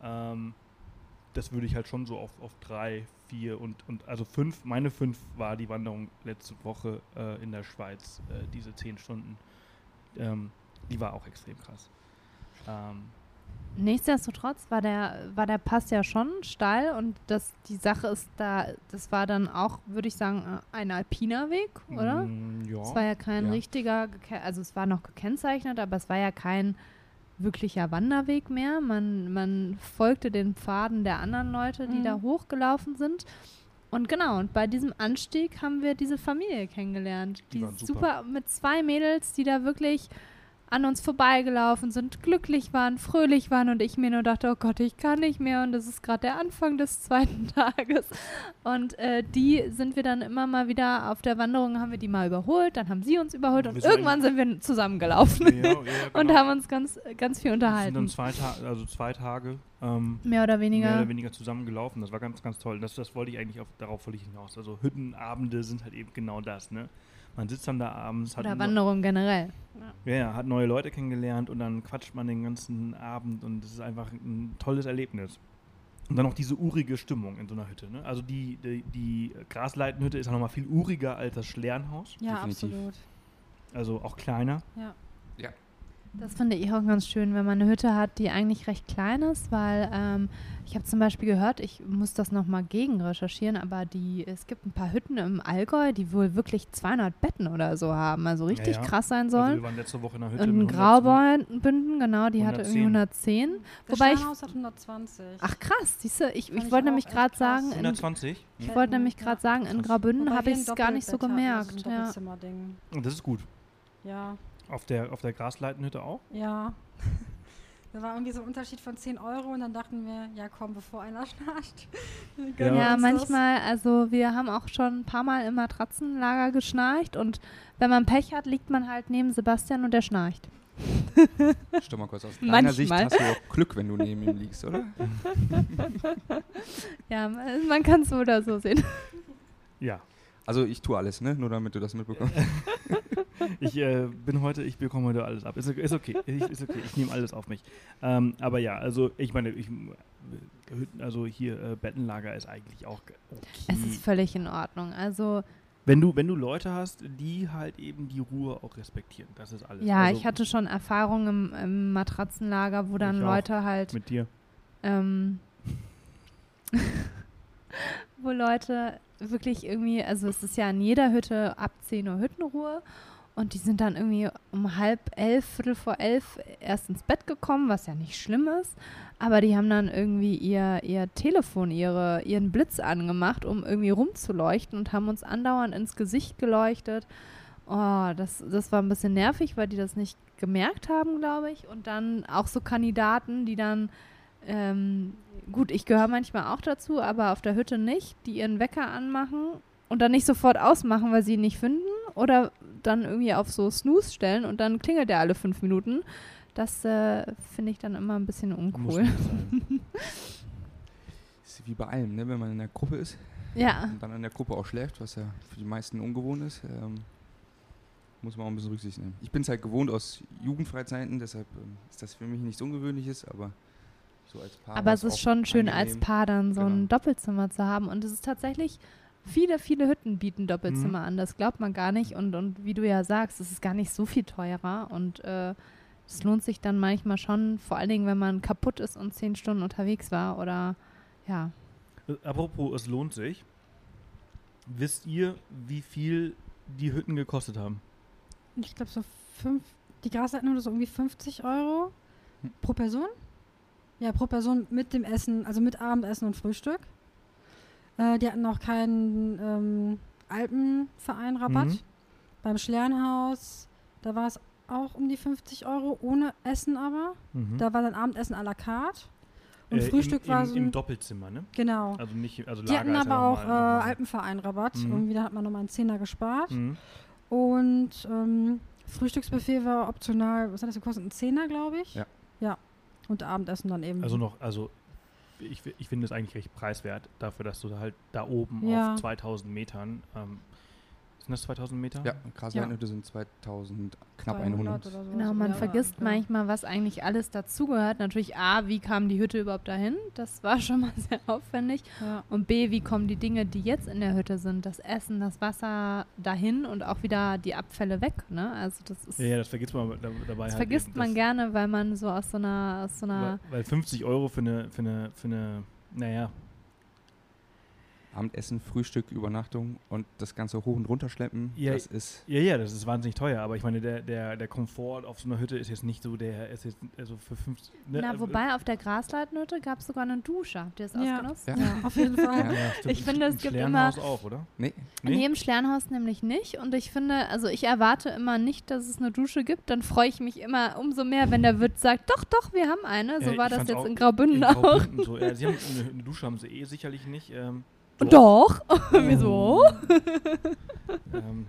Speaker 3: Okay.
Speaker 1: Ähm, das würde ich halt schon so auf, auf drei, vier und, und also fünf, meine fünf war die Wanderung letzte Woche äh, in der Schweiz, äh, diese zehn Stunden. Ähm, die war auch extrem krass. Ähm,
Speaker 4: Nichtsdestotrotz war der, war der Pass ja schon steil und das, die Sache ist da, das war dann auch, würde ich sagen, äh, ein alpiner Weg,
Speaker 2: Mhm.
Speaker 4: oder?
Speaker 1: mm,
Speaker 4: Es
Speaker 1: Ja.
Speaker 4: war ja kein
Speaker 2: Ja.
Speaker 4: richtiger, geke- also es war noch gekennzeichnet, aber es war ja kein wirklicher Wanderweg mehr. Man, man folgte den Pfaden der anderen Leute, die
Speaker 3: Mhm.
Speaker 4: da hochgelaufen sind. Und genau, und bei diesem Anstieg haben wir diese Familie kennengelernt.
Speaker 1: Die
Speaker 4: Die,
Speaker 1: waren
Speaker 4: super. mit zwei Mädels, die da wirklich an uns vorbeigelaufen sind, glücklich waren, fröhlich waren und ich mir nur dachte, oh Gott, ich kann nicht mehr und das ist gerade der Anfang des zweiten Tages. Und äh, die sind wir dann immer mal wieder auf der Wanderung, haben wir die mal überholt, dann haben sie uns überholt und
Speaker 1: Wir sind genau.
Speaker 4: irgendwann sind wir zusammengelaufen und haben uns ganz, ganz viel
Speaker 1: Wir sind dann
Speaker 4: unterhalten.
Speaker 1: zwei, Ta also zwei Tage ähm,
Speaker 4: Mehr oder weniger.
Speaker 1: mehr oder weniger zusammen gelaufen. Das war ganz, ganz toll. Das, das wollte ich eigentlich auf, darauf wollte ich hinaus. Also Hüttenabende sind halt eben genau das, ne? Man sitzt dann da abends, hat,
Speaker 4: oder
Speaker 1: neu-
Speaker 4: Wanderung generell.
Speaker 1: ja, ja, hat neue Leute kennengelernt und dann quatscht man den ganzen Abend und es ist einfach ein tolles Erlebnis. Und dann noch diese urige Stimmung in so einer Hütte. Ne? Also die, die, die Grasleitenhütte ist ja nochmal viel uriger als das Schlernhaus,
Speaker 3: Ja,
Speaker 2: Definitiv.
Speaker 3: absolut.
Speaker 1: also auch kleiner.
Speaker 4: Das finde ich auch ganz schön, wenn man eine Hütte hat, die eigentlich recht klein ist, weil ähm, ich habe zum Beispiel gehört, ich muss das nochmal gegen recherchieren, aber die, es gibt ein paar Hütten im Allgäu, die wohl wirklich 200 Betten oder so haben, also richtig
Speaker 1: ja.
Speaker 4: krass sein
Speaker 1: Also
Speaker 4: sollen.
Speaker 1: wir waren letzte Woche in einer Hütte.
Speaker 4: Und in
Speaker 1: mit 120
Speaker 4: Graubünden, genau, die hatte irgendwie 110.
Speaker 3: Das
Speaker 4: Wobei ich-
Speaker 3: Sternhaus hat 120.
Speaker 4: Ach krass, siehste, ich,
Speaker 3: Fand
Speaker 4: ich
Speaker 3: ich
Speaker 4: wollte
Speaker 3: auch
Speaker 4: nämlich
Speaker 3: echt
Speaker 4: gerade
Speaker 3: krass.
Speaker 4: sagen, in,
Speaker 1: 120.
Speaker 4: ich wollte nämlich gerade sagen, in
Speaker 1: Krass.
Speaker 4: Graubünden
Speaker 3: Wobei
Speaker 4: habe
Speaker 3: wir
Speaker 4: ich
Speaker 3: ein
Speaker 4: es gar nicht so
Speaker 3: Doppelbett hatten, also
Speaker 4: gemerkt.
Speaker 3: ein
Speaker 4: Ja.
Speaker 3: Doppelzimmerding.
Speaker 1: Und das ist gut.
Speaker 3: Ja,
Speaker 1: Auf der, auf der Grasleitenhütte auch?
Speaker 3: ja. Da war irgendwie so ein Unterschied von 10 Euro und dann dachten wir, ja komm, bevor einer schnarcht. gönnen wir
Speaker 1: Ja.
Speaker 4: Ja,
Speaker 3: uns das.
Speaker 4: manchmal, also wir haben auch schon ein paar Mal im Matratzenlager geschnarcht und wenn man Pech hat, liegt man halt neben Sebastian und der schnarcht.
Speaker 2: Stopp mal kurz aus. Deiner Sicht
Speaker 4: Manchmal.
Speaker 2: hast du auch Glück, wenn du neben ihm liegst, oder?
Speaker 4: Ja, man man kann es so oder so sehen.
Speaker 1: Ja.
Speaker 2: Also ich tue alles, ne? Nur damit du das mitbekommst.
Speaker 1: Ich äh, bin heute, ich bekomme heute alles ab. Ist, o- ist okay, ich, ist okay. Ich nehme alles auf mich. Ähm, aber ja, also ich meine, ich, Hütten- also hier äh, Bettenlager ist eigentlich auch ge- okay.
Speaker 4: Es ist völlig in Ordnung. Also
Speaker 1: wenn du wenn du Leute hast, die halt eben die Ruhe auch respektieren, das ist alles.
Speaker 4: ja,
Speaker 1: also
Speaker 4: ich hatte schon Erfahrungen im, im Matratzenlager, wo dann
Speaker 1: Ich auch.
Speaker 4: Leute halt,
Speaker 1: mit dir.
Speaker 4: ähm, wo Leute wirklich irgendwie, also es ist ja in jeder Hütte ab 10 Uhr Hüttenruhe Und die sind dann irgendwie um halb elf, viertel vor elf erst ins Bett gekommen, was ja nicht schlimm ist. Aber die haben dann irgendwie ihr, ihr Telefon, ihre, ihren Blitz angemacht, um irgendwie rumzuleuchten und haben uns andauernd ins Gesicht geleuchtet. Oh, das, das war ein bisschen nervig, weil die das nicht gemerkt haben, glaube ich. Und dann auch so Kandidaten, die dann, ähm, gut, ich gehöre manchmal auch dazu, aber auf der Hütte nicht, die ihren Wecker anmachen und dann nicht sofort ausmachen, weil sie ihn nicht finden. Oder dann irgendwie auf so Snooze stellen und dann klingelt der alle fünf Minuten. Das äh, finde ich dann immer ein bisschen
Speaker 1: Muss
Speaker 4: uncool.
Speaker 1: nicht sein.
Speaker 2: Ist wie bei allem, ne? Wenn man in der Gruppe ist
Speaker 4: Ja,
Speaker 2: und dann in der Gruppe auch schläft, was ja für die meisten ungewohnt ist, ähm, muss man auch ein bisschen Rücksicht nehmen. Ich bin es halt gewohnt aus Jugendfreizeiten, deshalb ähm, ist das für mich nichts Ungewöhnliches, aber so als Paar.
Speaker 4: aber
Speaker 2: war's
Speaker 4: es ist
Speaker 2: auch
Speaker 4: schon schön als
Speaker 2: angenehm.
Speaker 4: Paar dann so ein
Speaker 2: Genau.
Speaker 4: Doppelzimmer zu haben. Und es ist tatsächlich, viele, viele Hütten bieten Doppelzimmer
Speaker 2: Mhm.
Speaker 4: an. Das glaubt man gar nicht. Und, und wie du ja sagst, es ist gar nicht so viel teurer. Und äh, es lohnt sich dann manchmal schon, vor allen Dingen, wenn man kaputt ist und zehn Stunden unterwegs war oder ja.
Speaker 1: Äh, Apropos, es lohnt sich. Wisst ihr, wie viel die Hütten gekostet haben?
Speaker 3: Ich glaube so fünf, die Grasleiten oder so irgendwie 50 Euro
Speaker 2: Hm.
Speaker 3: pro Person. Ja, pro Person mit dem Essen, also mit Abendessen und Frühstück. Äh, die hatten auch keinen ähm, Alpenverein-Rabatt.
Speaker 1: Mhm.
Speaker 3: Beim Schlernhaus, da war es auch um die 50 Euro, ohne Essen aber.
Speaker 1: Mhm.
Speaker 3: Da war dann Abendessen à la carte. Und
Speaker 1: Äh,
Speaker 3: Frühstück
Speaker 1: im,
Speaker 3: war
Speaker 1: im,
Speaker 3: so.
Speaker 1: Im Doppelzimmer, ne?
Speaker 3: genau.
Speaker 1: Also nicht, also
Speaker 3: Die
Speaker 1: Lager
Speaker 3: hatten
Speaker 1: ist ja
Speaker 3: aber auch äh,
Speaker 1: normal, normal.
Speaker 3: Alpenverein-Rabatt.
Speaker 1: Mhm.
Speaker 3: Irgendwie, da hat man nochmal einen Zehner gespart.
Speaker 1: Mhm.
Speaker 3: Und ähm, Frühstücksbuffet war optional, was hat das gekostet? Ein Zehner, glaube ich.
Speaker 2: Ja.
Speaker 3: Ja. Und Abendessen dann eben.
Speaker 4: Mhm.
Speaker 1: Also noch, also ich, ich finde es eigentlich recht preiswert dafür, dass du da halt da oben
Speaker 3: Ja.
Speaker 1: auf 2000 Metern, ähm, sind das 2000 Meter?
Speaker 2: Ja, Grasleitnöte sind 2000, knapp 100.
Speaker 3: oder so.
Speaker 4: Genau, man vergisst
Speaker 3: ja.
Speaker 4: manchmal, was eigentlich alles dazugehört. Natürlich A, wie kam die Hütte überhaupt dahin? Das war schon mal sehr aufwendig.
Speaker 3: Ja.
Speaker 4: Und B, wie kommen die Dinge, die jetzt in der Hütte sind, das Essen, das Wasser dahin und auch wieder die Abfälle weg. Ne? Also das ist,
Speaker 1: Ja, ja, das vergisst man da, dabei halt
Speaker 4: das vergisst
Speaker 1: eben,
Speaker 4: man
Speaker 1: dass-
Speaker 4: gerne, weil man so aus so einer, aus so einer
Speaker 1: Weil, weil 50 Euro für eine, für eine, für eine, naja.
Speaker 2: Abendessen, Frühstück, Übernachtung und das Ganze hoch und runter schleppen,
Speaker 1: Ja,
Speaker 2: das ist
Speaker 1: Ja, ja, das ist wahnsinnig teuer, aber ich meine, der, der, der Komfort auf so einer Hütte ist jetzt nicht so der, ist jetzt, also für 50. ne,
Speaker 4: Na,
Speaker 1: äh,
Speaker 4: wobei auf der Grasleitnöte gab es sogar eine Dusche. Habt ihr das
Speaker 3: Ja.
Speaker 4: ausgenutzt?
Speaker 2: Ja.
Speaker 3: Auf jeden Fall.
Speaker 2: Ja,
Speaker 1: stimmt.
Speaker 4: Ich finde, es
Speaker 1: Im
Speaker 4: gibt
Speaker 1: Schlerenhaus auch, oder?
Speaker 2: nee,
Speaker 1: Nee?
Speaker 4: Nee, im Sternhaus nämlich nicht. Und ich finde, also ich erwarte immer nicht, dass es eine Dusche gibt. Dann freue ich mich immer umso mehr, wenn der Wirt sagt, doch, doch, wir haben eine. So
Speaker 1: Äh,
Speaker 4: war
Speaker 1: ich
Speaker 4: das
Speaker 1: fand's
Speaker 4: jetzt
Speaker 1: auch-
Speaker 4: in Graubünden,
Speaker 1: In
Speaker 4: auch.
Speaker 1: Graubünden so, ja, sie haben eine, eine Dusche haben sie eh sicherlich nicht. Ähm,
Speaker 4: Doch. Wieso?
Speaker 1: Ähm,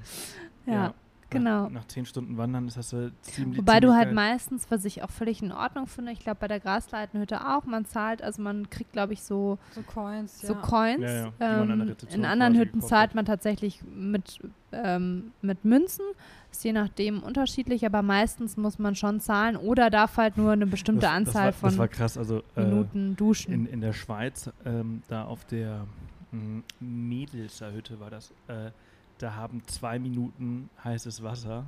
Speaker 4: oh. Ja, genau.
Speaker 1: Nach, nach zehn Stunden Wandern ist das so ziemlich.
Speaker 4: Wobei du
Speaker 1: ziemlich
Speaker 4: halt
Speaker 1: geil.
Speaker 4: meistens, was ich auch völlig in Ordnung finde, ich glaube bei der Grasleitenhütte auch, man zahlt, also man kriegt, glaube ich, so,
Speaker 3: So Coins, ja.
Speaker 4: so Coins.
Speaker 1: Ja, ja, die man an der
Speaker 4: Ähm,
Speaker 1: Rezeption
Speaker 4: in anderen
Speaker 1: quasi
Speaker 4: Hütten
Speaker 1: gekauft
Speaker 4: zahlt
Speaker 1: hat.
Speaker 4: man tatsächlich mit, ähm, mit Münzen. Ist je nachdem unterschiedlich, aber meistens muss man schon zahlen oder darf halt nur eine bestimmte
Speaker 1: das,
Speaker 4: Anzahl
Speaker 1: das war, Das war
Speaker 4: von
Speaker 1: krass. Also, äh,
Speaker 4: Minuten duschen.
Speaker 1: in, in der Schweiz, ähm, da auf der mh, Mädelser Hütte war das, äh, da haben zwei Minuten heißes Wasser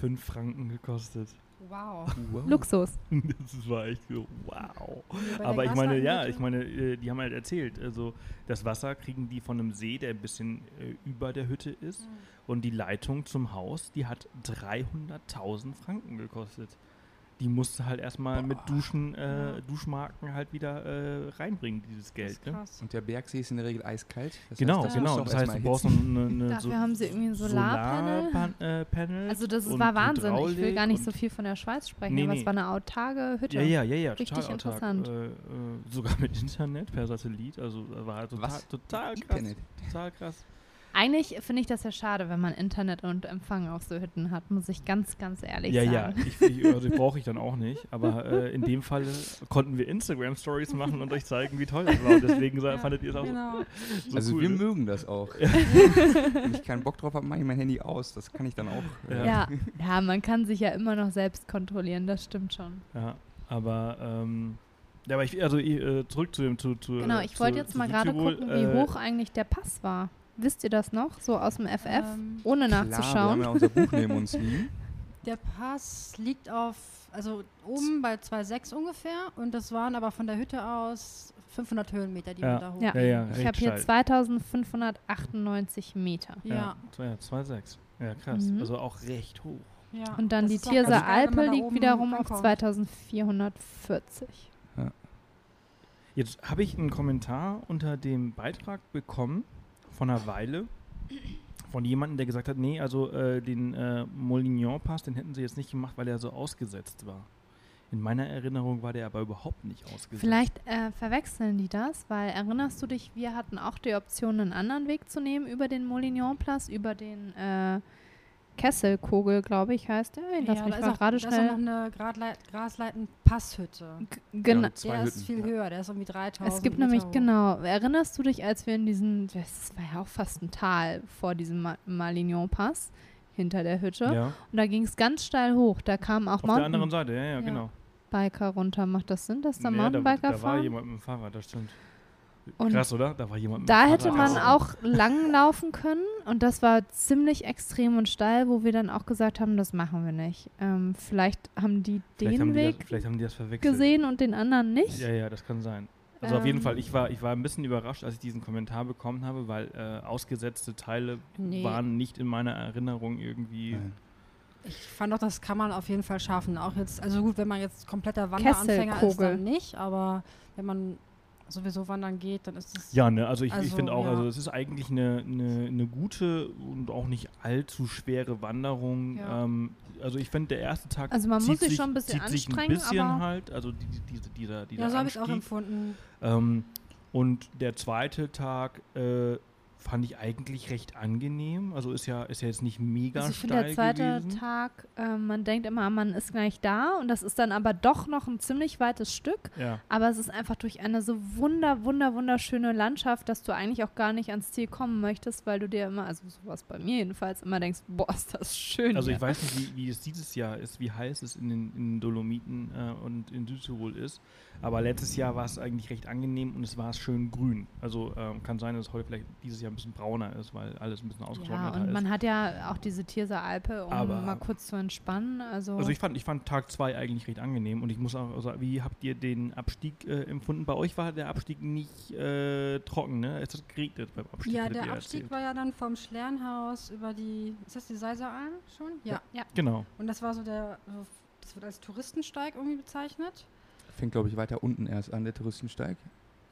Speaker 1: fünf Franken gekostet.
Speaker 3: Wow.
Speaker 4: Luxus.
Speaker 1: Das war echt so, wow.
Speaker 3: Bei der
Speaker 1: Aber ich meine, ja,
Speaker 3: Grasleitnöte?
Speaker 1: ich meine, äh, die haben halt erzählt, also das Wasser kriegen die von einem See, der ein bisschen äh, über der Hütte ist.
Speaker 4: Mhm.
Speaker 1: Und die Leitung zum Haus, die hat 300.000 Franken gekostet. Die musste halt erstmal mit Duschen, äh, Duschmarken halt wieder äh, reinbringen, dieses
Speaker 3: Das
Speaker 1: Geld.
Speaker 3: ist
Speaker 1: Ne?
Speaker 3: krass.
Speaker 2: und der Bergsee ist in der Regel eiskalt. Das
Speaker 1: Genau,
Speaker 2: heißt, das musst
Speaker 1: genau.
Speaker 2: du auch
Speaker 1: Das heißt,
Speaker 2: erstmal
Speaker 1: du brauchst noch
Speaker 2: erhitzen.
Speaker 1: eine, eine
Speaker 4: Dafür haben sie irgendwie ein Solarpanel.
Speaker 1: Solarpan- äh, Panels
Speaker 4: Also das
Speaker 1: und
Speaker 4: war Wahnsinn. Ich will gar nicht so
Speaker 1: Hydraulik
Speaker 4: viel von der Schweiz sprechen,
Speaker 1: Nee,
Speaker 4: aber
Speaker 1: nee.
Speaker 4: es war eine autarke Hütte.
Speaker 1: und- Ja, ja, ja, ja,
Speaker 4: Richtig
Speaker 1: total autark.
Speaker 4: interessant.
Speaker 1: Äh, äh, sogar mit Internet per Satellit, also äh, war halt total,
Speaker 2: Was?
Speaker 1: total krass.
Speaker 2: Internet.
Speaker 1: Total krass.
Speaker 4: Eigentlich finde ich das ja schade, wenn man Internet und Empfang auf so Hütten hat, muss ich ganz, ganz ehrlich
Speaker 1: ja, ja,
Speaker 4: sagen.
Speaker 1: ich, ich, also brauche ich dann auch nicht, aber äh, in dem Fall konnten wir Instagram-Stories machen und euch zeigen, wie toll das war. Und deswegen sa-
Speaker 3: Ja,
Speaker 1: fandet ihr es auch so-
Speaker 3: Genau.
Speaker 1: so
Speaker 2: also
Speaker 1: cool.
Speaker 2: wir
Speaker 1: ne?
Speaker 2: mögen das auch. Wenn ich keinen Bock drauf habe, mache ich mein Handy aus. Das kann ich dann auch. äh,
Speaker 1: Ja.
Speaker 4: Ja. ja, man kann sich ja immer noch selbst kontrollieren, das stimmt schon.
Speaker 1: Ja, aber, ähm, ja, aber ich, also ich, äh, zurück zu dem, zu, zu
Speaker 4: Genau, ich wollte
Speaker 1: zu-
Speaker 4: jetzt
Speaker 1: zu
Speaker 4: mal gerade
Speaker 1: Südtirol,
Speaker 4: gucken, wie
Speaker 1: äh,
Speaker 4: hoch eigentlich der Pass war. Wisst ihr das noch, so aus dem FF,
Speaker 3: Ähm,
Speaker 4: ohne
Speaker 2: Klar, wir haben
Speaker 4: nachzuschauen?
Speaker 2: ja unser Buch neben uns liegen.
Speaker 3: Der Pass liegt auf, also oben bei 2,6 ungefähr und das waren aber von der Hütte aus 500 Höhenmeter, die
Speaker 1: Ja.
Speaker 3: man da hoch.
Speaker 4: Ja.
Speaker 1: Ja, ja,
Speaker 4: ich habe hier
Speaker 1: Richtschalt.
Speaker 4: 2598 Meter.
Speaker 1: Ja,
Speaker 3: Ja.
Speaker 1: zwei- ja, 2,6. Ja, krass.
Speaker 4: Mhm.
Speaker 1: Also auch recht hoch.
Speaker 3: ja.
Speaker 4: Und dann
Speaker 3: Das
Speaker 4: die
Speaker 3: ist doch Also ganz
Speaker 4: Tierser
Speaker 3: geil, wenn
Speaker 4: Alpe
Speaker 3: man da
Speaker 4: liegt
Speaker 3: oben
Speaker 4: wiederum auf
Speaker 3: ankommt.
Speaker 4: 2440.
Speaker 1: Jetzt habe ich einen Kommentar unter dem Beitrag bekommen von einer Weile von jemandem, der gesagt hat, nee, also äh, den äh, Molignon-Pass, den hätten sie jetzt nicht gemacht, weil er so ausgesetzt war. In meiner Erinnerung war der aber überhaupt nicht ausgesetzt.
Speaker 4: Vielleicht äh, verwechseln die das, weil erinnerst du dich, wir hatten auch die Option, einen anderen Weg zu nehmen über den Molignonplatz, über den äh, Kesselkogel, glaube ich, heißt der. Ich lass
Speaker 3: ja,
Speaker 4: mich
Speaker 3: da
Speaker 4: mal
Speaker 3: ist auch,
Speaker 4: gerade
Speaker 3: Da ist auch
Speaker 4: schnell.
Speaker 3: noch eine Grasleit Grasleiten-Passhütte.
Speaker 4: Genau.
Speaker 2: Ja, zwei
Speaker 3: der
Speaker 2: Hütten.
Speaker 3: ist viel
Speaker 2: ja.
Speaker 3: höher, der ist irgendwie 3000
Speaker 4: Es gibt
Speaker 3: Meter
Speaker 4: nämlich,
Speaker 3: hoch.
Speaker 4: genau, erinnerst du dich, als wir in diesen, das war ja auch fast ein Tal vor diesem Ma Malignon-Pass, hinter der Hütte.
Speaker 1: ja.
Speaker 4: Und da ging es ganz steil hoch. Da kamen
Speaker 1: Auf
Speaker 4: auch
Speaker 1: der anderen Seite, ja, ja,
Speaker 3: Ja.
Speaker 1: genau.
Speaker 4: Mountainbiker runter. Macht das Sinn, dass da
Speaker 1: Nee,
Speaker 4: Mountainbiker
Speaker 1: da, da war
Speaker 4: fahren?
Speaker 1: jemand mit dem Fahrrad, das stimmt.
Speaker 4: Und
Speaker 1: Krass, oder? Da war jemand mit
Speaker 4: Da
Speaker 1: dem
Speaker 4: hätte
Speaker 1: Fahrrad. Also,
Speaker 4: man auch lang laufen können und das war ziemlich extrem und steil, wo wir dann auch gesagt haben, das machen wir nicht. Ähm, vielleicht haben die
Speaker 1: vielleicht
Speaker 4: den
Speaker 1: haben Die
Speaker 4: Weg
Speaker 1: das, vielleicht haben die das verwechselt.
Speaker 4: gesehen und den anderen nicht.
Speaker 1: Ja, ja, das kann sein. Also auf jeden
Speaker 4: Ähm.
Speaker 1: Fall, ich war, ich war ein bisschen überrascht, als ich diesen Kommentar bekommen habe, weil äh, ausgesetzte Teile
Speaker 3: Nee.
Speaker 1: waren nicht in meiner Erinnerung irgendwie.
Speaker 2: Nein.
Speaker 4: genau
Speaker 3: Ich fand auch, das kann man auf jeden Fall schaffen. Auch jetzt, also gut, wenn man jetzt kompletter Wanderanfänger ist,
Speaker 4: Kesselkogel.
Speaker 3: dann nicht, aber wenn man sowieso wandern geht, dann ist es
Speaker 1: Ja, ne, also ich, ich
Speaker 3: Also,
Speaker 1: finde auch,
Speaker 3: ja.
Speaker 1: also es ist eigentlich eine, eine, eine gute und auch nicht allzu schwere Wanderung.
Speaker 3: Ja.
Speaker 1: Ähm, also ich finde, der erste Tag
Speaker 4: Also man
Speaker 1: zieht
Speaker 4: muss sich schon ein bisschen
Speaker 1: zieht sich ein
Speaker 4: anstrengen,
Speaker 1: bisschen
Speaker 4: aber-
Speaker 1: halt, also die, die, diese- dieser, dieser
Speaker 3: Ja, so habe ich es auch
Speaker 1: Anstieg.
Speaker 3: empfunden.
Speaker 1: Ähm, und der zweite Tag äh, fand ich eigentlich recht angenehm. Also ist ja, ist ja jetzt nicht mega
Speaker 4: Also ich finde,
Speaker 1: steil
Speaker 4: der zweite
Speaker 1: gewesen.
Speaker 4: Tag, äh, man denkt immer, man ist gleich da und das ist dann aber doch noch ein ziemlich weites Stück.
Speaker 1: Ja.
Speaker 4: Aber es ist einfach durch eine so wunder, wunder, wunderschöne Landschaft, dass du eigentlich auch gar nicht ans Ziel kommen möchtest, weil du dir immer, also sowas bei mir jedenfalls, immer denkst, boah, ist das schön.
Speaker 1: Also
Speaker 4: hier.
Speaker 1: ich weiß nicht, wie, wie es dieses Jahr ist, wie heiß es in den, in den Dolomiten äh, und in Südtirol ist. Aber letztes Jahr war es eigentlich recht angenehm und es war schön grün. Also ähm, kann sein, dass es heute vielleicht dieses Jahr ja ein bisschen brauner ist, weil alles ein bisschen
Speaker 4: Ja,
Speaker 1: ausgetrockneter
Speaker 4: und
Speaker 1: ist.
Speaker 4: man hat ja auch diese Tierser Alpe, um
Speaker 1: Aber-
Speaker 4: mal kurz zu entspannen. Also,
Speaker 1: Also ich fand, ich fand Tag 2 eigentlich recht angenehm und ich muss auch sagen, wie habt ihr den Abstieg äh, empfunden? Bei euch war der Abstieg nicht äh, trocken, ne? Es hat geregnet beim Abstieg.
Speaker 3: Ja,
Speaker 1: hattet
Speaker 3: der
Speaker 1: ihr
Speaker 3: Abstieg
Speaker 1: erzählt.
Speaker 3: war ja dann vom Schlernhaus über die, ist das die Seiseralm schon? Ja.
Speaker 1: Genau.
Speaker 3: Und das war so der, so, das wird als Touristensteig irgendwie bezeichnet.
Speaker 2: Fängt, glaube ich, weiter unten erst an, der Touristensteig.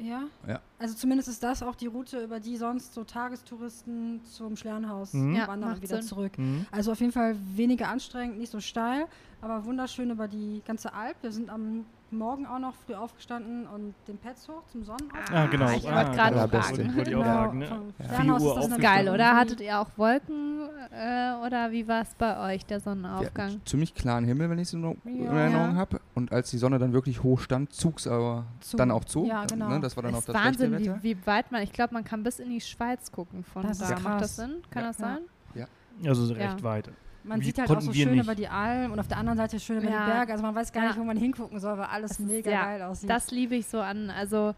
Speaker 3: Ja.
Speaker 2: Ja.
Speaker 3: Also zumindest ist das auch die Route, über die sonst so Tagestouristen zum Schlernhaus
Speaker 1: Mhm.
Speaker 4: Ja,
Speaker 3: wandern
Speaker 4: macht
Speaker 3: und wieder
Speaker 4: Sinn.
Speaker 3: zurück.
Speaker 1: Mhm.
Speaker 3: Also auf jeden Fall weniger anstrengend, nicht so steil, aber wunderschön über die ganze Alp. Wir sind am Morgen auch noch früh aufgestanden und den Pets hoch zum Sonnenaufgang.
Speaker 1: Ah, genau.
Speaker 4: ich wollte
Speaker 1: Ah,
Speaker 4: gerade
Speaker 2: genau.
Speaker 4: fragen.
Speaker 1: Wollte ich auch sagen, ne?
Speaker 3: vom
Speaker 2: Ja.
Speaker 3: Fernhaus
Speaker 1: 4 Uhr
Speaker 3: ist das
Speaker 1: aufgestanden.
Speaker 3: natürlich
Speaker 4: Geil, oder?
Speaker 3: irgendwie-
Speaker 4: Hattet ihr auch Wolken äh, oder wie war es bei euch,
Speaker 2: Wir
Speaker 4: der
Speaker 2: hatten
Speaker 4: Sonnenaufgang?
Speaker 2: ziemlich klaren Himmel, wenn ich es in Erinnerung- in
Speaker 3: Ja.
Speaker 2: Erinnerung
Speaker 4: Ja.
Speaker 2: habe. Und als die Sonne dann wirklich hoch stand, zog es aber
Speaker 3: Zu.
Speaker 2: dann auch zu.
Speaker 3: Ja, genau.
Speaker 2: Ne? Das war dann
Speaker 4: Es
Speaker 2: auch
Speaker 4: ist
Speaker 2: das
Speaker 4: Wahnsinn,
Speaker 2: schlechte
Speaker 4: wie,
Speaker 2: Wetter.
Speaker 4: wie weit man, ich glaube, man kann bis in die Schweiz gucken von
Speaker 3: Das
Speaker 4: da.
Speaker 3: ist
Speaker 4: Macht das
Speaker 3: krass.
Speaker 4: Sinn? Kann
Speaker 2: Ja.
Speaker 4: das sein?
Speaker 1: Also recht
Speaker 4: Ja.
Speaker 1: weit.
Speaker 3: Man
Speaker 1: Wie
Speaker 3: sieht halt auch
Speaker 1: konnten
Speaker 3: so
Speaker 1: wir
Speaker 3: schön
Speaker 1: nicht?
Speaker 3: über die Alm und auf der anderen Seite schön über
Speaker 4: Ja.
Speaker 3: die Berge. Also man weiß gar
Speaker 4: Ja.
Speaker 3: nicht, wo man hingucken soll, weil alles
Speaker 4: Das ist-
Speaker 3: mega
Speaker 4: ja.
Speaker 3: geil aussieht.
Speaker 4: Das liebe ich so an. Also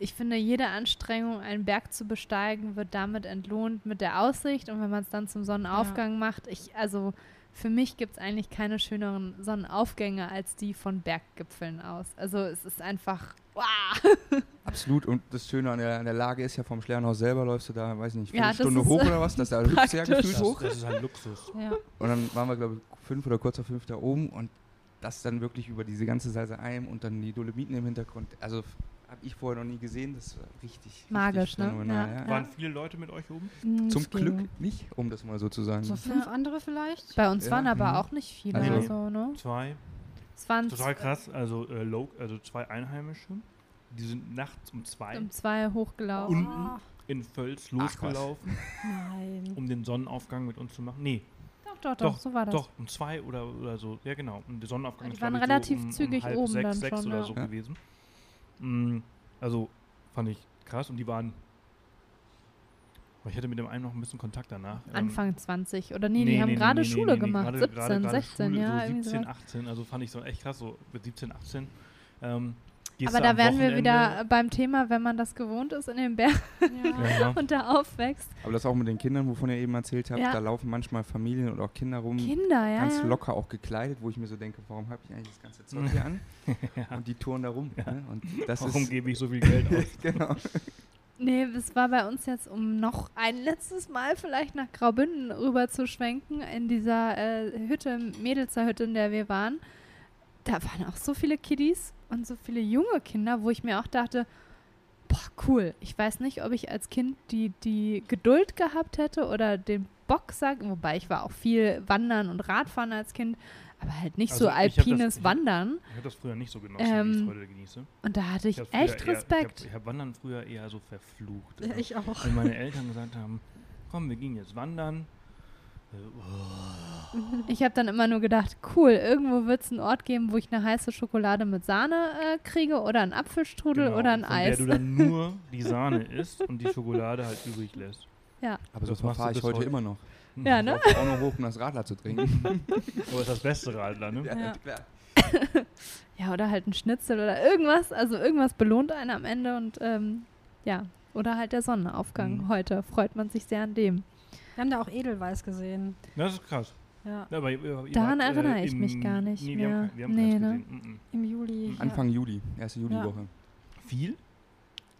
Speaker 4: ich finde, jede Anstrengung, einen Berg zu besteigen, wird damit entlohnt mit der Aussicht. Und wenn man es dann zum Sonnenaufgang macht, ich, also für mich gibt es eigentlich keine schöneren Sonnenaufgänge als die von Berggipfeln aus. Also es ist einfach, wow.
Speaker 2: Absolut. Und das Schöne an der, an der Lage ist ja, vom Schlernhaus selber läufst du da, weiß nicht,
Speaker 4: Ja,
Speaker 2: eine
Speaker 4: das
Speaker 2: Stunde
Speaker 4: ist,
Speaker 2: hoch
Speaker 4: äh,
Speaker 2: oder was. Das da hüpfst du ja
Speaker 4: praktisch.
Speaker 2: gefühlt hoch.
Speaker 1: ist halt Luxus.
Speaker 3: ja.
Speaker 2: Und dann waren wir, glaube ich, fünf oder kurz vor fünf da oben und das dann wirklich über diese ganze Salse ein und dann die Dolomiten im Hintergrund. Also habe ich vorher noch nie gesehen. Das war richtig, richtig
Speaker 4: Magisch, ne?
Speaker 2: phänomenal,
Speaker 4: Ja,
Speaker 2: ja.
Speaker 1: Waren viele Leute mit euch oben?
Speaker 3: Mm,
Speaker 2: Zum
Speaker 3: es ging.
Speaker 2: Glück nicht, um das mal so zu sagen.
Speaker 3: So fünf
Speaker 4: Ja.
Speaker 3: andere vielleicht?
Speaker 4: Bei uns
Speaker 2: Ja,
Speaker 4: waren aber
Speaker 2: mhm.
Speaker 4: auch nicht viele.
Speaker 2: Also-
Speaker 4: also, ne?
Speaker 1: Zwei.
Speaker 4: Es waren
Speaker 1: Total krass. Also, äh, lo- also zwei Einheimische. Die sind nachts um zwei
Speaker 4: um zwei hochgelaufen.
Speaker 1: Unten.
Speaker 3: Ah,
Speaker 1: in Völs
Speaker 2: Ach, was.
Speaker 1: losgelaufen,
Speaker 3: nein.
Speaker 1: um den Sonnenaufgang mit uns zu machen. Nee,
Speaker 4: Doch,
Speaker 1: Doch,
Speaker 4: doch, doch, so Mhm. war das.
Speaker 1: Doch, um zwei oder, oder so. Ja, genau. Und der Sonnenaufgang
Speaker 4: Die
Speaker 1: ist,
Speaker 4: waren
Speaker 1: glaub ich,
Speaker 4: relativ
Speaker 1: so um, um
Speaker 4: zügig
Speaker 1: halb
Speaker 4: oben
Speaker 1: sechs,
Speaker 4: dann
Speaker 1: sechs
Speaker 4: schon,
Speaker 1: oder
Speaker 4: ja.
Speaker 1: so
Speaker 2: Ja.
Speaker 1: gewesen. Mm, also fand ich krass und die waren. Aber Ich hatte mit dem einen noch ein bisschen Kontakt danach. Ähm,
Speaker 4: Anfang 20 oder nee, die haben gerade Schule gemacht,
Speaker 1: gerade-
Speaker 4: 17,
Speaker 1: gerade- gerade
Speaker 4: 16,
Speaker 1: Schule,
Speaker 4: ja,
Speaker 1: so
Speaker 4: irgendwie
Speaker 1: 17,
Speaker 4: sowas.
Speaker 1: 18, also fand ich so echt krass, so mit 17, 18. Ähm, gehst
Speaker 4: Aber
Speaker 1: du
Speaker 4: da
Speaker 1: am
Speaker 4: wären wir
Speaker 1: Wochenende-
Speaker 4: wieder beim Thema, wenn man das gewohnt ist in den Bergen
Speaker 3: Ja.
Speaker 1: Ja, ja.
Speaker 4: äh, und da aufwächst.
Speaker 2: Aber das auch mit den Kindern, wovon ihr eben erzählt habt,
Speaker 4: Ja.
Speaker 2: da laufen manchmal Familien oder auch Kinder rum,
Speaker 4: Kinder, ja.
Speaker 2: ganz
Speaker 4: ja.
Speaker 2: locker auch gekleidet, wo ich mir so denke, warum habe ich eigentlich das ganze Zeug hier an? Und die touren da rum. Ne? Und das
Speaker 1: Warum
Speaker 2: ist
Speaker 1: gebe ich so viel Geld aus?
Speaker 2: genau.
Speaker 4: Nee, es war bei uns jetzt, um noch ein letztes Mal vielleicht nach Graubünden rüber zu schwenken, in dieser äh, Hütte, Mädelser Hütte, in der wir waren. Da waren auch so viele Kiddies und so viele junge Kinder, wo ich mir auch dachte, boah, cool. Ich weiß nicht, ob ich als Kind die, die Geduld gehabt hätte oder den Bock sagen, wobei ich war auch viel Wandern und Radfahren als Kind, aber halt nicht
Speaker 1: Also
Speaker 4: so
Speaker 1: ich hab das-
Speaker 4: alpines
Speaker 1: ich hab-
Speaker 4: Wandern.
Speaker 1: Ich habe das früher nicht so genossen, wie ich
Speaker 4: Ähm,
Speaker 1: es heute genieße.
Speaker 4: Und da hatte ich,
Speaker 1: hab früher
Speaker 4: echt
Speaker 1: eher-
Speaker 4: Respekt.
Speaker 1: Ich habe hab Wandern früher eher so verflucht.
Speaker 3: Ja, ich auch.
Speaker 1: Wenn meine Eltern gesagt haben, komm, wir gehen jetzt wandern. Äh,
Speaker 4: Ich habe dann immer nur gedacht, cool, irgendwo wird es einen Ort geben, wo ich eine heiße Schokolade mit Sahne äh, kriege oder einen Apfelstrudel
Speaker 1: genau,
Speaker 4: oder ein
Speaker 1: von
Speaker 4: Eis.
Speaker 1: der du dann nur die Sahne isst und die Schokolade halt übrig lässt.
Speaker 2: Aber so
Speaker 1: Das machst du
Speaker 2: verfahre ich
Speaker 1: bis
Speaker 2: heute
Speaker 1: heute.
Speaker 2: immer noch.
Speaker 1: Hm,
Speaker 4: Ja,
Speaker 2: Ich
Speaker 4: ne?
Speaker 2: laufe auch noch hoch, um das Radler zu trinken.
Speaker 1: Aber ist das beste Radler, ne?
Speaker 3: Ja.
Speaker 2: klar.
Speaker 4: Ja, oder halt ein Schnitzel oder irgendwas. Also irgendwas belohnt einen am Ende und ähm, ja. Oder halt der Sonnenaufgang
Speaker 1: Mhm.
Speaker 4: heute. Freut man sich sehr an dem.
Speaker 3: Wir haben da auch Edelweiß gesehen.
Speaker 1: Das ist krass.
Speaker 3: Ja,
Speaker 1: Aber ihr- ihr wart,
Speaker 4: Daran erinnere
Speaker 1: äh,
Speaker 4: ich
Speaker 1: im-
Speaker 4: mich gar nicht
Speaker 1: nee, wir haben
Speaker 4: mehr.
Speaker 1: kein- wir haben
Speaker 4: Nee,
Speaker 1: keins
Speaker 4: ne?
Speaker 1: gesehen. Mm
Speaker 3: im Juli.
Speaker 2: Mhm. Anfang Juli, erste Juliwoche.
Speaker 1: -mm. Viel?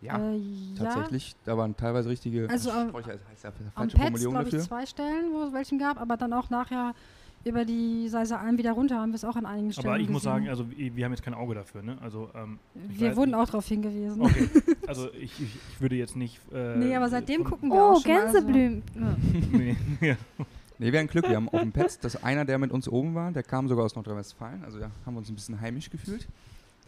Speaker 3: ja. Äh, ja.
Speaker 2: Tatsächlich, da waren teilweise richtige
Speaker 3: Also am-
Speaker 2: Sträucher, das heißt ja
Speaker 3: Am
Speaker 2: falsche
Speaker 3: Pets,
Speaker 2: Formulierung
Speaker 3: glaube ich,
Speaker 2: dafür.
Speaker 3: zwei Stellen, wo es welchen gab, aber dann auch nachher über die Seiseralm wieder runter haben wir es auch an einigen Stellen
Speaker 1: Aber ich
Speaker 3: gesehen.
Speaker 1: muss sagen, also wir wir haben jetzt kein Auge dafür, ne? Also, ähm, ich
Speaker 3: wir
Speaker 1: weiß
Speaker 3: wurden
Speaker 1: nicht.
Speaker 3: auch darauf hingewiesen.
Speaker 1: Okay, also ich, ich, ich würde jetzt nicht. Äh,
Speaker 3: Nee, aber seitdem gucken wir
Speaker 4: Oh,
Speaker 3: auch schon mal, also-
Speaker 4: Gänseblüm.
Speaker 1: wir. Nee,
Speaker 2: Nee, wir hatten Glück, wir haben auf dem Pets, dass einer, der mit uns oben war, der kam sogar aus Nordrhein-Westfalen, also da haben wir uns ein bisschen heimisch gefühlt.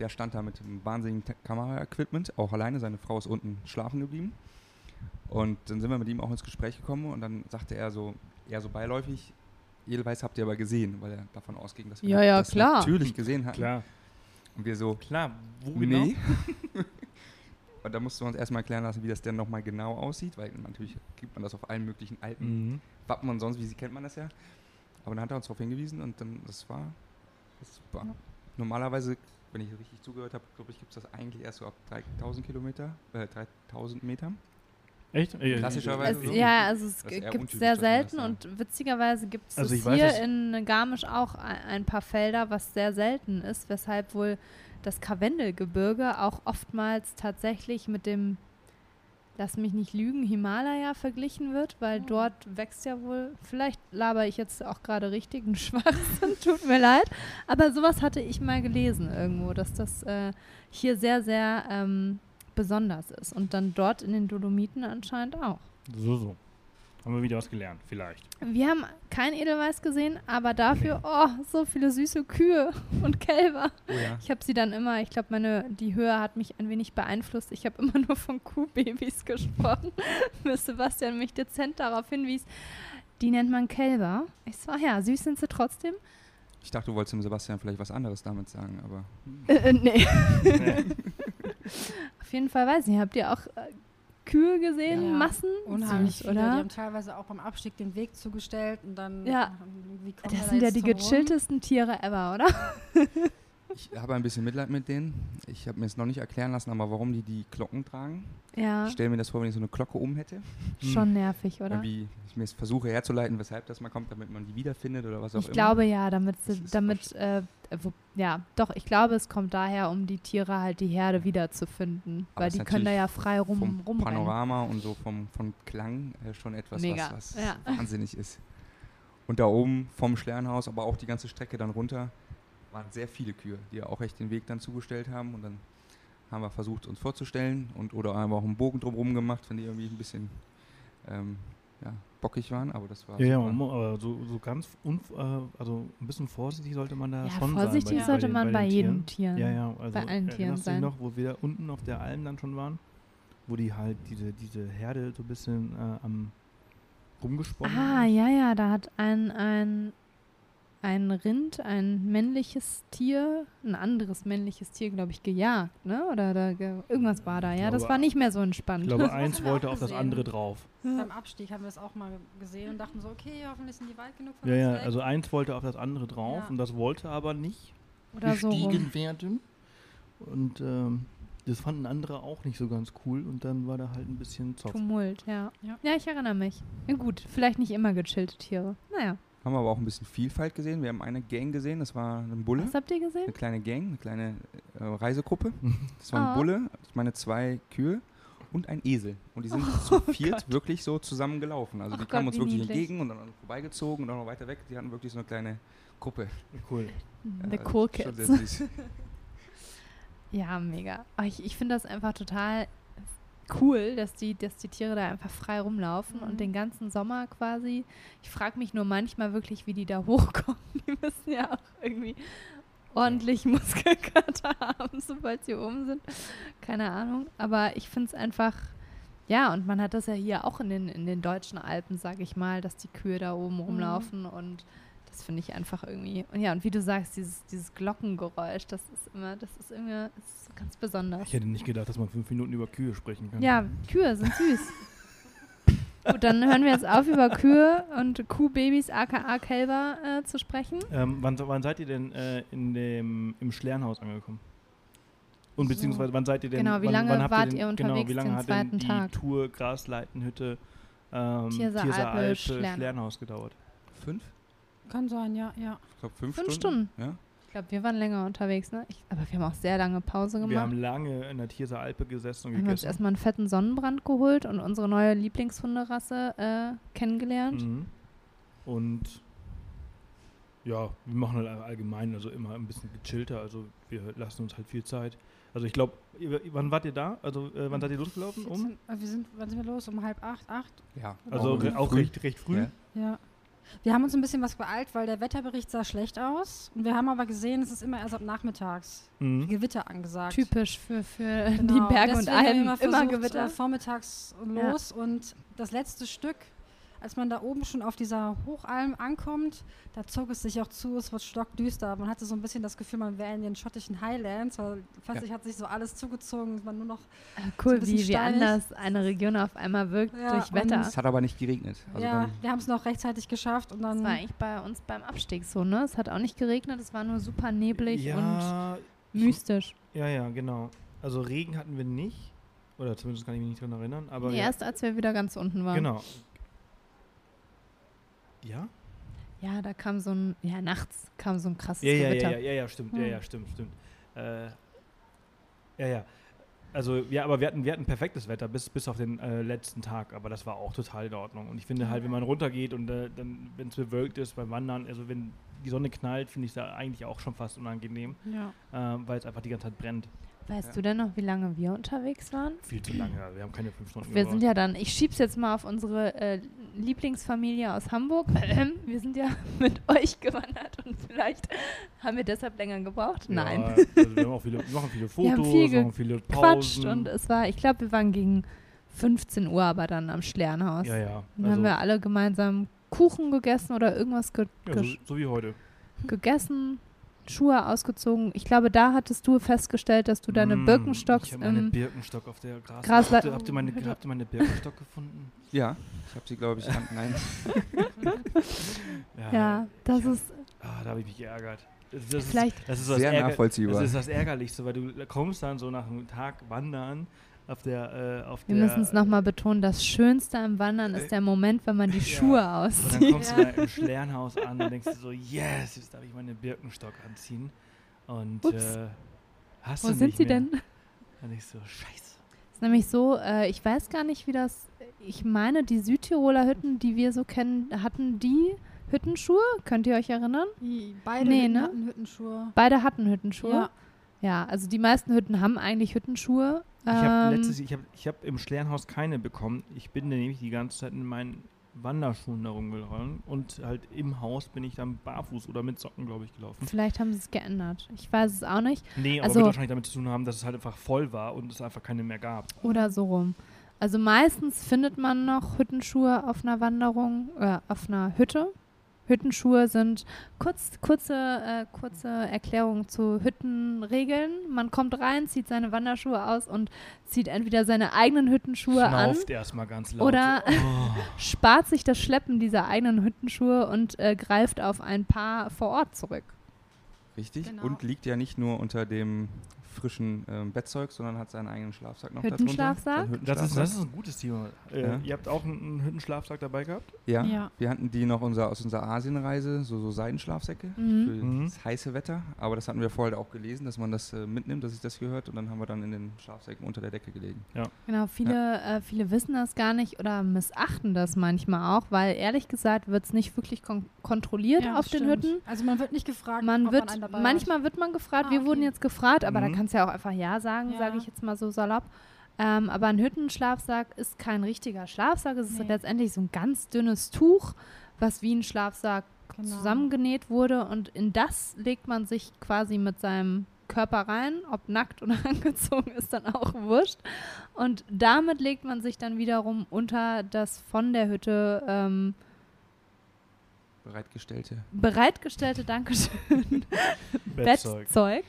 Speaker 2: Der stand da mit einem wahnsinnigen Ta- Kameraequipment, auch alleine, seine Frau ist unten schlafen geblieben. Und dann sind wir mit ihm auch ins Gespräch gekommen und dann sagte er so, eher so beiläufig, Edelweiß habt ihr aber gesehen, weil er davon ausging, dass wir
Speaker 4: Ja, ja,
Speaker 2: das
Speaker 4: klar.
Speaker 2: natürlich gesehen hatten.
Speaker 1: klar,
Speaker 2: Und wir so,
Speaker 1: klar. Wo genau?
Speaker 2: nee. und da mussten wir uns erstmal erklären lassen, wie das denn nochmal genau aussieht, weil natürlich gibt man das auf allen möglichen Alpen
Speaker 1: Mhm.
Speaker 2: Wappen und sonst, wie sie kennt man das ja. Aber dann hat er uns darauf hingewiesen und dann, das war das war
Speaker 3: Ja.
Speaker 2: Normalerweise, wenn ich richtig zugehört habe, glaube ich, gibt es das eigentlich erst so ab 3000 Kilometer, äh, 3000 Metern.
Speaker 1: Echt? Äh,
Speaker 2: Klassischerweise
Speaker 4: Es,
Speaker 2: so?
Speaker 4: ja, also es
Speaker 2: Das ist eher
Speaker 4: gibt es
Speaker 2: untypisch,
Speaker 4: sehr
Speaker 2: dass man das
Speaker 4: selten
Speaker 2: sagt.
Speaker 4: und witzigerweise gibt es
Speaker 1: Also ich
Speaker 4: es
Speaker 1: weiß, dass-
Speaker 4: hier in Garmisch auch ein, ein paar Felder, was sehr selten ist, weshalb wohl das Karwendelgebirge auch oftmals tatsächlich mit dem, lass mich nicht lügen, Himalaya verglichen wird, weil
Speaker 2: Oh.
Speaker 4: dort wächst ja wohl, vielleicht laber ich jetzt auch gerade richtig einen Schwachsinn, tut mir leid, aber sowas hatte ich mal gelesen irgendwo, dass das äh, hier sehr, sehr ähm, besonders ist und dann dort in den Dolomiten anscheinend auch.
Speaker 1: So, so. Haben wir wieder was gelernt, vielleicht.
Speaker 4: Wir haben kein Edelweiß gesehen, aber dafür, oh, so viele süße Kühe und Kälber.
Speaker 2: Oh ja.
Speaker 4: Ich habe sie dann immer, ich glaube, meine, die Höhe hat mich ein wenig beeinflusst. Ich habe immer nur von Kuhbabys gesprochen, bis Sebastian mich dezent darauf hinwies. Die nennt man Kälber. Ich so, ah ja, süß sind sie trotzdem.
Speaker 2: Ich dachte, du wolltest dem Sebastian vielleicht was anderes damit sagen, aber
Speaker 4: Äh, äh, nee.
Speaker 1: Nee.
Speaker 4: Auf jeden Fall weiß ich, nicht, habt ihr auch äh, Kühe gesehen?
Speaker 3: Ja.
Speaker 4: Massen?
Speaker 3: Unheimlich
Speaker 4: Süß,
Speaker 3: viele. Die haben teilweise auch beim Abstieg den Weg zugestellt und dann.
Speaker 4: Ja.
Speaker 3: Wie kommen wir
Speaker 4: Das
Speaker 3: da
Speaker 4: sind ja
Speaker 3: jetzt
Speaker 4: die
Speaker 3: drum rum?
Speaker 4: gechilltesten Tiere ever, oder?
Speaker 2: ich habe ein bisschen Mitleid mit denen. Ich habe mir es noch nicht erklären lassen, aber warum die die Glocken tragen.
Speaker 4: Ja,
Speaker 2: Ich stelle mir das vor, wenn ich so eine Glocke um hätte.
Speaker 4: schon nervig, Ah. oder?
Speaker 2: Irgendwie, ich mir es versuche herzuleiten, weshalb das mal kommt, damit man die wiederfindet oder was auch
Speaker 4: Ich
Speaker 2: immer.
Speaker 4: glaube ja, damit,
Speaker 2: Das
Speaker 4: sie-
Speaker 2: ist
Speaker 4: damit äh, wo, ja, doch, ich glaube, es kommt daher, um die Tiere halt die Herde wiederzufinden.
Speaker 2: Aber
Speaker 4: weil
Speaker 2: es
Speaker 4: die
Speaker 2: ist
Speaker 4: können da
Speaker 2: natürlich
Speaker 4: ja frei rum,
Speaker 2: vom
Speaker 4: rumrennen.
Speaker 2: Panorama und so vom, vom Klang äh, schon etwas,
Speaker 4: Mega,
Speaker 2: was, was
Speaker 4: ja.
Speaker 2: wahnsinnig ist. Und da oben vom Schlernhaus, aber auch die ganze Strecke dann runter, waren sehr viele Kühe, die ja auch echt den Weg dann zugestellt haben. Und dann haben wir versucht, uns vorzustellen und oder haben wir auch einen Bogen drumherum gemacht, wenn die irgendwie ein bisschen ähm, ja, bockig waren. Aber das war
Speaker 1: Ja, ja,
Speaker 2: super.
Speaker 1: man mu- aber so, so ganz, unf- äh, also ein bisschen vorsichtig sollte man da
Speaker 4: Ja,
Speaker 1: schon
Speaker 4: vorsichtig
Speaker 1: sein. bei-
Speaker 4: sollte
Speaker 1: den-
Speaker 4: man
Speaker 1: bei,
Speaker 4: bei
Speaker 1: den
Speaker 4: jedem
Speaker 1: Tieren.
Speaker 4: Tier.
Speaker 1: Ja, ja, also
Speaker 4: bei allen
Speaker 1: erinnerst
Speaker 4: Tieren
Speaker 1: du dich
Speaker 4: sein.
Speaker 1: noch, wo wir da unten auf der Alm dann schon waren, wo die halt diese, diese Herde so ein bisschen äh, am rumgesponnen
Speaker 4: Ah,
Speaker 1: haben?
Speaker 4: ja, ja, da hat ein, ein, ein Rind, ein männliches Tier, ein anderes männliches Tier, glaube ich, gejagt, ne? Oder da, ge irgendwas war da, ja. Das
Speaker 1: glaube,
Speaker 4: war nicht mehr so
Speaker 1: Ich
Speaker 4: entspannt.
Speaker 1: glaube,
Speaker 3: haben
Speaker 1: eins
Speaker 3: wir auch
Speaker 1: wollte auf das
Speaker 3: gesehen.
Speaker 1: andere drauf.
Speaker 3: Beim Abstieg haben wir es auch mal gesehen und dachten so, okay, hoffentlich sind die weit genug von
Speaker 1: Ja,
Speaker 3: uns
Speaker 1: ja,
Speaker 3: weg.
Speaker 1: also eins wollte auf das andere drauf
Speaker 3: Ja.
Speaker 1: und das wollte aber nicht
Speaker 4: oder so rum.
Speaker 1: bestiegen werden. Und ähm, das fanden andere auch nicht so ganz cool und dann war da halt ein bisschen Zoff.
Speaker 4: Tumult, ja.
Speaker 3: Ja.
Speaker 4: Ja, ich erinnere mich. Na gut, vielleicht nicht immer gechillte Tiere. Naja,
Speaker 2: Haben wir aber auch ein bisschen Vielfalt gesehen. Wir haben eine Gang gesehen, das war ein
Speaker 1: Hm?
Speaker 2: Bulle.
Speaker 4: was habt ihr gesehen?
Speaker 2: eine kleine Gang, eine kleine äh, Reisegruppe.
Speaker 1: Mhm.
Speaker 2: Das waren
Speaker 4: Ah.
Speaker 2: Bulle, ich meine zwei Kühe und ein Esel. Und die sind zu viert wirklich so zusammen gelaufen. Also
Speaker 4: Oh Ach
Speaker 2: die
Speaker 4: Gott,
Speaker 2: kamen uns
Speaker 4: wie
Speaker 2: wirklich
Speaker 4: niedlich.
Speaker 2: entgegen und dann an uns vorbeigezogen und dann noch weiter weg. Die hatten wirklich so eine kleine Gruppe.
Speaker 1: Cool.
Speaker 4: Mhm. The
Speaker 2: Äh, schon
Speaker 4: Cool Kids.
Speaker 2: sehr süß.
Speaker 4: Ja, mega. Aber Ich, ich finde das einfach total cool, dass die, dass die Tiere da einfach frei rumlaufen
Speaker 3: Mhm.
Speaker 4: und den ganzen Sommer quasi. Ich frage mich nur manchmal wirklich, wie die da hochkommen. Die müssen ja auch irgendwie ordentlich Muskelkater haben, sobald sie oben sind. Keine Ahnung. Aber ich finde es einfach. Ja, und man hat das ja hier auch in den, in den deutschen Alpen, sage ich mal, dass die Kühe da
Speaker 2: Mhm.
Speaker 4: oben rumlaufen und das finde ich einfach irgendwie. Und ja, und wie du sagst, dieses, dieses Glockengeräusch, das ist immer, das ist immer das ist ganz besonders.
Speaker 1: Ich hätte nicht gedacht, dass man fünf Minuten über Kühe sprechen kann.
Speaker 4: Ja, Kühe sind süß. Gut, dann hören wir jetzt auf, über Kühe und Kuhbabys, aka Kälber, äh, zu sprechen.
Speaker 1: Ähm, wann, wann seid ihr denn äh, in dem, im Schlernhaus angekommen? Und
Speaker 4: So.
Speaker 1: beziehungsweise wann seid ihr denn?
Speaker 4: Genau, wie
Speaker 1: wann,
Speaker 4: lange
Speaker 1: wann habt
Speaker 4: wart
Speaker 1: ihr,
Speaker 4: ihr
Speaker 1: denn, Genau,
Speaker 4: unterwegs
Speaker 1: wie lange
Speaker 4: den
Speaker 1: hat
Speaker 4: zweiten
Speaker 1: denn die
Speaker 4: Tag?
Speaker 1: Tour Grasleitenhütte ähm,
Speaker 4: Thierser
Speaker 1: Thierser
Speaker 4: Alpe,
Speaker 1: Alpe,
Speaker 4: Schlern-
Speaker 1: Schlernhaus gedauert?
Speaker 2: Fünf?
Speaker 3: Kann sein, ja, ja.
Speaker 2: Ich glaube fünf,
Speaker 4: Fünf
Speaker 2: Stunden. Ja?
Speaker 4: Ich glaube, wir waren länger unterwegs, ne? Ich, aber wir haben auch sehr lange Pause
Speaker 1: Wir
Speaker 4: gemacht.
Speaker 1: haben lange in der Thierser Alpe gesessen und
Speaker 4: haben uns
Speaker 1: gegessen.
Speaker 4: erstmal einen fetten Sonnenbrand geholt und unsere neue Lieblingshunderasse äh, kennengelernt.
Speaker 1: Mhm. Und ja, wir machen halt allgemein also immer ein bisschen gechillter. Also wir lassen uns halt viel Zeit. Also ich glaube, wann wart ihr da? Also äh,
Speaker 4: Hm,
Speaker 1: wann seid ihr losgelaufen? Um?
Speaker 3: 14, äh, wir sind, wann sind wir los? Um halb acht, acht?
Speaker 2: Ja.
Speaker 1: Also
Speaker 2: Morgen
Speaker 1: auch
Speaker 2: früh.
Speaker 1: recht, recht früh.
Speaker 2: Ja.
Speaker 3: Ja. Wir haben uns ein bisschen was beeilt, weil der Wetterbericht sah schlecht aus. Und wir haben aber gesehen, es ist immer erst ab nachmittags
Speaker 1: Mhm.
Speaker 3: Gewitter angesagt.
Speaker 4: Typisch für, für
Speaker 3: Genau,
Speaker 4: Hm? die Berge und
Speaker 3: deswegen haben wir
Speaker 4: Alpen. Immer,
Speaker 3: versucht,
Speaker 4: Gewitter.
Speaker 3: äh, vormittags
Speaker 4: Ja.
Speaker 3: los und das letzte Stück, als man da oben schon auf dieser Hochalm ankommt, da zog es sich auch zu, es wird stockdüster. Man hatte so ein bisschen das Gefühl, man wäre in den schottischen Highlands, weil plötzlich hat sich so alles zugezogen, es war nur noch so ein
Speaker 4: Äh, Cool,
Speaker 3: bisschen
Speaker 4: wie, wie
Speaker 3: steinig.
Speaker 4: anders eine Region auf einmal wirkt
Speaker 3: Ja,
Speaker 4: durch
Speaker 3: und
Speaker 4: Wetter.
Speaker 2: Es hat aber nicht geregnet. Also
Speaker 3: ja,
Speaker 2: dann
Speaker 3: wir haben es noch rechtzeitig geschafft und
Speaker 4: Das war
Speaker 3: dann
Speaker 4: eigentlich bei uns beim Abstieg so, ne? Es hat auch nicht geregnet, es war nur super neblig und
Speaker 1: Ja,
Speaker 4: mystisch.
Speaker 1: ja, ja, genau. Also Regen hatten wir nicht, Oder zumindest kann ich mich nicht dran erinnern. Aber
Speaker 4: Nee,
Speaker 1: ja.
Speaker 4: erst als wir wieder ganz unten waren.
Speaker 1: Genau. Ja?
Speaker 4: Ja, da kam so ein, ja, nachts kam so ein krasses
Speaker 1: Ja, ja,
Speaker 4: Gewitter.
Speaker 1: ja, ja, ja, ja, stimmt, ja,
Speaker 4: Hm.
Speaker 1: ja, stimmt, stimmt. Äh, ja, ja. Also, ja, aber wir hatten, wir hatten perfektes Wetter bis, bis auf den äh, letzten Tag, aber das war auch total in Ordnung. Und ich finde halt, wenn man runtergeht und äh, dann, wenn es bewölkt ist beim Wandern, also wenn die Sonne knallt, finde ich es da eigentlich auch schon fast unangenehm, äh, weil es einfach die ganze Zeit brennt.
Speaker 4: Weißt
Speaker 2: Ja.
Speaker 4: du denn noch, wie lange wir unterwegs waren?
Speaker 1: Viel zu lange, also wir haben keine fünf Stunden
Speaker 4: Wir
Speaker 1: gebraucht.
Speaker 4: sind ja dann, ich schieb's jetzt mal auf unsere äh, Lieblingsfamilie aus Hamburg. wir sind ja mit euch gewandert und vielleicht haben wir deshalb länger gebraucht. Nein.
Speaker 1: Ja, also wir haben auch viele, wir machen viele
Speaker 4: Wir haben
Speaker 1: Fotos,
Speaker 4: viel
Speaker 1: machen viele Pausen.
Speaker 4: Quatscht und es war, ich glaube, wir waren gegen 15 Uhr aber dann am Sternhaus.
Speaker 1: ja, ja.
Speaker 4: Dann haben
Speaker 1: Also,
Speaker 4: wir alle gemeinsam Kuchen gegessen oder irgendwas ge
Speaker 1: ja so,
Speaker 4: gesch-
Speaker 1: so wie heute.
Speaker 4: gegessen, Schuhe ausgezogen. Ich glaube, da hattest du festgestellt, dass du deine
Speaker 1: Mm,
Speaker 4: Birkenstocks
Speaker 1: Ich habe meine
Speaker 4: im
Speaker 1: Birkenstock auf der Gras.
Speaker 4: Grasla-
Speaker 1: habt, ihr, habt, ihr meine,
Speaker 4: Hütte.
Speaker 1: habt ihr meine Birkenstock gefunden?
Speaker 2: Ja, ich habe sie, glaube ich, an, nein.
Speaker 4: Ja, das
Speaker 1: ich
Speaker 4: ist
Speaker 1: Hab, ah, da habe ich mich geärgert. Das, das
Speaker 4: vielleicht.
Speaker 1: ist, das ist das
Speaker 2: Sehr
Speaker 1: Ärger-
Speaker 2: nachvollziehbar.
Speaker 1: Das ist das Ärgerlichste, weil du kommst dann so nach einem Tag wandern auf der. Äh, auf
Speaker 4: Wir
Speaker 1: der, Äh,
Speaker 4: müssen es nochmal betonen, das Schönste am Wandern ist der Moment, wenn man die
Speaker 1: Ja.
Speaker 4: Schuhe
Speaker 1: Und dann
Speaker 4: auszieht.
Speaker 1: kommst du da im Schlernhaus an und denkst dir so: Yes, jetzt darf ich meine Birkenstock anziehen. Und
Speaker 4: Ups.
Speaker 1: äh, hast
Speaker 4: Wo
Speaker 1: du
Speaker 4: sind
Speaker 1: nicht
Speaker 4: sie
Speaker 1: mehr.
Speaker 4: denn?
Speaker 1: Und ich so: Scheiße.
Speaker 4: ist nämlich so, äh, ich weiß gar nicht, wie das. Ich meine, die Südtiroler Hütten, die wir so kennen, hatten die Hüttenschuhe. Könnt ihr euch erinnern?
Speaker 3: I- Beide
Speaker 4: Nee,
Speaker 3: mit
Speaker 4: ne?
Speaker 3: nackten Hüttenschuhe.
Speaker 4: Beide hatten Hüttenschuhe.
Speaker 3: Ja.
Speaker 4: Ja, also die meisten Hütten haben eigentlich Hüttenschuhe.
Speaker 1: Ich habe
Speaker 4: Ähm,
Speaker 1: ich hab, ich hab im Schlernhaus keine bekommen. Ich bin da nämlich die ganze Zeit in meinen Wanderschuhen da rumgelaufen und halt im Haus bin ich dann barfuß oder mit Socken, glaube ich, gelaufen.
Speaker 4: Vielleicht haben sie es geändert. Ich weiß es auch nicht.
Speaker 1: Nee, aber
Speaker 4: Also-
Speaker 1: wird wahrscheinlich damit zu tun haben, dass es halt einfach voll war und es einfach keine mehr gab.
Speaker 4: Oder so rum. Also meistens findet man noch Hüttenschuhe auf einer Wanderung, äh, auf einer Hütte. Hüttenschuhe sind kurz, kurze, äh, kurze Erklärung zu Hüttenregeln. Man kommt rein, zieht seine Wanderschuhe aus und zieht entweder seine eigenen Hüttenschuhe an,
Speaker 1: Schnauft erstmal ganz laut.
Speaker 4: Oder-
Speaker 1: So, oh,
Speaker 4: spart sich das Schleppen dieser eigenen Hüttenschuhe und äh, greift auf ein Paar vor Ort zurück.
Speaker 2: Richtig.
Speaker 3: Genau.
Speaker 2: Und liegt ja nicht nur unter dem frischen ähm, Bettzeug, sondern hat seinen eigenen Schlafsack noch
Speaker 4: Hüttenschlafsack?
Speaker 2: darunter. Seinen
Speaker 1: das, ist, das ist
Speaker 2: Hüttenschlafsack.
Speaker 1: ein gutes Thema. Äh,
Speaker 2: Ja.
Speaker 1: Ihr habt auch einen, einen Hüttenschlafsack dabei gehabt?
Speaker 2: ja.
Speaker 3: Ja.
Speaker 2: Wir hatten die noch unser, aus unserer Asienreise, so, so Seidenschlafsäcke
Speaker 4: Mhm.
Speaker 2: für
Speaker 1: Mhm.
Speaker 2: das heiße Wetter. Aber das hatten wir vorher halt auch gelesen, dass man das äh, mitnimmt, dass ich das gehört. Und dann haben wir dann in den Schlafsäcken unter der Decke gelegen.
Speaker 4: Genau, viele, äh, viele wissen das gar nicht oder missachten das manchmal auch, weil ehrlich gesagt wird es nicht wirklich kon kontrolliert
Speaker 3: Ja,
Speaker 4: auf
Speaker 3: das
Speaker 4: den
Speaker 3: stimmt.
Speaker 4: Hütten.
Speaker 3: Also man wird nicht gefragt,
Speaker 4: Man
Speaker 3: ob
Speaker 4: wird,
Speaker 3: man einen dabei
Speaker 4: manchmal wird man gefragt,
Speaker 3: Ah,
Speaker 4: wir wurden
Speaker 3: okay.
Speaker 4: jetzt gefragt, aber
Speaker 1: Mhm.
Speaker 4: da kannst du ja auch einfach Ja sagen,
Speaker 3: Ja.
Speaker 4: sage ich jetzt mal so salopp. Ähm, aber ein Hüttenschlafsack ist kein richtiger Schlafsack, es
Speaker 3: Nee.
Speaker 4: ist letztendlich so ein ganz dünnes Tuch, was wie ein Schlafsack
Speaker 3: hat. Genau.
Speaker 4: zusammengenäht wurde und in das legt man sich quasi mit seinem Körper rein, ob nackt oder angezogen ist dann auch wurscht. Und damit legt man sich dann wiederum unter das von der Hütte ähm,
Speaker 2: Bereitgestellte.
Speaker 4: bereitgestellte Dankeschön
Speaker 1: Bettzeug.
Speaker 4: Bettzeug.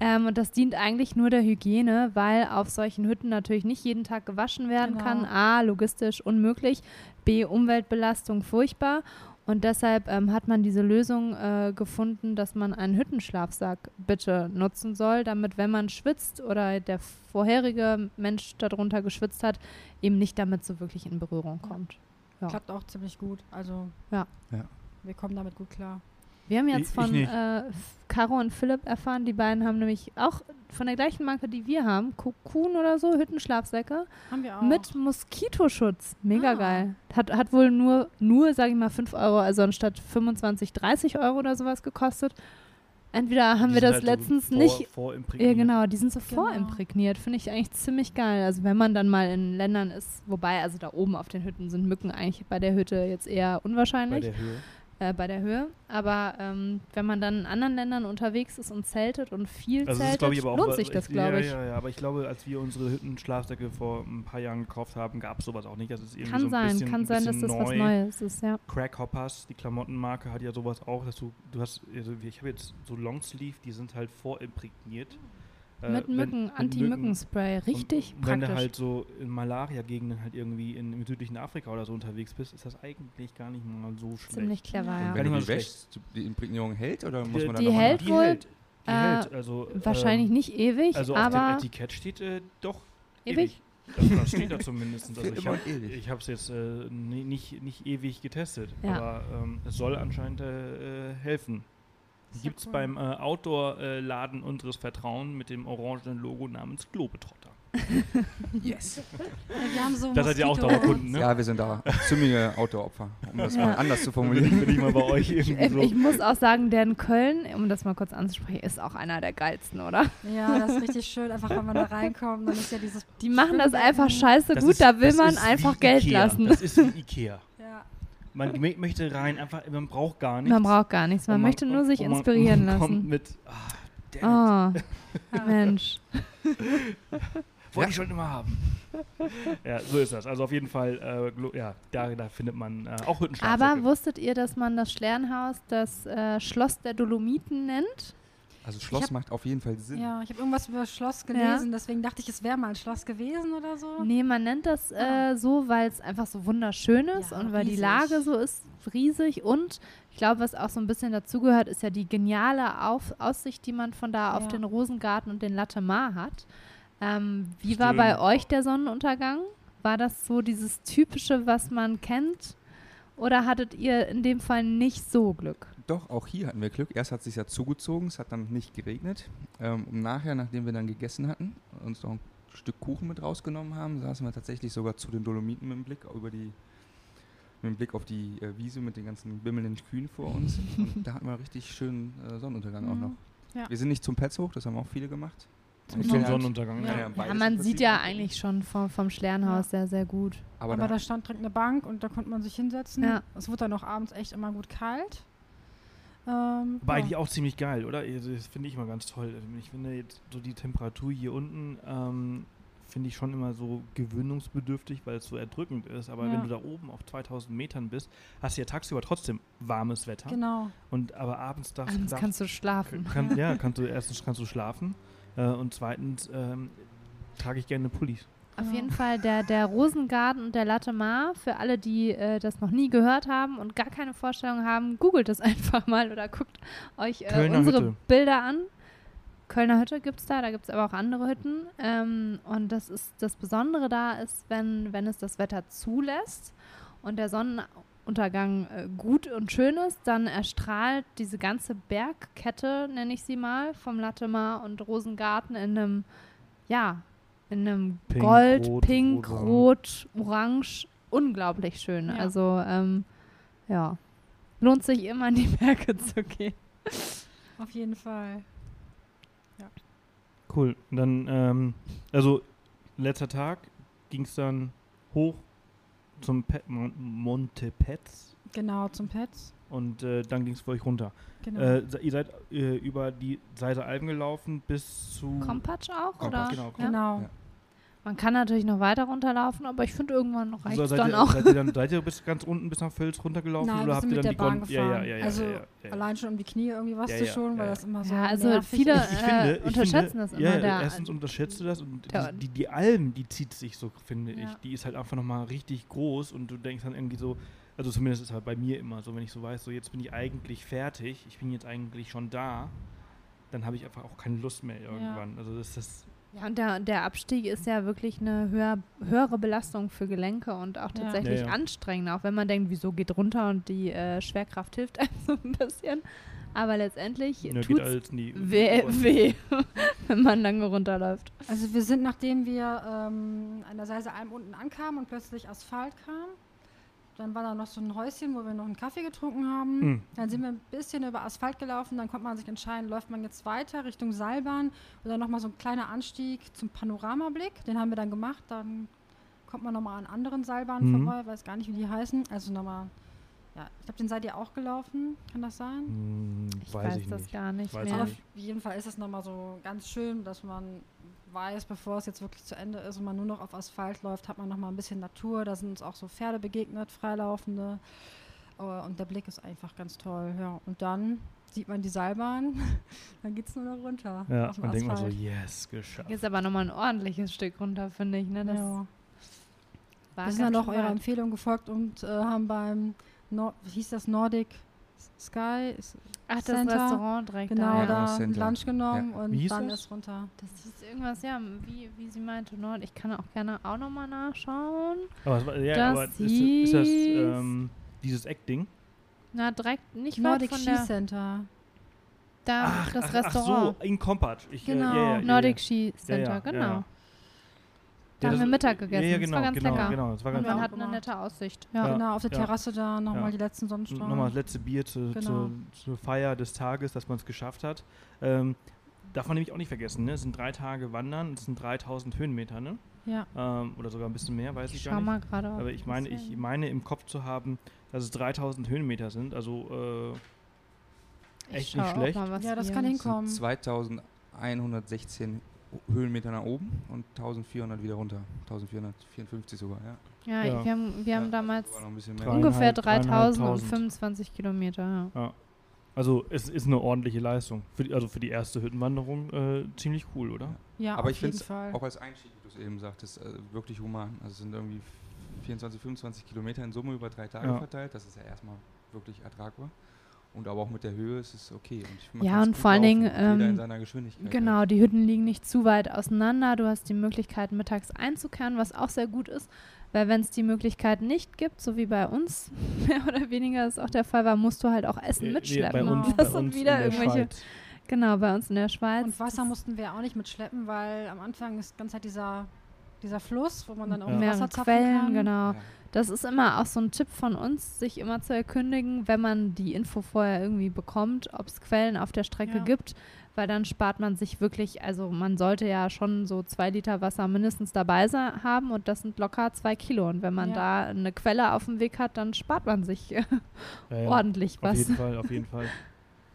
Speaker 4: Ähm, und das dient eigentlich nur der Hygiene, weil auf solchen Hütten natürlich nicht jeden Tag gewaschen werden
Speaker 3: Genau.
Speaker 4: kann. A, logistisch unmöglich. B, Umweltbelastung furchtbar. Und deshalb ähm, hat man diese Lösung äh, gefunden, dass man einen Hüttenschlafsack bitte nutzen soll, damit, wenn man schwitzt oder der vorherige Mensch darunter geschwitzt hat, eben nicht damit so wirklich in Berührung
Speaker 3: Ja.
Speaker 4: kommt.
Speaker 3: Klappt auch ziemlich gut. Also
Speaker 4: Ja.
Speaker 2: Ja.
Speaker 3: wir kommen damit gut klar.
Speaker 4: Wir haben
Speaker 1: Ich-
Speaker 4: jetzt
Speaker 1: ich
Speaker 4: von
Speaker 1: nicht.
Speaker 4: äh, F- Caro und Philipp erfahren, die beiden haben nämlich auch von der gleichen Marke, die wir haben, Cocoon oder so, Hüttenschlafsäcke,
Speaker 3: Haben wir auch.
Speaker 4: mit Moskitoschutz. Mega
Speaker 3: Oh. Ah.
Speaker 4: geil. Hat, hat wohl nur, nur, sage ich mal, 5 Euro, also anstatt 25, 30 Euro oder sowas gekostet. Entweder haben
Speaker 1: Die
Speaker 4: wir
Speaker 1: sind
Speaker 4: das
Speaker 1: halt so
Speaker 4: letztens
Speaker 1: vor,
Speaker 4: nicht.
Speaker 1: vorimprägniert.
Speaker 4: Ja, genau, die sind so
Speaker 3: Genau.
Speaker 4: vorimprägniert. Finde ich eigentlich ziemlich geil. Also, wenn man dann mal in Ländern ist, wobei, also da oben auf den Hütten sind Mücken eigentlich bei der Hütte jetzt eher
Speaker 1: Bei
Speaker 4: unwahrscheinlich
Speaker 1: der Höhe.
Speaker 4: äh, bei der Höhe. Aber ähm, wenn man dann in anderen Ländern unterwegs ist und zeltet und viel
Speaker 1: Also es ist,
Speaker 4: zeltet,
Speaker 1: glaube ich, aber auch
Speaker 4: lohnt
Speaker 1: was-
Speaker 4: sich das, glaube ich.
Speaker 1: Ja, ja, ja, aber ich glaube, als wir unsere Hüttenschlafsäcke vor ein paar Jahren gekauft haben, gab es sowas auch nicht. Das ist irgendwie
Speaker 4: Kann
Speaker 1: so ein
Speaker 4: sein,
Speaker 1: bisschen,
Speaker 4: kann sein, dass
Speaker 1: bisschen
Speaker 4: das
Speaker 1: neu.
Speaker 4: was Neues ist, ja.
Speaker 1: Crackhoppers, die Klamottenmarke, hat ja sowas auch, dass du, du hast, also ich habe jetzt so Longsleeve, die sind halt vorimprägniert. Äh,
Speaker 4: mit
Speaker 1: wenn-
Speaker 4: Mücken,
Speaker 1: mit Mücken.
Speaker 4: Anti-Mücken-Spray, richtig
Speaker 1: und, Wenn
Speaker 4: praktisch.
Speaker 1: du halt so in Malaria-Gegenden halt irgendwie in, im südlichen Afrika oder so unterwegs bist, ist das eigentlich gar nicht mal so schlecht.
Speaker 4: Ziemlich clever,
Speaker 2: Und
Speaker 4: ja.
Speaker 1: Gar
Speaker 2: wenn
Speaker 1: nicht
Speaker 2: du die
Speaker 1: mal so
Speaker 2: wäschst, die- die Imprägnierung hält oder muss
Speaker 1: Die-
Speaker 2: man
Speaker 4: die
Speaker 2: da nochmal
Speaker 4: hält
Speaker 1: Die
Speaker 4: wohl,
Speaker 1: hält, die
Speaker 4: äh,
Speaker 1: hält. Also,
Speaker 4: Wahrscheinlich
Speaker 1: ähm,
Speaker 4: nicht ewig,
Speaker 1: Also auf dem
Speaker 4: aber
Speaker 1: Etikett steht äh, doch
Speaker 4: ewig.
Speaker 1: Das, das steht da zumindest. Also
Speaker 2: Für
Speaker 1: ich
Speaker 2: immer
Speaker 1: habe
Speaker 2: und ewig.
Speaker 1: es jetzt äh, ni- nicht, nicht ewig getestet,
Speaker 4: Ja.
Speaker 1: aber ähm, es soll anscheinend äh, äh, helfen.
Speaker 3: Das ist ja
Speaker 1: Gibt es
Speaker 3: cool.
Speaker 1: beim äh, Outdoor-Laden unseres Vertrauens mit dem orangenen Logo namens Globetrotter.
Speaker 2: Yes.
Speaker 3: Ja, wir haben so
Speaker 1: Das seid ihr auch
Speaker 3: Moskito-
Speaker 1: Dauerkunden, ne?
Speaker 2: Ja, wir sind da ziemliche Outdoor-Opfer, um das mal
Speaker 4: Ja.
Speaker 2: anders zu
Speaker 1: Bin,
Speaker 2: formulieren.
Speaker 1: bin ich mal bei euch irgendwie
Speaker 4: Ähm,
Speaker 1: so.
Speaker 4: Ich muss auch sagen, der in Köln, um das mal kurz anzusprechen, ist auch einer der geilsten, oder?
Speaker 3: Ja, das ist richtig schön, einfach wenn man da reinkommt, dann ist ja dieses.
Speaker 4: Die machen das einfach
Speaker 3: Schwimmbecken.
Speaker 4: scheiße
Speaker 1: Das
Speaker 4: gut,
Speaker 1: ist-
Speaker 4: da will
Speaker 1: das
Speaker 4: man
Speaker 1: ist
Speaker 4: einfach
Speaker 1: wie
Speaker 4: Geld
Speaker 1: Ikea.
Speaker 4: lassen.
Speaker 1: Das ist wie Ikea.
Speaker 3: Ja,
Speaker 1: Man mö- möchte rein, einfach, man braucht gar nichts.
Speaker 4: man braucht gar nichts, man,
Speaker 1: Und
Speaker 4: möchte nur
Speaker 1: und-
Speaker 4: sich
Speaker 1: und man-
Speaker 4: inspirieren
Speaker 1: man Kommt
Speaker 4: lassen.
Speaker 1: mit, ah, damn
Speaker 4: Oh, Mensch.
Speaker 1: it, wollte ich schon immer haben. ja, so ist das. Also auf jeden Fall, äh, Glo- ja, da, da findet man äh, auch Hüttenschlafsäcke.
Speaker 4: Aber wusstet ihr, dass man das Sternhaus das äh, Schloss der Dolomiten nennt?
Speaker 2: Also Schloss
Speaker 3: hab-
Speaker 2: macht auf jeden Fall Sinn.
Speaker 3: ja, ich habe irgendwas über Schloss gelesen, deswegen dachte ich, es wäre mal ein Schloss gewesen oder so.
Speaker 4: Nee, man nennt das äh, so, weil es einfach so wunderschön ist
Speaker 3: Ah. Ja,
Speaker 4: und weil die
Speaker 3: riesig.
Speaker 4: Lage so ist, riesig. Und ich glaube, was auch so ein bisschen dazugehört, ist ja die geniale auf Aussicht, die man von da auf
Speaker 3: Ja.
Speaker 4: den Rosengarten und den Latte Mar hat. Ähm, wie war
Speaker 1: Stimmt.
Speaker 4: bei euch der Sonnenuntergang? War das so dieses Typische, was man kennt? Oder hattet ihr in dem Fall nicht so Glück?
Speaker 2: Doch, auch hier hatten wir Glück. Erst hat es sich ja zugezogen, es hat dann nicht geregnet. Ähm, und nachher, nachdem wir dann gegessen hatten, uns noch ein Stück Kuchen mit rausgenommen haben, saßen wir tatsächlich sogar zu den Dolomiten mit dem Blick über die mit dem Blick auf die äh, Wiese mit den ganzen bimmelnden Kühen vor uns. Und da hatten wir richtig schönen äh, Sonnenuntergang auch noch.
Speaker 3: ja.
Speaker 2: Wir sind nicht zum Petz hoch, das haben auch viele gemacht.
Speaker 4: Zum
Speaker 2: Ich
Speaker 1: Zum
Speaker 2: bin halt-
Speaker 1: Sonnenuntergang. ne?
Speaker 3: Ja.
Speaker 1: Ja.
Speaker 4: Ja,
Speaker 2: beides im
Speaker 4: man
Speaker 2: Prinzip.
Speaker 4: sieht ja eigentlich schon vom, vom Sternhaus sehr, sehr gut.
Speaker 2: Aber,
Speaker 3: Aber
Speaker 2: da,
Speaker 3: da stand direkt eine Bank und da konnte man sich hinsetzen.
Speaker 4: Ja.
Speaker 3: Es wurde dann auch abends echt immer gut kalt. Ähm,
Speaker 1: Aber
Speaker 3: ja.
Speaker 1: eigentlich auch ziemlich geil, oder? Also, Das finde ich immer ganz toll. Also, Ich finde jetzt so die Temperatur hier unten ähm, finde ich schon immer so gewöhnungsbedürftig, weil es so erdrückend ist. Aber
Speaker 3: Ja.
Speaker 1: wenn du da oben auf 2000 Metern bist, hast du ja tagsüber trotzdem warmes Wetter.
Speaker 3: Genau.
Speaker 1: Und aber abends darfst
Speaker 4: Abends
Speaker 1: darfst-
Speaker 4: kannst du schlafen.
Speaker 1: Kann, ja, kannst du erstens kannst du schlafen äh, und zweitens ähm, trage ich gerne Pullis.
Speaker 4: Auf
Speaker 3: Ja.
Speaker 4: jeden Fall der, der Rosengarten und der Latte Mar, für alle, die äh, das noch nie gehört haben und gar keine Vorstellung haben, googelt es einfach mal oder guckt euch äh,
Speaker 1: Kölner
Speaker 4: unsere
Speaker 1: Hütte.
Speaker 4: Bilder an. Kölner Hütte gibt es da, da gibt es aber auch andere Hütten. Ähm, und das ist das Besondere da ist, wenn, wenn es das Wetter zulässt und der Sonnenuntergang äh, gut und schön ist, dann erstrahlt diese ganze Bergkette, nenne ich sie mal, vom Latimer und Rosengarten in einem, ja, in einem
Speaker 1: Pink,
Speaker 4: Gold,
Speaker 1: rot,
Speaker 4: Pink,
Speaker 1: rot,
Speaker 4: Rot, Orange, unglaublich schön.
Speaker 3: Ja.
Speaker 4: Also, ähm, ja, lohnt sich immer in die Berge zu gehen.
Speaker 3: Auf jeden Fall.
Speaker 1: Cool. Und dann, ähm, also letzter Tag ging es dann hoch zum Pe Mon Monte Pets
Speaker 3: Genau, zum Pets.
Speaker 1: und äh, dann ging es für euch runter.
Speaker 3: Genau.
Speaker 1: Äh, se- ihr seid äh, über die Seite Alpen gelaufen bis zu.
Speaker 4: Kompatsch auch,
Speaker 2: Kompatsch,
Speaker 4: oder?
Speaker 1: genau,
Speaker 4: Ja?
Speaker 3: genau.
Speaker 2: Ja.
Speaker 4: Man kann natürlich noch weiter runterlaufen, aber ich finde, irgendwann reicht
Speaker 1: so,
Speaker 4: es
Speaker 1: Also seid,
Speaker 4: dann
Speaker 1: ihr,
Speaker 4: auch.
Speaker 1: seid ihr dann seid ihr bis ganz unten bis nach Völz runtergelaufen
Speaker 3: Nein,
Speaker 1: oder
Speaker 3: wir
Speaker 1: habt
Speaker 3: sind
Speaker 1: ihr
Speaker 3: mit
Speaker 1: dann
Speaker 3: der
Speaker 1: die
Speaker 3: Bahn
Speaker 1: Kon- ja, ja,
Speaker 3: gefahren.
Speaker 1: ja, ja,
Speaker 3: also
Speaker 1: ja, ja, ja.
Speaker 3: allein schon um die Knie irgendwie was
Speaker 1: Ja,
Speaker 3: zu
Speaker 1: ja,
Speaker 3: schonen, weil
Speaker 1: ja,
Speaker 3: das immer so
Speaker 4: Ja, also
Speaker 3: nervig
Speaker 4: viele
Speaker 3: ist.
Speaker 1: ich
Speaker 4: äh,
Speaker 1: finde, ich
Speaker 4: unterschätzen
Speaker 1: finde,
Speaker 4: das immer.
Speaker 1: ja,
Speaker 4: der,
Speaker 1: erstens unterschätzt du das und
Speaker 4: der-
Speaker 1: die, die, die Alm, die zieht sich so, finde
Speaker 3: Ja.
Speaker 1: ich. Die ist halt einfach nochmal richtig groß und du denkst dann irgendwie so, also zumindest ist halt bei mir immer so, wenn ich so weiß, so jetzt bin ich eigentlich fertig, ich bin jetzt eigentlich schon da, dann habe ich einfach auch keine Lust mehr irgendwann. Also das ist
Speaker 4: ja, und der, der Abstieg ist ja wirklich eine höher, höhere Belastung für Gelenke und auch
Speaker 3: Ja.
Speaker 4: tatsächlich
Speaker 1: Ja, ja.
Speaker 4: anstrengend, auch wenn man denkt, wieso geht runter und die äh, Schwerkraft hilft einem so ein bisschen. Aber letztendlich
Speaker 1: ne, geht
Speaker 4: tut's
Speaker 1: alles nie.
Speaker 4: weh, weh wenn man lange runterläuft.
Speaker 3: Also wir sind, nachdem wir ähm, an der Seise Alm unten ankamen und plötzlich Asphalt kam, dann war da noch so ein Häuschen, wo wir noch einen Kaffee getrunken haben.
Speaker 1: Hm.
Speaker 3: Dann sind wir ein bisschen über Asphalt gelaufen, dann konnte man sich entscheiden, läuft man jetzt weiter Richtung Seilbahn oder nochmal so ein kleiner Anstieg zum Panoramablick. Den haben wir dann gemacht, dann kommt man nochmal an anderen Seilbahnen
Speaker 1: Mhm.
Speaker 3: vorbei, weiß gar nicht, wie die heißen. Also nochmal, ja, ich glaube, den seid ihr auch gelaufen, kann das sein?
Speaker 1: Hm,
Speaker 4: Ich
Speaker 1: weiß,
Speaker 4: weiß,
Speaker 1: ich
Speaker 4: das
Speaker 1: nicht.
Speaker 4: gar nicht
Speaker 1: Weiß ich
Speaker 4: mehr.
Speaker 3: Auf
Speaker 1: nicht.
Speaker 3: jeden Fall ist es nochmal so ganz schön, dass man weiß, bevor es jetzt wirklich zu Ende ist und man nur noch auf Asphalt läuft, hat man nochmal ein bisschen Natur. Da sind uns auch so Pferde begegnet, Freilaufende. Äh, Und der Blick ist einfach ganz toll. Ja. Und dann sieht man die Seilbahn, dann geht es nur noch runter.
Speaker 1: Ja,
Speaker 3: auf dem
Speaker 1: man denkt man so,
Speaker 3: Asphalt.
Speaker 1: yes, geschafft.
Speaker 4: Ist aber nochmal ein ordentliches Stück runter, finde ich. Ne? Das
Speaker 3: ja.
Speaker 4: war
Speaker 3: Wir sind dann
Speaker 4: ganz
Speaker 3: auch
Speaker 4: schön
Speaker 3: eurer
Speaker 4: weit.
Speaker 3: Empfehlung gefolgt und äh, haben beim, Nor wie hieß das, Nordic Sky ist
Speaker 4: Ach, das
Speaker 3: Center.
Speaker 4: Restaurant direkt
Speaker 3: genau
Speaker 4: da. ja.
Speaker 2: das
Speaker 3: da
Speaker 2: Center.
Speaker 3: Lunch genommen
Speaker 2: Ja.
Speaker 1: Wie
Speaker 3: und
Speaker 1: hieß
Speaker 3: dann
Speaker 1: das?
Speaker 3: ist runter.
Speaker 4: Das ist irgendwas, ja, wie, wie sie meinte, Nord. Ich kann auch gerne auch nochmal nachschauen.
Speaker 1: Aber, es war- ja,
Speaker 4: Das
Speaker 1: aber ist, ist das
Speaker 4: hieß-
Speaker 1: ähm, dieses Eckding?
Speaker 4: Na, direkt nicht weit
Speaker 3: Nordic
Speaker 4: von
Speaker 3: Ski
Speaker 4: der,
Speaker 3: Center.
Speaker 4: da, das Restaurant.
Speaker 1: Ach so, in Kompatsch. Ich,
Speaker 3: Genau.
Speaker 1: Äh, ja, ja, ja,
Speaker 4: Nordic
Speaker 1: ja.
Speaker 4: Ski Center,
Speaker 1: ja,
Speaker 4: genau.
Speaker 1: ja.
Speaker 4: Da haben
Speaker 1: das-
Speaker 4: wir Mittag gegessen.
Speaker 1: Ja, ja,
Speaker 4: das
Speaker 1: genau,
Speaker 4: war ganz
Speaker 1: genau,
Speaker 4: lecker.
Speaker 1: genau. Das war
Speaker 4: Und
Speaker 1: ganz
Speaker 4: man
Speaker 3: auch
Speaker 4: hat
Speaker 3: gemacht.
Speaker 4: eine nette Aussicht. Ja.
Speaker 3: Genau, auf der
Speaker 1: ja.
Speaker 3: Terrasse da nochmal
Speaker 1: Ja.
Speaker 3: die letzten Sonnenstrahlen.
Speaker 1: nochmal das letzte Bier zu,
Speaker 3: Genau.
Speaker 1: zu, zur Feier des Tages, dass man es geschafft hat. Ähm, darf man nämlich auch nicht vergessen, ne? Es sind drei Tage Wandern, es sind 3000 Höhenmeter, ne?
Speaker 3: Ja.
Speaker 1: Ähm, oder sogar ein bisschen mehr, weiß ich,
Speaker 4: Ich
Speaker 1: gar
Speaker 4: schau
Speaker 1: nicht.
Speaker 4: mal gerade. ob
Speaker 1: Aber ich meine,
Speaker 4: das
Speaker 1: ich
Speaker 4: hier-
Speaker 1: meine im Kopf zu haben, dass es 3000 Höhenmeter sind, also äh,
Speaker 4: ich
Speaker 1: echt
Speaker 4: schau
Speaker 1: nicht
Speaker 4: auch
Speaker 1: schlecht.
Speaker 4: Mal, was
Speaker 3: Ja, das
Speaker 4: wir-
Speaker 3: kann
Speaker 2: Das sind
Speaker 3: hinkommen.
Speaker 2: 2116 Höhenmeter nach oben und 1400 wieder runter. 1454 sogar, ja.
Speaker 4: Ja,
Speaker 1: Ja.
Speaker 4: wir haben, wir haben
Speaker 2: ja,
Speaker 4: damals
Speaker 2: sogar noch ein bisschen mehr.
Speaker 1: Drei.
Speaker 4: ungefähr
Speaker 1: dreieinhalb-
Speaker 4: 3000 und
Speaker 1: dreieinhalbtausend.
Speaker 4: 25 Kilometer. Ja.
Speaker 1: also es ist eine ordentliche Leistung. Für die, also für die erste Hüttenwanderung äh, ziemlich cool, oder?
Speaker 3: Ja,
Speaker 2: Aber
Speaker 3: auf
Speaker 2: ich
Speaker 3: jeden
Speaker 2: find's
Speaker 3: Fall.
Speaker 2: Auch als Einstieg, wie du es eben sagtest, äh, wirklich human. Also es sind irgendwie 24, 25 Kilometer in Summe über drei Tage
Speaker 1: Ja.
Speaker 2: verteilt. Das ist ja erstmal wirklich ertragbar. Und aber auch mit der Höhe ist es okay. Und ich- man
Speaker 4: Ja,
Speaker 2: kann's
Speaker 4: und
Speaker 2: gut
Speaker 4: vor allen
Speaker 2: laufen.
Speaker 4: Dingen,
Speaker 2: Jeder
Speaker 4: ähm,
Speaker 2: in seiner Geschwindigkeit.
Speaker 4: Genau, die Hütten liegen nicht zu weit auseinander. Du hast die Möglichkeit, mittags einzukehren, was auch sehr gut ist, weil wenn es die Möglichkeit nicht gibt, so wie bei uns mehr oder weniger es auch der Fall war, musst du halt auch Essen
Speaker 1: Äh,
Speaker 4: mitschleppen.
Speaker 1: bei uns,
Speaker 3: und
Speaker 1: bei
Speaker 4: das sind
Speaker 1: uns
Speaker 4: wieder
Speaker 1: in der
Speaker 4: irgendwelche-
Speaker 1: Schweiz.
Speaker 4: Genau, bei uns in der Schweiz.
Speaker 3: Und Wasser mussten wir auch nicht mitschleppen, weil am Anfang ist ganz halt dieser, dieser Fluss, wo man dann auch
Speaker 1: Ja.
Speaker 4: mehrere
Speaker 3: Wasser zapfen
Speaker 4: Quellen,
Speaker 3: kann.
Speaker 4: genau.
Speaker 2: Ja.
Speaker 4: Das ist immer auch so ein Tipp von uns, sich immer zu erkündigen, wenn man die Info vorher irgendwie bekommt, ob es Quellen auf der Strecke
Speaker 3: Ja.
Speaker 4: gibt, weil dann spart man sich wirklich, also man sollte ja schon so zwei Liter Wasser mindestens dabei sein, haben und das sind locker zwei Kilo. Und wenn man
Speaker 3: Ja.
Speaker 4: da eine Quelle auf dem Weg hat, dann spart man sich äh,
Speaker 1: Ja, ja.
Speaker 4: ordentlich
Speaker 1: Auf
Speaker 4: was.
Speaker 1: jeden Fall, auf jeden Fall.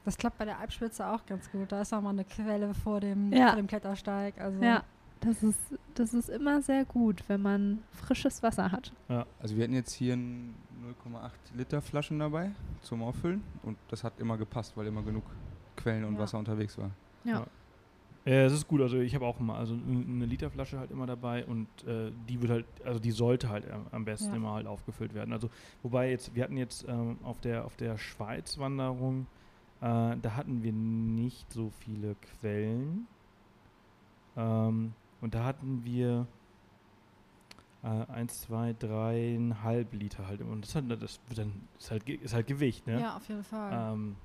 Speaker 3: Das klappt bei der Alpspitze auch ganz gut. Da ist auch mal eine Quelle vor dem,
Speaker 4: Ja.
Speaker 3: vor dem Klettersteig. Also
Speaker 4: Ja, das ist, das ist immer sehr gut, wenn man frisches Wasser hat.
Speaker 2: Also wir hatten jetzt hier ein 0,8 Liter Flaschen dabei zum Auffüllen und das hat immer gepasst, weil immer genug Quellen und
Speaker 3: Ja.
Speaker 2: Wasser unterwegs war.
Speaker 1: Ja, es ist gut. Also ich habe auch immer, also eine Literflasche halt immer dabei und äh, die wird halt, also die sollte halt am- am besten
Speaker 3: Ja.
Speaker 1: immer halt aufgefüllt werden. Also wobei jetzt, wir hatten jetzt ähm, auf der auf der Schweiz-Wanderung, äh, da hatten wir nicht so viele Quellen ähm, und da hatten wir äh, eins, zwei, dreieinhalb Liter halt immer. und das, hat, das wird dann ist halt ge- ist halt Gewicht, ne?
Speaker 3: ja, auf jeden Fall.
Speaker 1: Ähm,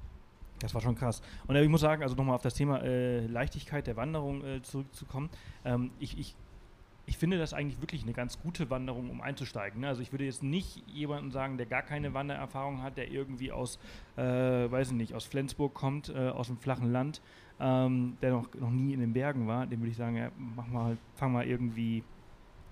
Speaker 1: das war schon krass. Und äh, ich muss sagen, also nochmal auf das Thema äh, Leichtigkeit der Wanderung äh, zurückzukommen. Ähm, ich, ich, ich finde das eigentlich wirklich eine ganz gute Wanderung, um einzusteigen. Ne? Also ich würde jetzt nicht jemandem sagen, der gar keine Wandererfahrung hat, der irgendwie aus, äh, weiß ich nicht, aus Flensburg kommt, äh, aus dem flachen Land, ähm, der noch, noch nie in den Bergen war, dem würde ich sagen, ja, mach mal, fang mal irgendwie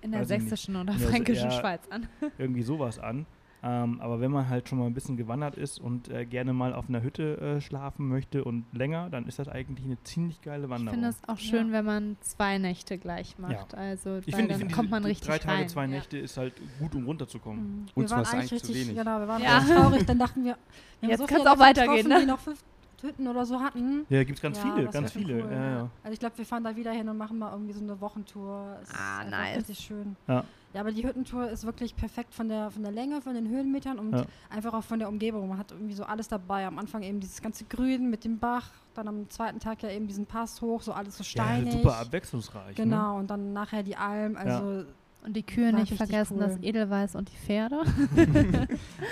Speaker 4: In der
Speaker 1: Weiß ich nicht.
Speaker 4: sächsischen oder
Speaker 1: In der-
Speaker 4: fränkischen
Speaker 1: ja.
Speaker 4: Schweiz an.
Speaker 1: irgendwie sowas an. Ähm, aber wenn man halt schon mal ein bisschen gewandert ist und äh, gerne mal auf einer Hütte äh, schlafen möchte und länger, dann ist das eigentlich eine ziemlich geile
Speaker 4: Ich
Speaker 1: Wanderung.
Speaker 4: finde es auch schön, wenn man zwei Nächte gleich macht. Also weil
Speaker 1: find-
Speaker 4: dann
Speaker 1: find
Speaker 4: kommt
Speaker 1: diese
Speaker 4: man richtig
Speaker 1: Drei Tage,
Speaker 4: rein.
Speaker 1: zwei
Speaker 4: Ja.
Speaker 1: Nächte ist halt gut, um runterzukommen.
Speaker 4: Mhm.
Speaker 3: wir
Speaker 2: Uns war
Speaker 3: waren
Speaker 2: es
Speaker 3: eigentlich
Speaker 2: eigentlich zu
Speaker 3: richtig,
Speaker 2: wenig.
Speaker 3: genau, wir waren
Speaker 4: Ja.
Speaker 3: ganz traurig. Dann dachten wir, wir haben
Speaker 4: Jetzt
Speaker 3: so
Speaker 4: kann's
Speaker 3: viele
Speaker 4: auch
Speaker 3: Leute
Speaker 4: weitergehen,
Speaker 3: getroffen,
Speaker 4: ne?
Speaker 3: Die noch fünf Tüten oder so hatten.
Speaker 1: Ja, gibt es ganz
Speaker 3: Ja,
Speaker 1: viele,
Speaker 3: das wär
Speaker 1: ganz
Speaker 3: schon
Speaker 1: viele.
Speaker 3: cool,
Speaker 1: ja,
Speaker 3: ne?
Speaker 1: ja.
Speaker 3: Also ich glaube, wir fahren da wieder hin und machen mal irgendwie so eine Wochentour. Es
Speaker 4: Ah,
Speaker 3: ist einfach
Speaker 4: nice.
Speaker 3: Richtig schön.
Speaker 1: Ja.
Speaker 3: ja, aber die Hüttentour ist wirklich perfekt von der, von der Länge, von den Höhenmetern und
Speaker 1: Ja.
Speaker 3: einfach auch von der Umgebung. Man hat irgendwie so alles dabei. Am Anfang eben dieses ganze Grün mit dem Bach, dann am zweiten Tag ja eben diesen Pass hoch, so alles so
Speaker 1: Ja,
Speaker 3: steinig.
Speaker 1: super abwechslungsreich. Ne?
Speaker 3: Genau, und dann nachher die Alm. Also
Speaker 4: Und die Kühe
Speaker 3: War
Speaker 4: nicht
Speaker 3: richtig
Speaker 4: vergessen,
Speaker 3: cool.
Speaker 4: das Edelweiß und die Pferde.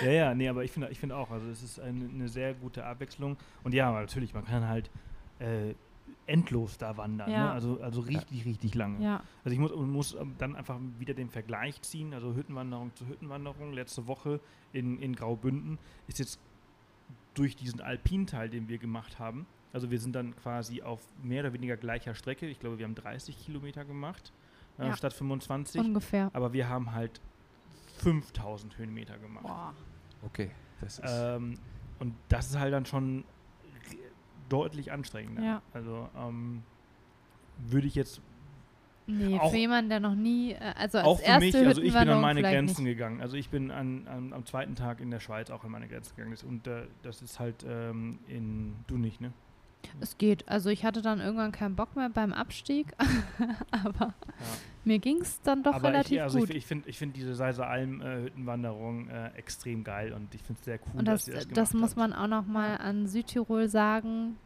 Speaker 1: Ja, ja, nee, aber ich finde ich finde auch, also es ist eine, eine sehr gute Abwechslung. Und ja, natürlich, man kann halt äh, endlos da wandern.
Speaker 3: Ja.
Speaker 1: Ne? Also, also richtig, richtig lange.
Speaker 3: ja,
Speaker 1: Also ich muss, und muss ähm, dann einfach wieder den Vergleich ziehen, also Hüttenwanderung zu Hüttenwanderung. Letzte Woche in, in Graubünden ist jetzt durch diesen Alpinteil, den wir gemacht haben, also wir sind dann quasi auf mehr oder weniger gleicher Strecke. Ich glaube, wir haben 30 Kilometer gemacht äh,
Speaker 3: Ja.
Speaker 1: statt 25.
Speaker 4: Ungefähr.
Speaker 1: aber wir haben halt 5000 Höhenmeter gemacht.
Speaker 3: boah.
Speaker 2: Okay, das ist
Speaker 1: Ähm, und das ist halt dann schon re- deutlich anstrengender.
Speaker 3: Ja.
Speaker 1: Also ähm, würde ich jetzt
Speaker 4: Nee,
Speaker 1: Auch-
Speaker 4: für jemanden, der noch nie, äh, also als
Speaker 1: auch für
Speaker 4: erste
Speaker 1: mich, also ich bin an
Speaker 4: Hüttenwanderung
Speaker 1: meine
Speaker 4: vielleicht
Speaker 1: Grenzen
Speaker 4: nicht.
Speaker 1: gegangen. Also ich bin an, an, am zweiten Tag in der Schweiz auch an meine Grenzen gegangen. Und äh, das ist halt ähm, in, du nicht, ne?
Speaker 4: Es geht. Also ich hatte dann irgendwann keinen Bock mehr beim Abstieg, aber mir ging es dann doch
Speaker 1: Aber
Speaker 4: relativ
Speaker 1: ich, also
Speaker 4: gut.
Speaker 1: ich, ich finde ich find diese Seiser-Alm-Hüttenwanderung äh, extrem geil und ich finde es sehr cool,
Speaker 4: Und das,
Speaker 1: dass ihr das
Speaker 4: das,
Speaker 1: gemacht
Speaker 4: muss
Speaker 1: habt.
Speaker 4: man auch noch mal an Südtirol sagen.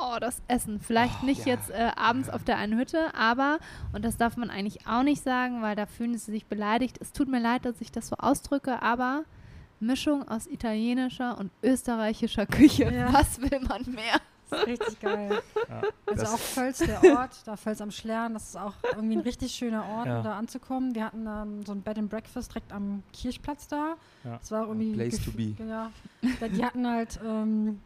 Speaker 4: Oh, das Essen. Vielleicht
Speaker 2: Oh,
Speaker 4: nicht
Speaker 2: ja.
Speaker 4: jetzt äh, abends
Speaker 2: Ja.
Speaker 4: auf der einen Hütte, aber, und das darf man eigentlich auch nicht sagen, weil da fühlen sie sich beleidigt. Es tut mir leid, dass ich das so ausdrücke, aber Mischung aus italienischer und österreichischer Küche.
Speaker 3: Ja.
Speaker 4: Was will man mehr?
Speaker 3: Das ist richtig geil.
Speaker 1: Ja.
Speaker 3: Also
Speaker 2: Das-
Speaker 3: auch Völz, der Ort, da Völz am Schlern, das ist auch irgendwie ein richtig schöner Ort,
Speaker 1: Ja.
Speaker 3: um da anzukommen. Wir hatten ähm, so ein Bed and Breakfast direkt am Kirchplatz da.
Speaker 1: Ja.
Speaker 3: Das war irgendwie
Speaker 2: Place
Speaker 3: gef-
Speaker 2: to be.
Speaker 3: Ja. Da- Die hatten halt ähm,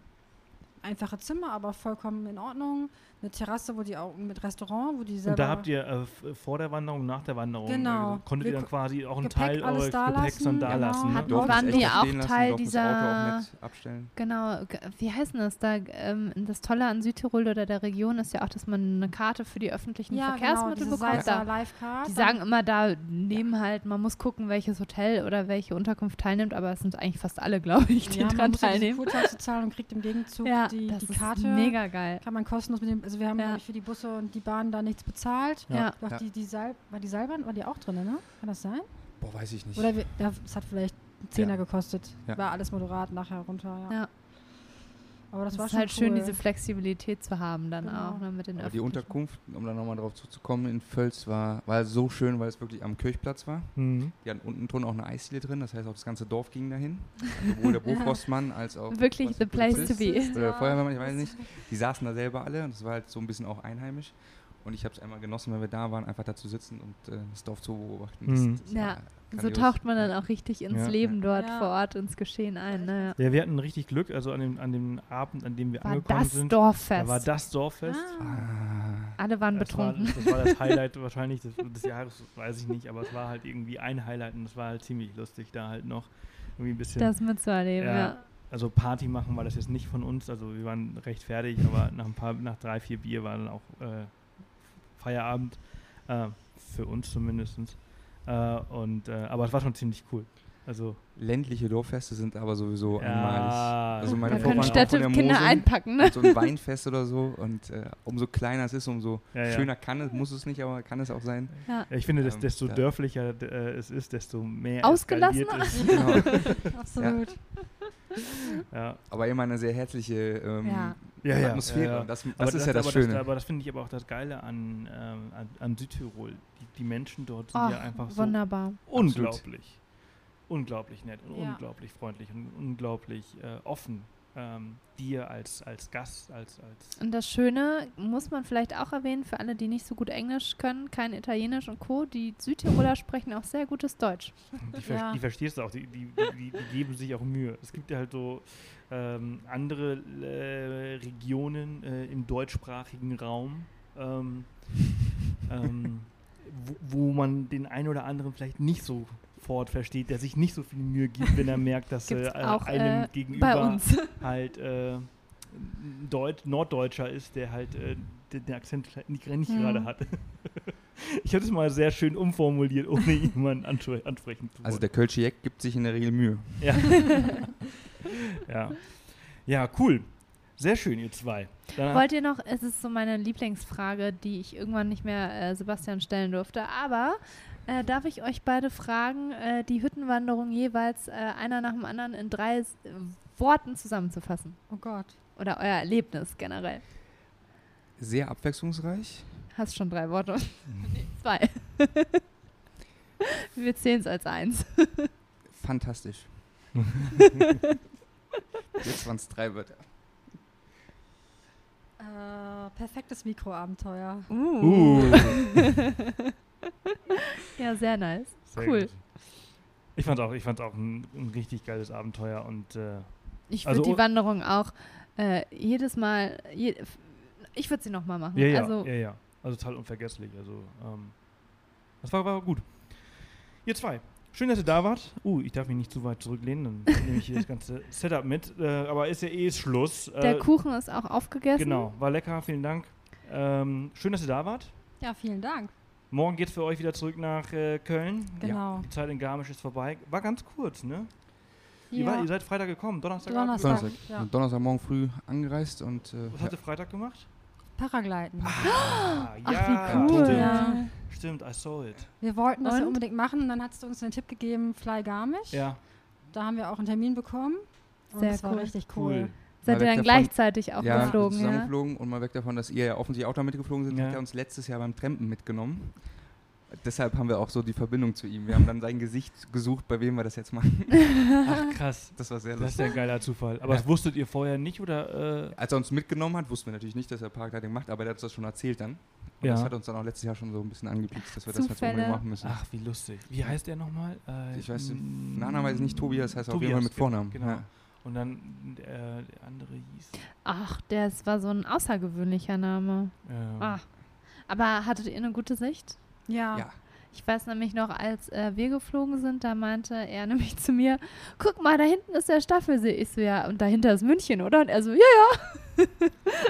Speaker 3: einfache Zimmer, aber vollkommen in Ordnung. Eine Terrasse, wo die auch mit Restaurant, wo die selber
Speaker 1: Und da habt ihr äh, f- vor der Wanderung, nach der Wanderung,
Speaker 3: Genau.
Speaker 1: äh, konntet
Speaker 3: Wir
Speaker 1: ihr dann
Speaker 3: ko-
Speaker 1: quasi auch einen
Speaker 3: Gepäck
Speaker 1: Teil
Speaker 3: alles
Speaker 1: eures
Speaker 3: da
Speaker 1: Gepäcks
Speaker 3: lassen,
Speaker 1: dann da
Speaker 3: genau.
Speaker 1: lassen. Ne?
Speaker 4: Hatten-
Speaker 2: Durften es
Speaker 4: waren
Speaker 2: echt
Speaker 4: die
Speaker 2: da
Speaker 4: auch
Speaker 2: stehen lassen,
Speaker 4: Teil
Speaker 2: durften das
Speaker 4: dieser-
Speaker 2: Auto auch mit abstellen.
Speaker 4: Genau, g- wie heißt denn das da? g- Ähm, das Tolle an Südtirol oder der Region ist ja auch, dass man eine Karte für die öffentlichen
Speaker 3: ja,
Speaker 4: Verkehrsmittel
Speaker 3: genau,
Speaker 4: bekommt. Da
Speaker 3: Live
Speaker 4: Die sagen immer da, nehmen halt, man muss gucken, welches Hotel oder welche Unterkunft teilnimmt, aber es sind eigentlich fast alle, glaube ich, die
Speaker 3: ja, man
Speaker 4: dran
Speaker 3: muss ja diese
Speaker 4: teilnehmen.
Speaker 3: Kurtaxe zahlen und kriegt im Gegenzug
Speaker 4: Ja,
Speaker 3: die,
Speaker 4: das
Speaker 3: die
Speaker 4: ist
Speaker 3: Karte.
Speaker 4: mega geil.
Speaker 3: Kann man kostenlos mit dem, also wir haben
Speaker 4: Ja.
Speaker 3: glaub ich, für die Busse und die Bahn da nichts bezahlt.
Speaker 4: Ja.
Speaker 3: Doch,
Speaker 2: Ja.
Speaker 3: die, die Seil, war die Seilbahn, war die auch drin, ne? Kann das sein?
Speaker 2: Boah, weiß ich nicht.
Speaker 3: Oder wir, ja, es hat vielleicht einen Zehner
Speaker 2: Ja.
Speaker 3: gekostet.
Speaker 2: Ja.
Speaker 3: War alles moderat nachher runter, ja.
Speaker 4: Ja.
Speaker 3: Aber das,
Speaker 4: Das,
Speaker 3: war
Speaker 4: ist
Speaker 3: schon
Speaker 4: halt schön,
Speaker 3: cool.
Speaker 4: diese Flexibilität zu haben dann
Speaker 3: Genau.
Speaker 4: auch ne, mit den
Speaker 2: Aber die
Speaker 4: öffentlichen-
Speaker 2: Unterkunft, um da nochmal drauf zuzukommen, in Völz war, war so schön, weil es wirklich am Kirchplatz war.
Speaker 1: Mhm.
Speaker 2: Die hatten unten drunten auch eine Eisdiele drin, das heißt auch das ganze Dorf ging dahin. Sowohl der Bofrostmann als auch
Speaker 4: Wirklich
Speaker 2: weiß
Speaker 4: the
Speaker 2: nicht,
Speaker 4: place to
Speaker 2: Polizist
Speaker 4: be.
Speaker 2: Oder der Feuerwehrmann, Äh, ich weiß nicht. Die saßen da selber alle und es war halt so ein bisschen auch einheimisch. Und ich habe es einmal genossen, wenn wir da waren, einfach da zu sitzen und äh, das Dorf zu beobachten.
Speaker 1: Mhm.
Speaker 2: Das, das
Speaker 4: Ja,
Speaker 2: war
Speaker 4: So
Speaker 2: grandios.
Speaker 4: taucht man dann auch richtig ins
Speaker 1: Ja.
Speaker 4: Leben dort
Speaker 3: Ja.
Speaker 4: vor Ort, ins Geschehen ein. Ne?
Speaker 1: Ja, wir hatten richtig Glück, also an dem, an dem Abend, an dem wir
Speaker 4: War
Speaker 1: angekommen
Speaker 4: das
Speaker 1: sind,
Speaker 4: Dorffest.
Speaker 1: da war das Dorffest.
Speaker 2: Ah,
Speaker 4: alle waren
Speaker 1: Das war,
Speaker 4: betrunken.
Speaker 1: das war das Highlight wahrscheinlich des, des Jahres, weiß ich nicht, aber es war halt irgendwie ein Highlight und es war halt ziemlich lustig, da halt noch irgendwie ein bisschen,
Speaker 4: Das mitzuerleben,
Speaker 1: Ja.
Speaker 4: ja.
Speaker 1: also Party machen war das jetzt nicht von uns, also wir waren recht fertig, aber nach ein paar, nach drei, vier Bier war dann auch äh, Feierabend, äh, für uns zumindest. Äh, und, äh, aber es war schon ziemlich cool. Also,
Speaker 2: ländliche Dorffeste sind aber sowieso einmalig. Also meine
Speaker 4: Da
Speaker 2: Frau
Speaker 4: können
Speaker 2: war auch
Speaker 4: Städte
Speaker 2: von der
Speaker 4: Kinder
Speaker 2: Mosel.
Speaker 4: einpacken, ne?
Speaker 2: Und so ein Weinfest oder so. Und äh, umso kleiner es ist, umso
Speaker 1: Ja, ja.
Speaker 2: schöner kann es, muss es nicht, aber kann es auch sein.
Speaker 1: Ja, Ich finde, dass
Speaker 2: Ähm,
Speaker 1: desto
Speaker 2: da-
Speaker 1: dörflicher äh, es ist, desto mehr
Speaker 4: Ausgelassener?
Speaker 1: eskaliert Ist.
Speaker 2: Genau.
Speaker 3: Absolut.
Speaker 1: Ja,
Speaker 2: aber immer eine sehr herzliche ähm,
Speaker 4: Ja.
Speaker 1: ja, ja.
Speaker 2: Atmosphäre.
Speaker 1: ja, ja.
Speaker 2: Und das, das
Speaker 1: Aber
Speaker 2: ist ja das
Speaker 1: aber
Speaker 2: Schöne.
Speaker 1: Das, aber das finde ich aber auch das Geile an, ähm, an, an Südtirol. Die, die Menschen dort
Speaker 3: Ah,
Speaker 1: sind ja
Speaker 4: Ach,
Speaker 1: einfach so
Speaker 4: wunderbar.
Speaker 1: unglaublich, unglaublich nett und
Speaker 3: Ja.
Speaker 1: unglaublich freundlich und unglaublich äh, offen ähm, dir als, als Gast, als, als
Speaker 4: Und das Schöne muss man vielleicht auch erwähnen, für alle, die nicht so gut Englisch können, kein Italienisch und Co., die Südtiroler sprechen auch sehr gutes Deutsch.
Speaker 1: die, ver
Speaker 3: Ja.
Speaker 1: die verstehst du auch, die, die, die, die, die geben sich auch Mühe. Es gibt ja halt so ähm, andere äh, Regionen äh, im deutschsprachigen Raum, ähm, ähm, wo, wo man den einen oder anderen vielleicht nicht so fort versteht, der sich nicht so viel Mühe gibt, wenn er merkt, dass äh,
Speaker 4: Gibt's auch,
Speaker 1: einem
Speaker 4: äh,
Speaker 1: gegenüber
Speaker 4: Bei uns.
Speaker 1: halt äh, ein Deut Norddeutscher ist, der halt äh, den, den Akzent vielleicht nicht, nicht
Speaker 3: Mhm.
Speaker 1: gerade hat. ich habe es mal sehr schön umformuliert, ohne jemanden anspre ansprechen zu wollen.
Speaker 2: Also der Kölsche Jack gibt sich in der Regel Mühe.
Speaker 1: ja. ja. ja, cool. Sehr schön, ihr zwei. Danach-
Speaker 4: Wollt ihr noch, es ist so meine Lieblingsfrage, die ich irgendwann nicht mehr äh, Sebastian stellen durfte, aber äh, darf ich euch beide fragen, äh, die Hüttenwanderung jeweils äh, einer nach dem anderen in drei S- äh, Worten zusammenzufassen?
Speaker 3: Oh Gott.
Speaker 4: Oder euer Erlebnis generell?
Speaker 2: Sehr abwechslungsreich.
Speaker 4: Hast schon drei Worte? nee, zwei. Wir zählen es als eins.
Speaker 2: Fantastisch. Jetzt waren es drei Wörter.
Speaker 3: Äh, perfektes Mikroabenteuer.
Speaker 1: uh,
Speaker 4: Ja, sehr nice.
Speaker 1: sehr
Speaker 4: cool.
Speaker 1: gut. Ich fand auch, ich fand's auch ein, ein richtig geiles Abenteuer und äh,
Speaker 4: Mhm. Ich würde
Speaker 1: Also
Speaker 4: die
Speaker 1: o-
Speaker 4: Wanderung auch äh, jedes Mal, je, f- ich würde sie nochmal machen.
Speaker 1: Ja, ja,
Speaker 4: also,
Speaker 1: ja, ja. Also total unvergesslich. Also, ähm, das war, war gut. Ihr zwei, schön, dass ihr da wart. Uh, ich darf mich nicht zu weit zurücklehnen, dann nehme ich hier das ganze Setup mit. Äh, aber ist ja eh Schluss. Äh,
Speaker 4: der Kuchen ist auch aufgegessen.
Speaker 1: Genau, war lecker, vielen Dank. Ähm, schön, dass ihr da wart.
Speaker 3: Ja, vielen Dank.
Speaker 1: Morgen geht's für euch wieder zurück nach äh, Köln.
Speaker 3: Genau.
Speaker 1: Die Zeit in Garmisch ist vorbei. War ganz kurz, ne? Ihr, war,
Speaker 3: Ja.
Speaker 1: ihr seid Freitag gekommen, Donnerstag.
Speaker 3: Donnerstag.
Speaker 1: Abend?
Speaker 2: Donnerstag.
Speaker 3: ja.
Speaker 2: Und Donnerstagmorgen früh angereist und äh,
Speaker 1: Was
Speaker 2: ja,
Speaker 1: habt ihr Freitag gemacht?
Speaker 3: Paragliden.
Speaker 1: Ah,
Speaker 3: Ach, wie
Speaker 1: stimmt.
Speaker 3: cool.
Speaker 2: stimmt.
Speaker 3: Ja.
Speaker 1: Stimmt, I saw it.
Speaker 3: Wir wollten das ja
Speaker 4: Und?
Speaker 3: unbedingt machen und dann hast du uns den Tipp gegeben, Fly Garmisch.
Speaker 1: Ja,
Speaker 3: Da haben wir auch einen Termin bekommen. Und
Speaker 4: Sehr
Speaker 3: das
Speaker 4: cool.
Speaker 3: war richtig cool.
Speaker 1: cool.
Speaker 4: Seid ihr
Speaker 2: weg
Speaker 4: dann
Speaker 2: davon.
Speaker 4: gleichzeitig auch
Speaker 2: ja,
Speaker 4: geflogen, ja?
Speaker 2: zusammengeflogen und mal weg davon, dass ihr ja offensichtlich auch damit geflogen sind,
Speaker 1: Ja.
Speaker 2: hat er uns letztes Jahr beim Trampen mitgenommen. Deshalb haben wir auch so die Verbindung zu ihm. Wir haben dann sein Gesicht gesucht, bei wem wir das jetzt machen.
Speaker 1: Ach, krass.
Speaker 2: Das war sehr
Speaker 1: Das ist
Speaker 2: lustig.
Speaker 1: ja ein geiler Zufall. Aber
Speaker 2: Ja.
Speaker 1: das wusstet ihr vorher nicht oder? Äh,
Speaker 2: Als er uns mitgenommen hat, wussten wir natürlich nicht, dass er Paragliding macht, aber der hat uns das schon erzählt dann. Und
Speaker 1: Ja.
Speaker 2: das hat uns dann auch letztes Jahr schon so ein bisschen angepiekst, dass wir das jetzt
Speaker 4: Zufälle.
Speaker 2: unbedingt machen müssen.
Speaker 1: ach, wie lustig. Wie heißt er nochmal? Äh,
Speaker 2: Ich weiß
Speaker 1: mm,
Speaker 2: den Nachnamen weiß ich nicht, Tobias heißt er auf jeden Fall mit
Speaker 1: ge-
Speaker 2: Vornamen.
Speaker 1: Genau.
Speaker 2: Ja.
Speaker 1: Und dann äh, der andere hieß.
Speaker 4: Ach, das war so ein außergewöhnlicher Name.
Speaker 1: Ähm,
Speaker 4: Ah. Aber hattet ihr eine gute Sicht?
Speaker 3: Ja.
Speaker 2: Ja.
Speaker 4: Ich weiß nämlich noch, als äh, wir geflogen sind, da meinte er nämlich zu mir, guck mal, da hinten ist der Staffelsee. Ich so, ja, und dahinter ist München, oder? Und er so, ja,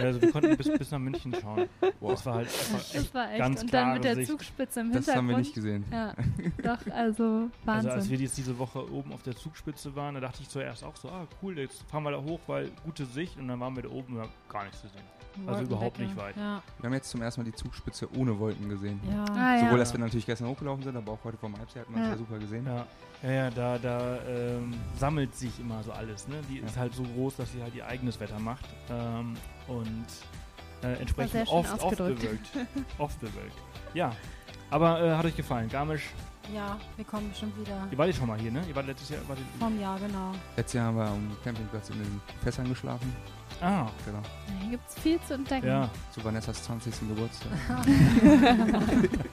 Speaker 1: Also wir konnten bis, bis nach München schauen.
Speaker 2: Boah,
Speaker 1: Das war halt das war
Speaker 4: ja,
Speaker 1: echt.
Speaker 4: das war echt.
Speaker 1: ganz
Speaker 4: und dann
Speaker 1: klare
Speaker 4: mit der
Speaker 1: Sicht.
Speaker 4: Zugspitze im
Speaker 2: das
Speaker 4: Hintergrund.
Speaker 2: haben wir nicht gesehen.
Speaker 4: Ja, doch, also
Speaker 1: Also
Speaker 4: Wahnsinn.
Speaker 1: als wir jetzt diese Woche oben auf der Zugspitze waren, da dachte ich zuerst auch so, ah cool, jetzt fahren wir da hoch, weil gute Sicht und dann waren wir da oben und haben gar nichts gesehen.
Speaker 3: Wolken
Speaker 1: überhaupt
Speaker 3: weg,
Speaker 1: nicht
Speaker 3: ja.
Speaker 1: weit.
Speaker 3: Ja.
Speaker 2: Wir haben jetzt zum ersten Mal die Zugspitze ohne Wolken gesehen.
Speaker 3: ja.
Speaker 4: ah, ja.
Speaker 2: Sowohl, dass wir natürlich gestern hochgelaufen sind, aber auch heute vom Halbsee hat man es
Speaker 4: Ja.
Speaker 2: ja super gesehen.
Speaker 1: Ja, ja, ja da, da ähm, sammelt sich immer so alles. Ne? Die ist
Speaker 2: Ja.
Speaker 1: halt so groß, dass sie halt ihr eigenes Wetter macht ähm, und äh,
Speaker 4: sehr
Speaker 1: entsprechend
Speaker 4: schön
Speaker 1: oft, oft
Speaker 4: ausgedrückt.
Speaker 1: bewölkt. oft bewölkt. Ja, aber äh, hat euch gefallen. Garmisch,
Speaker 3: Ja, wir kommen bestimmt wieder.
Speaker 1: ihr wart ja schon mal hier, ne? Ihr wart letztes Jahr... Wart ihr,
Speaker 3: Vom Jahr, genau.
Speaker 2: Letztes Jahr haben wir am Campingplatz in den Fässern geschlafen.
Speaker 1: ah,
Speaker 2: Genau.
Speaker 4: Hier gibt es viel zu entdecken.
Speaker 1: ja.
Speaker 2: Zu Vanessas 20. Geburtstag.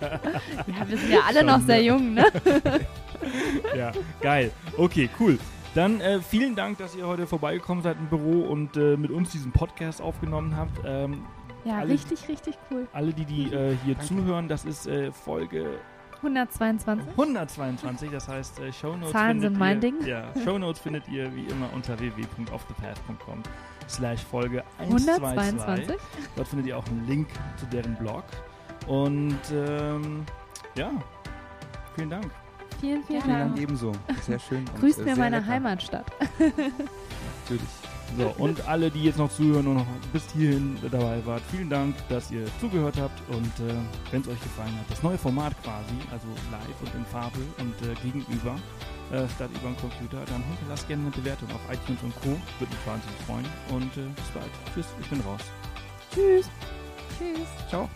Speaker 4: ja wir sind ja alle noch
Speaker 1: Schon,
Speaker 4: sehr
Speaker 1: ja.
Speaker 4: jung, ne?
Speaker 1: Ja, geil. Okay, cool. Dann äh, vielen Dank, dass ihr heute vorbeigekommen seid im Büro und äh, mit uns diesen Podcast aufgenommen habt. Ähm,
Speaker 4: Ja,
Speaker 1: Alle-
Speaker 4: richtig, richtig cool.
Speaker 1: alle, die, die äh, hier
Speaker 2: Danke.
Speaker 1: zuhören, das ist äh, Folge
Speaker 4: 122.
Speaker 1: 122, das heißt äh, Shownotes
Speaker 4: Zahlen
Speaker 1: findet
Speaker 4: sind
Speaker 1: ihr,
Speaker 4: mein Ding.
Speaker 1: Ja, Shownotes findet ihr wie immer unter www.offthepath.com slash Folge 122.
Speaker 4: 122?
Speaker 1: Dort findet ihr auch einen Link zu deren Blog. Und ähm, ja, vielen Dank.
Speaker 4: Vielen, vielen
Speaker 2: Vielen
Speaker 3: Ja.
Speaker 4: Dank.
Speaker 2: Dank ebenso. Sehr schön. und,
Speaker 4: Grüßt
Speaker 2: äh, sehr
Speaker 4: mir meine
Speaker 2: lecker.
Speaker 4: Heimatstadt.
Speaker 2: Natürlich.
Speaker 1: So, und alle, die jetzt noch zuhören und noch bis hierhin dabei wart, vielen Dank, dass ihr zugehört habt und äh, wenn es euch gefallen hat, das neue Format quasi, also live und in Farbe und äh, gegenüber, äh, statt über den Computer, dann hinterlasst gerne eine Bewertung auf iTunes und Co. Würde mich wahnsinnig freuen und äh, bis bald. Tschüss, ich bin raus.
Speaker 4: Tschüss. Tschüss.
Speaker 2: Ciao.